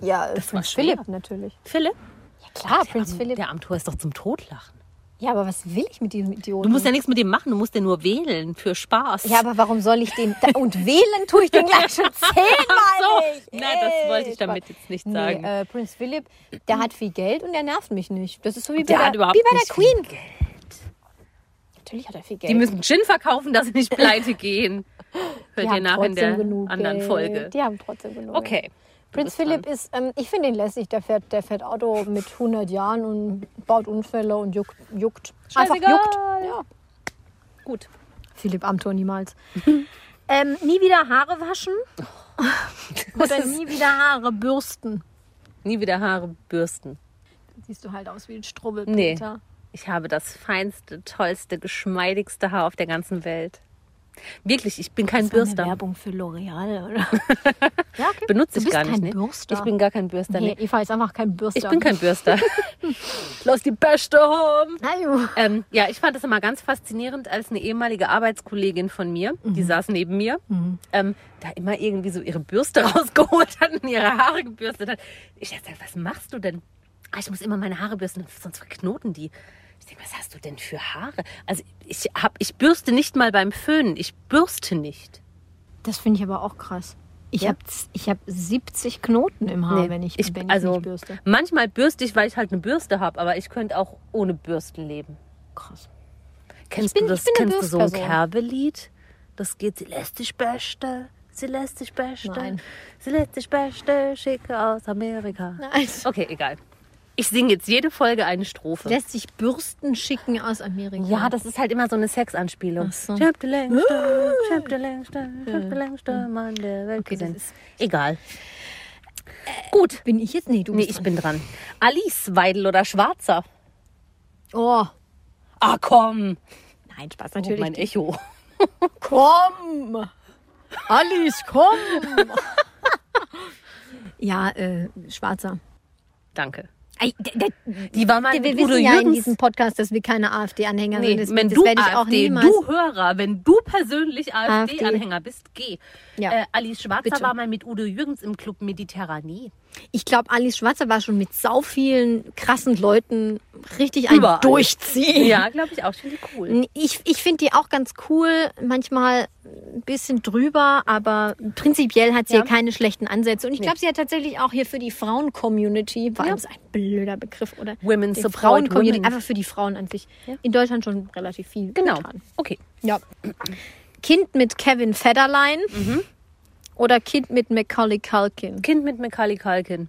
Speaker 3: Ja, das
Speaker 2: war
Speaker 3: Philipp natürlich.
Speaker 2: Philipp?
Speaker 3: Klar, Prinz
Speaker 2: Am-
Speaker 3: Philipp.
Speaker 2: Der Amtor ist doch zum Totlachen.
Speaker 3: Ja, aber was will ich mit diesem Idioten?
Speaker 2: Du musst ja nichts mit dem machen, du musst den nur wählen für Spaß.
Speaker 3: Mm. Ja, aber warum soll ich den. Da, und wählen tue ich den gleich schon zehnmal
Speaker 2: Ach so.
Speaker 3: nicht.
Speaker 2: Na, das
Speaker 3: Ey,
Speaker 2: wollte ich damit
Speaker 3: Spaß.
Speaker 2: jetzt nicht
Speaker 3: Nee,
Speaker 2: sagen.
Speaker 3: äh, Prinz Philipp, der hat viel Geld und der nervt mich nicht. Das ist so wie bei
Speaker 2: Der
Speaker 3: der,
Speaker 2: hat überhaupt
Speaker 3: wie bei
Speaker 2: nicht
Speaker 3: der Queen. Natürlich hat er viel Geld.
Speaker 2: Die müssen Gin verkaufen, dass sie nicht pleite gehen.
Speaker 3: Die
Speaker 2: Hört ihr
Speaker 3: haben
Speaker 2: nach in
Speaker 3: trotzdem
Speaker 2: der
Speaker 3: genug
Speaker 2: anderen
Speaker 3: Geld.
Speaker 2: Folge.
Speaker 3: Die haben trotzdem genug.
Speaker 2: Okay. du
Speaker 3: Prinz
Speaker 2: bist
Speaker 3: Philipp
Speaker 2: dran.
Speaker 3: ist, ähm, ich finde ihn lässig, der fährt, der fährt Auto mit 100 Jahren und baut Unfälle und juckt. juckt. Einfach
Speaker 2: Scheißegal.
Speaker 3: juckt. Ja.
Speaker 2: Gut.
Speaker 3: Philipp Amthor niemals. ähm, nie wieder Haare waschen oder nie wieder Haare bürsten.
Speaker 2: Nie wieder Haare bürsten.
Speaker 3: Siehst du halt aus wie ein Strubbel,
Speaker 2: Nee.
Speaker 3: Peter.
Speaker 2: Ich habe das feinste, tollste, geschmeidigste Haar auf der ganzen Welt. Wirklich, ich bin kein
Speaker 3: Das war eine
Speaker 2: Bürster.
Speaker 3: Werbung für L'Oreal, oder? ja, okay.
Speaker 2: Benutze
Speaker 3: Du
Speaker 2: ich
Speaker 3: bist
Speaker 2: gar nicht.
Speaker 3: kein
Speaker 2: ne?
Speaker 3: Bürster.
Speaker 2: Ich bin gar kein Bürster.
Speaker 3: Nee,
Speaker 2: ne?
Speaker 3: Eva ist einfach kein Bürster.
Speaker 2: Ich bin kein Bürster. Los die Beste home.
Speaker 3: Hallo.
Speaker 2: Ähm, ja, ich fand das immer ganz faszinierend, als eine ehemalige Arbeitskollegin von mir, die
Speaker 3: Mhm.
Speaker 2: saß neben mir, ähm, da immer irgendwie so ihre Bürste rausgeholt hat und ihre Haare gebürstet hat. Ich dachte, was machst du denn? Ah, ich muss immer meine Haare bürsten, sonst verknoten die. Ich denke, was hast du denn für Haare? Also ich, hab, ich bürste nicht mal beim Föhnen. Ich bürste nicht.
Speaker 3: Das finde ich aber auch krass. Ich
Speaker 2: Ja.
Speaker 3: habe ich hab 70 Knoten im Haar,
Speaker 2: Nee,
Speaker 3: Ah, wenn ich, wenn ich
Speaker 2: also
Speaker 3: nicht bürste.
Speaker 2: manchmal bürste ich, weil ich halt eine Bürste habe, aber ich könnte auch ohne Bürsten leben.
Speaker 3: Krass.
Speaker 2: Kennst
Speaker 3: bin-
Speaker 2: du das?
Speaker 3: ich bin eine
Speaker 2: Kennst du so ein
Speaker 3: Bürstperson.
Speaker 2: Kerbelied? Das geht, sie lässt sich beste, sie lässt sich beste,
Speaker 3: Nein.
Speaker 2: sie lässt sich beste, schicke aus Amerika.
Speaker 3: Nein.
Speaker 2: Okay, egal. Ich singe jetzt jede Folge eine Strophe.
Speaker 3: Lässt sich Bürsten schicken aus Amerika.
Speaker 2: ja, das ist halt immer so Ah. eine Sexanspielung.
Speaker 3: Ach so.
Speaker 2: Ich hab die längste, ich hab die längste, ich hab die längste Mann der Welt
Speaker 3: Okay, das
Speaker 2: gesehen.
Speaker 3: ist-
Speaker 2: Egal. Gut.
Speaker 3: bin ich jetzt? Nee, du
Speaker 2: Nee,
Speaker 3: bist
Speaker 2: ich
Speaker 3: dran.
Speaker 2: bin dran. Alice Weidel oder Schwarzer?
Speaker 3: Oh,
Speaker 2: Ah, komm.
Speaker 3: nein, Spaß
Speaker 2: Oh, mein
Speaker 3: natürlich.
Speaker 2: Echo.
Speaker 3: komm! Alice, komm! ja, äh, Schwarzer.
Speaker 2: Danke.
Speaker 3: Ei, der- der-
Speaker 2: Die war mal
Speaker 3: wir
Speaker 2: mit Udo
Speaker 3: wissen ja in
Speaker 2: Jürgens.
Speaker 3: diesem Podcast, dass wir keine AfD-Anhänger
Speaker 2: Nee,
Speaker 3: sind. Also Das,
Speaker 2: wenn
Speaker 3: das
Speaker 2: du
Speaker 3: werde ich auch
Speaker 2: AfD,
Speaker 3: niemals.
Speaker 2: du Hörer, wenn du persönlich
Speaker 3: AfD.
Speaker 2: AfD-Anhänger bist, geh.
Speaker 3: Ja.
Speaker 2: Äh, Alice Schwarzer
Speaker 3: Bitte.
Speaker 2: war mal mit Udo Jürgens im Club Mediterranee.
Speaker 3: Ich glaube, Alice Schwarzer war schon mit sau vielen krassen Leuten richtig ein
Speaker 2: Überall.
Speaker 3: Durchziehen.
Speaker 2: Ja, glaube ich auch. Ich finde die cool.
Speaker 3: Ich, ich finde die auch ganz cool, manchmal ein bisschen drüber, aber prinzipiell hat sie
Speaker 2: Ja.
Speaker 3: ja. keine schlechten Ansätze. Und ich glaube, sie hat tatsächlich auch hier für die Frauen-Community, vor allem ist ein blöder Begriff, oder?
Speaker 2: Women
Speaker 3: Die
Speaker 2: support
Speaker 3: Frauen-Community,
Speaker 2: women.
Speaker 3: einfach für die Frauen an sich. In Deutschland schon relativ viel.
Speaker 2: Genau.
Speaker 3: getan.
Speaker 2: Okay.
Speaker 3: Ja. Kind mit Kevin Federline
Speaker 2: Mhm.
Speaker 3: oder Kind mit Macaulay Culkin.
Speaker 2: Kind mit Macaulay Culkin.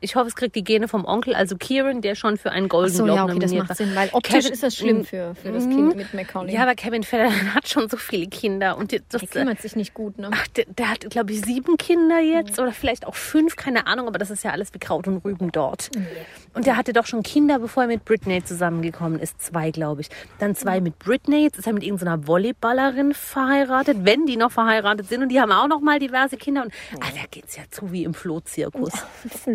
Speaker 2: Ich hoffe, es kriegt die Gene vom Onkel, also Kieran, der schon für einen Golden
Speaker 3: Ach so,
Speaker 2: Globe
Speaker 3: ja, okay, das
Speaker 2: nominiert
Speaker 3: macht
Speaker 2: war.
Speaker 3: Sinn, weil optisch
Speaker 2: Kevin-
Speaker 3: ist das schlimm
Speaker 2: Mm.
Speaker 3: für, für das Kind mit Macaulay.
Speaker 2: Ja, aber Kevin Federline hat schon so viele Kinder und die- das,
Speaker 3: der kümmert sich nicht gut, ne?
Speaker 2: Ach, der, der hat, glaube ich, sieben Kinder jetzt oder vielleicht auch fünf, keine Ahnung, aber das ist ja alles wie Kraut und Rüben dort. Und der hatte doch schon Kinder, bevor er mit Britney zusammengekommen ist. Zwei, glaube ich. Dann zwei mit Britney. Jetzt ist er mit irgendeiner Volleyballerin verheiratet, wenn die noch verheiratet sind. Und die haben auch noch mal diverse Kinder. Und ah, da geht's ja zu wie im Flohzirkus.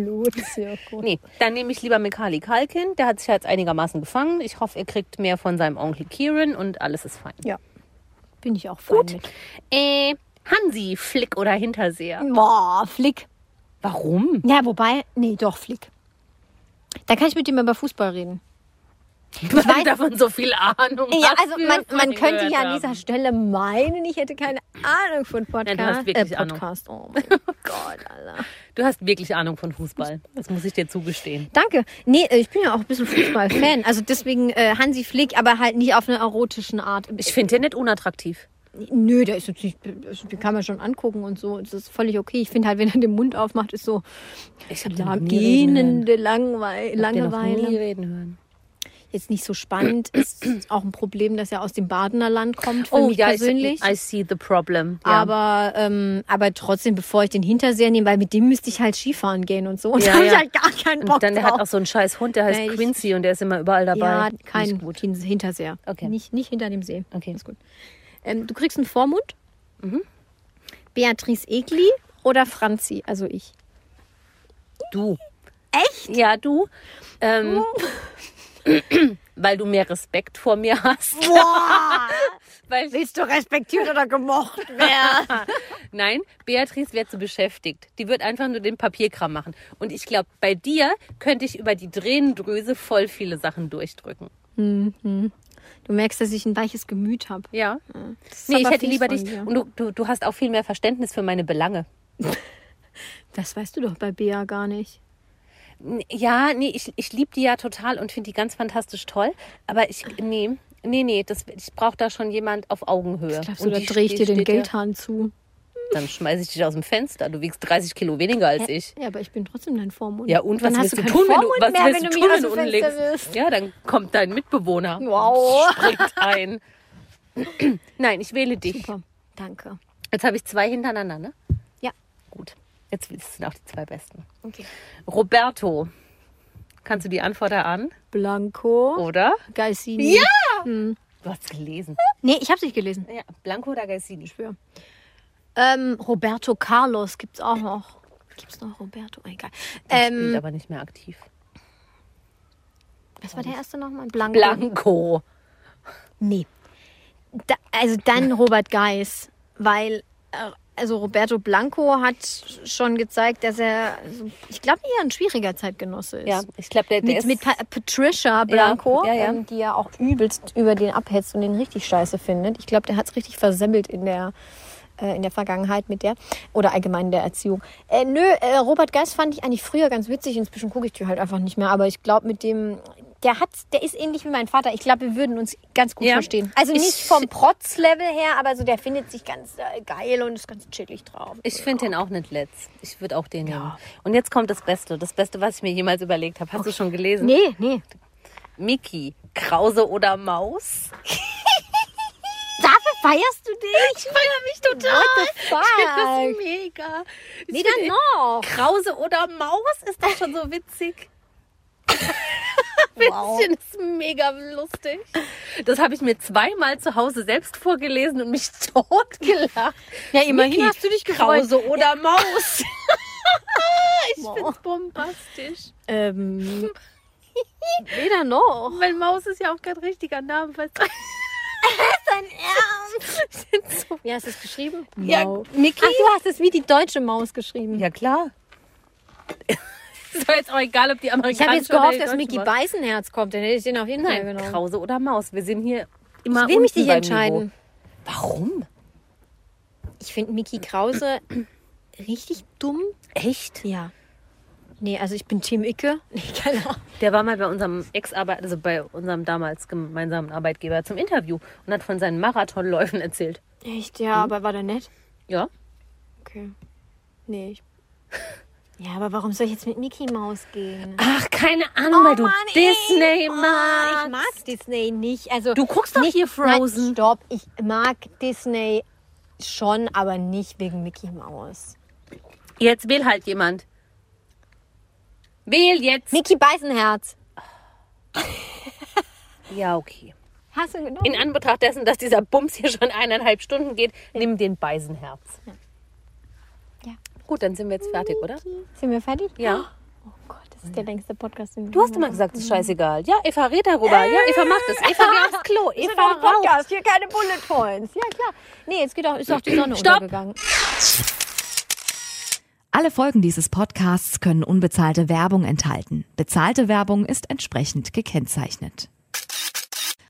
Speaker 3: Flohzirkus.
Speaker 2: Nee, dann nehme ich lieber Mikali Kalkin. Der hat sich ja jetzt einigermaßen gefangen. Ich hoffe, er kriegt mehr von seinem Onkel Kieran und alles ist fein.
Speaker 3: Ja. Bin ich auch fein
Speaker 2: Gut.
Speaker 3: mit.
Speaker 2: Äh, Hansi, Flick oder Hinterseher?
Speaker 3: Boah, Flick.
Speaker 2: Warum?
Speaker 3: Ja, wobei, nee, doch, Flick. Da kann ich mit dem über Fußball reden.
Speaker 2: Ich
Speaker 3: weiß-
Speaker 2: davon so viel Ahnung.
Speaker 3: Ja,
Speaker 2: hast,
Speaker 3: also
Speaker 2: wie
Speaker 3: man,
Speaker 2: wir von
Speaker 3: man
Speaker 2: dir
Speaker 3: könnte
Speaker 2: gehört
Speaker 3: ja an
Speaker 2: haben.
Speaker 3: dieser Stelle meinen, ich hätte keine Ahnung von Podcast.
Speaker 2: du hast wirklich
Speaker 3: äh,
Speaker 2: Ahnung.
Speaker 3: Podcast. Oh mein Gott, Alter.
Speaker 2: Du hast wirklich Ahnung von Fußball. Das muss ich dir zugestehen.
Speaker 3: Danke. Nee, äh, ich bin ja auch ein bisschen Fußball-Fan. Also deswegen äh, Hansi Flick, aber halt nicht auf eine erotischen Art.
Speaker 2: Ich finde den nicht unattraktiv.
Speaker 3: Nö, der ist jetzt nicht, also, den kann man schon angucken und so. Das ist völlig okay. Ich finde halt, wenn er den Mund aufmacht, ist so
Speaker 2: Ich habe
Speaker 3: laginende Langweil,
Speaker 2: noch nie
Speaker 3: Langeweile.
Speaker 2: reden hören.
Speaker 3: Jetzt nicht so spannend. Ist auch ein Problem, dass er aus dem Badener Land kommt,
Speaker 2: Oh,
Speaker 3: für mich Oh, persönlich.
Speaker 2: I, I see the problem. Ja.
Speaker 3: aber, ähm, aber trotzdem, bevor ich den Hinterseher nehme, weil mit dem müsste ich halt Skifahren gehen und so. Und
Speaker 2: Ja,
Speaker 3: da habe ich
Speaker 2: ja.
Speaker 3: halt gar keinen Bock
Speaker 2: und dann der
Speaker 3: drauf.
Speaker 2: hat auch so einen scheiß Hund, der heißt
Speaker 3: Nee, ich-
Speaker 2: Quincy und der ist immer überall dabei.
Speaker 3: ja,
Speaker 2: Nicht
Speaker 3: kein
Speaker 2: gut.
Speaker 3: Hin Hinterseher.
Speaker 2: Okay.
Speaker 3: Nicht, nicht hinter dem See.
Speaker 2: Okay. Mhm.
Speaker 3: Ist gut. Ähm, du kriegst einen Vormund. Beatrice Egli oder Franzi, also ich.
Speaker 2: Du. Echt? Ja, du. Ähm, weil du mehr Respekt vor mir hast. weil ich
Speaker 3: Willst du respektiert oder gemocht werden?
Speaker 2: Nein, Beatrice wäre zu beschäftigt. Die wird einfach nur den Papierkram machen. Und ich glaube, bei dir könnte ich über die Tränendrüse voll viele Sachen durchdrücken.
Speaker 3: Du merkst, dass ich ein weiches Gemüt habe.
Speaker 2: Ja.
Speaker 3: Hm. ist
Speaker 2: Nee, ich
Speaker 3: aber
Speaker 2: hätte
Speaker 3: fies
Speaker 2: lieber
Speaker 3: von
Speaker 2: dich.
Speaker 3: dir.
Speaker 2: Und du, du, du hast auch viel mehr Verständnis für meine Belange.
Speaker 3: Das weißt du doch bei Bea gar nicht.
Speaker 2: N- Ja, nee, ich, ich liebe die ja total und finde die ganz fantastisch toll. Aber ich, nee, nee, nee, das, ich brauche da schon jemand auf Augenhöhe.
Speaker 3: Glaubst du,
Speaker 2: Und
Speaker 3: da
Speaker 2: die
Speaker 3: drehe ich
Speaker 2: steht-
Speaker 3: dir den
Speaker 2: steht
Speaker 3: Geldhahn zu.
Speaker 2: Dann schmeiße ich dich aus dem Fenster. Du wiegst 30 Kilo weniger als ich.
Speaker 3: Ja, aber ich bin trotzdem dein Vormund.
Speaker 2: Ja, und was
Speaker 3: dann
Speaker 2: willst
Speaker 3: hast
Speaker 2: du
Speaker 3: keinen
Speaker 2: tun, wenn du,
Speaker 3: Vormund
Speaker 2: was
Speaker 3: mehr,
Speaker 2: willst du
Speaker 3: wenn du
Speaker 2: tun,
Speaker 3: mich
Speaker 2: wenn
Speaker 3: aus
Speaker 2: du
Speaker 3: dem Fenster
Speaker 2: unlegst?
Speaker 3: wirfst?
Speaker 2: Ja, dann kommt dein Mitbewohner.
Speaker 3: Wow.
Speaker 2: Springt ein. Nein, ich wähle dich.
Speaker 3: Super, danke.
Speaker 2: Jetzt habe ich zwei hintereinander, ne?
Speaker 3: Ja.
Speaker 2: Gut. Jetzt sind auch die zwei besten.
Speaker 3: Okay.
Speaker 2: Roberto Kannst du die Antwort erahnen?
Speaker 3: Blanco.
Speaker 2: Oder?
Speaker 3: Gaisini. Ja!
Speaker 2: Du hast gelesen.
Speaker 3: Nee, ich hab's nicht gelesen.
Speaker 2: Ja, Blanco oder Gaisini?
Speaker 3: Spür. Ähm, Roberto Carlos gibt's auch noch. Gibt's noch Roberto? Oh, Egal.
Speaker 2: Spielt
Speaker 3: Ähm,
Speaker 2: aber nicht mehr aktiv.
Speaker 3: was war der erste nochmal? Blanco.
Speaker 2: Blanco.
Speaker 3: Nee. Da, also dann Robert Geis, weil äh, also Roberto Blanco hat schon gezeigt, dass er, also ich glaube, eher ein schwieriger Zeitgenosse ist.
Speaker 2: Ja, ich glaube, der, der
Speaker 3: Mit,
Speaker 2: ist...
Speaker 3: mit Pa- Patricia Blanco,
Speaker 2: ja, ja.
Speaker 3: Ähm, die ja auch übelst über den abhetzt und den richtig scheiße findet. Ich glaube, der hat es richtig versemmelt in der, äh, in der Vergangenheit mit der oder allgemein in der Erziehung. Äh, nö, äh, Robert Geist fand ich eigentlich früher ganz witzig. Inzwischen gucke ich die halt einfach nicht mehr. Aber ich glaube, mit dem, der hat, der ist ähnlich wie mein Vater. Ich glaube, wir würden uns ganz gut
Speaker 2: Ja.
Speaker 3: verstehen. Also
Speaker 2: Ich-
Speaker 3: nicht vom Protz-Level her, aber so der findet sich ganz äh, geil und ist ganz chillig drauf.
Speaker 2: ich finde den auch nicht letzt. Ich würde auch den nehmen. Und jetzt kommt das Beste. Das Beste, was ich mir jemals überlegt habe. Hast du schon gelesen?
Speaker 3: Nee, nee.
Speaker 2: Mickey, Krause oder Maus?
Speaker 3: Dafür feierst du dich?
Speaker 2: Ich feiere mich total.
Speaker 3: What the fuck?
Speaker 2: Ich finde das mega. Ich
Speaker 3: Nee,
Speaker 2: find-
Speaker 3: dann noch.
Speaker 2: Krause oder Maus ist doch schon so witzig.
Speaker 3: Wow.
Speaker 2: Das ist mega lustig. Das habe ich mir zweimal zu Hause selbst vorgelesen und mich totgelacht.
Speaker 3: Ja, immerhin
Speaker 2: Mickey,
Speaker 3: hast du dich gefreut.
Speaker 2: Krause oder Maus. ich
Speaker 3: Wow.
Speaker 2: find's bombastisch.
Speaker 3: Ähm, weder noch.
Speaker 2: Weil Maus ist ja auch kein richtiger Name. Weißt du?
Speaker 3: Dein Ernst?
Speaker 2: Das sind so-
Speaker 3: Wie hast du es geschrieben?
Speaker 2: Ja,
Speaker 3: Mau.
Speaker 2: Mickey.
Speaker 3: Ach, du hast es wie die deutsche Maus geschrieben.
Speaker 2: Ja, klar. ist doch jetzt auch egal, ob die
Speaker 3: Ich habe
Speaker 2: Amerikaner
Speaker 3: jetzt gehofft, dass Mickey Beißenherz kommt, dann hätte ich den auf jeden Fall
Speaker 2: Nein,
Speaker 3: genommen.
Speaker 2: Krause oder Maus. Wir sind hier immer
Speaker 3: Ich will mich
Speaker 2: unten
Speaker 3: nicht
Speaker 2: beim
Speaker 3: entscheiden.
Speaker 2: Niveau. Warum?
Speaker 3: Ich finde Mickey Krause richtig dumm.
Speaker 2: Echt?
Speaker 3: Ja. Nee, also ich bin Team Icke. Nee, keine Ahnung.
Speaker 2: Der war mal bei unserem Ex-Arbeit, also bei unserem damals gemeinsamen Arbeitgeber zum Interview und hat von seinen Marathonläufen erzählt.
Speaker 3: Echt, ja, aber war der nett?
Speaker 2: Ja?
Speaker 3: Okay. Nee. ich- Ja, aber warum soll ich jetzt mit Mickey Maus gehen?
Speaker 2: Ach, keine Ahnung, Ah, weil du
Speaker 3: Mann, Ah,
Speaker 2: Disney
Speaker 3: Ich
Speaker 2: magst.
Speaker 3: mag Disney nicht. Also
Speaker 2: Oh. Du guckst doch
Speaker 3: nicht,
Speaker 2: hier Frozen.
Speaker 3: Nein, stopp. Ich mag Disney schon, aber nicht wegen Mickey Mouse.
Speaker 2: Jetzt will halt jemand. Wähl jetzt.
Speaker 3: Mickey Beißenherz.
Speaker 2: Ja, okay.
Speaker 3: Hast du genommen?
Speaker 2: In Anbetracht dessen, dass dieser Bums hier schon eineinhalb Stunden geht, nimm den Beisenherz.
Speaker 3: Ja.
Speaker 2: Gut, dann sind wir jetzt fertig, oder?
Speaker 3: Sind wir fertig?
Speaker 2: Ja.
Speaker 3: Oh Gott, das ist der längste Podcast. Den
Speaker 2: Du hast immer gesagt, es ist scheißegal. Ja, Eva, red darüber. Ja, Eva, mach das. Eva, geh aufs Klo.
Speaker 3: Ich bin
Speaker 2: Äh. Eva,
Speaker 3: auch ein
Speaker 2: raus.
Speaker 3: Podcast, hier keine Bullet Points. Ja, klar. Nee, jetzt geht auch, ist auch die Sonne
Speaker 2: Stopp.
Speaker 3: untergegangen.
Speaker 1: Alle Folgen dieses Podcasts können unbezahlte Werbung enthalten. Bezahlte Werbung ist entsprechend gekennzeichnet.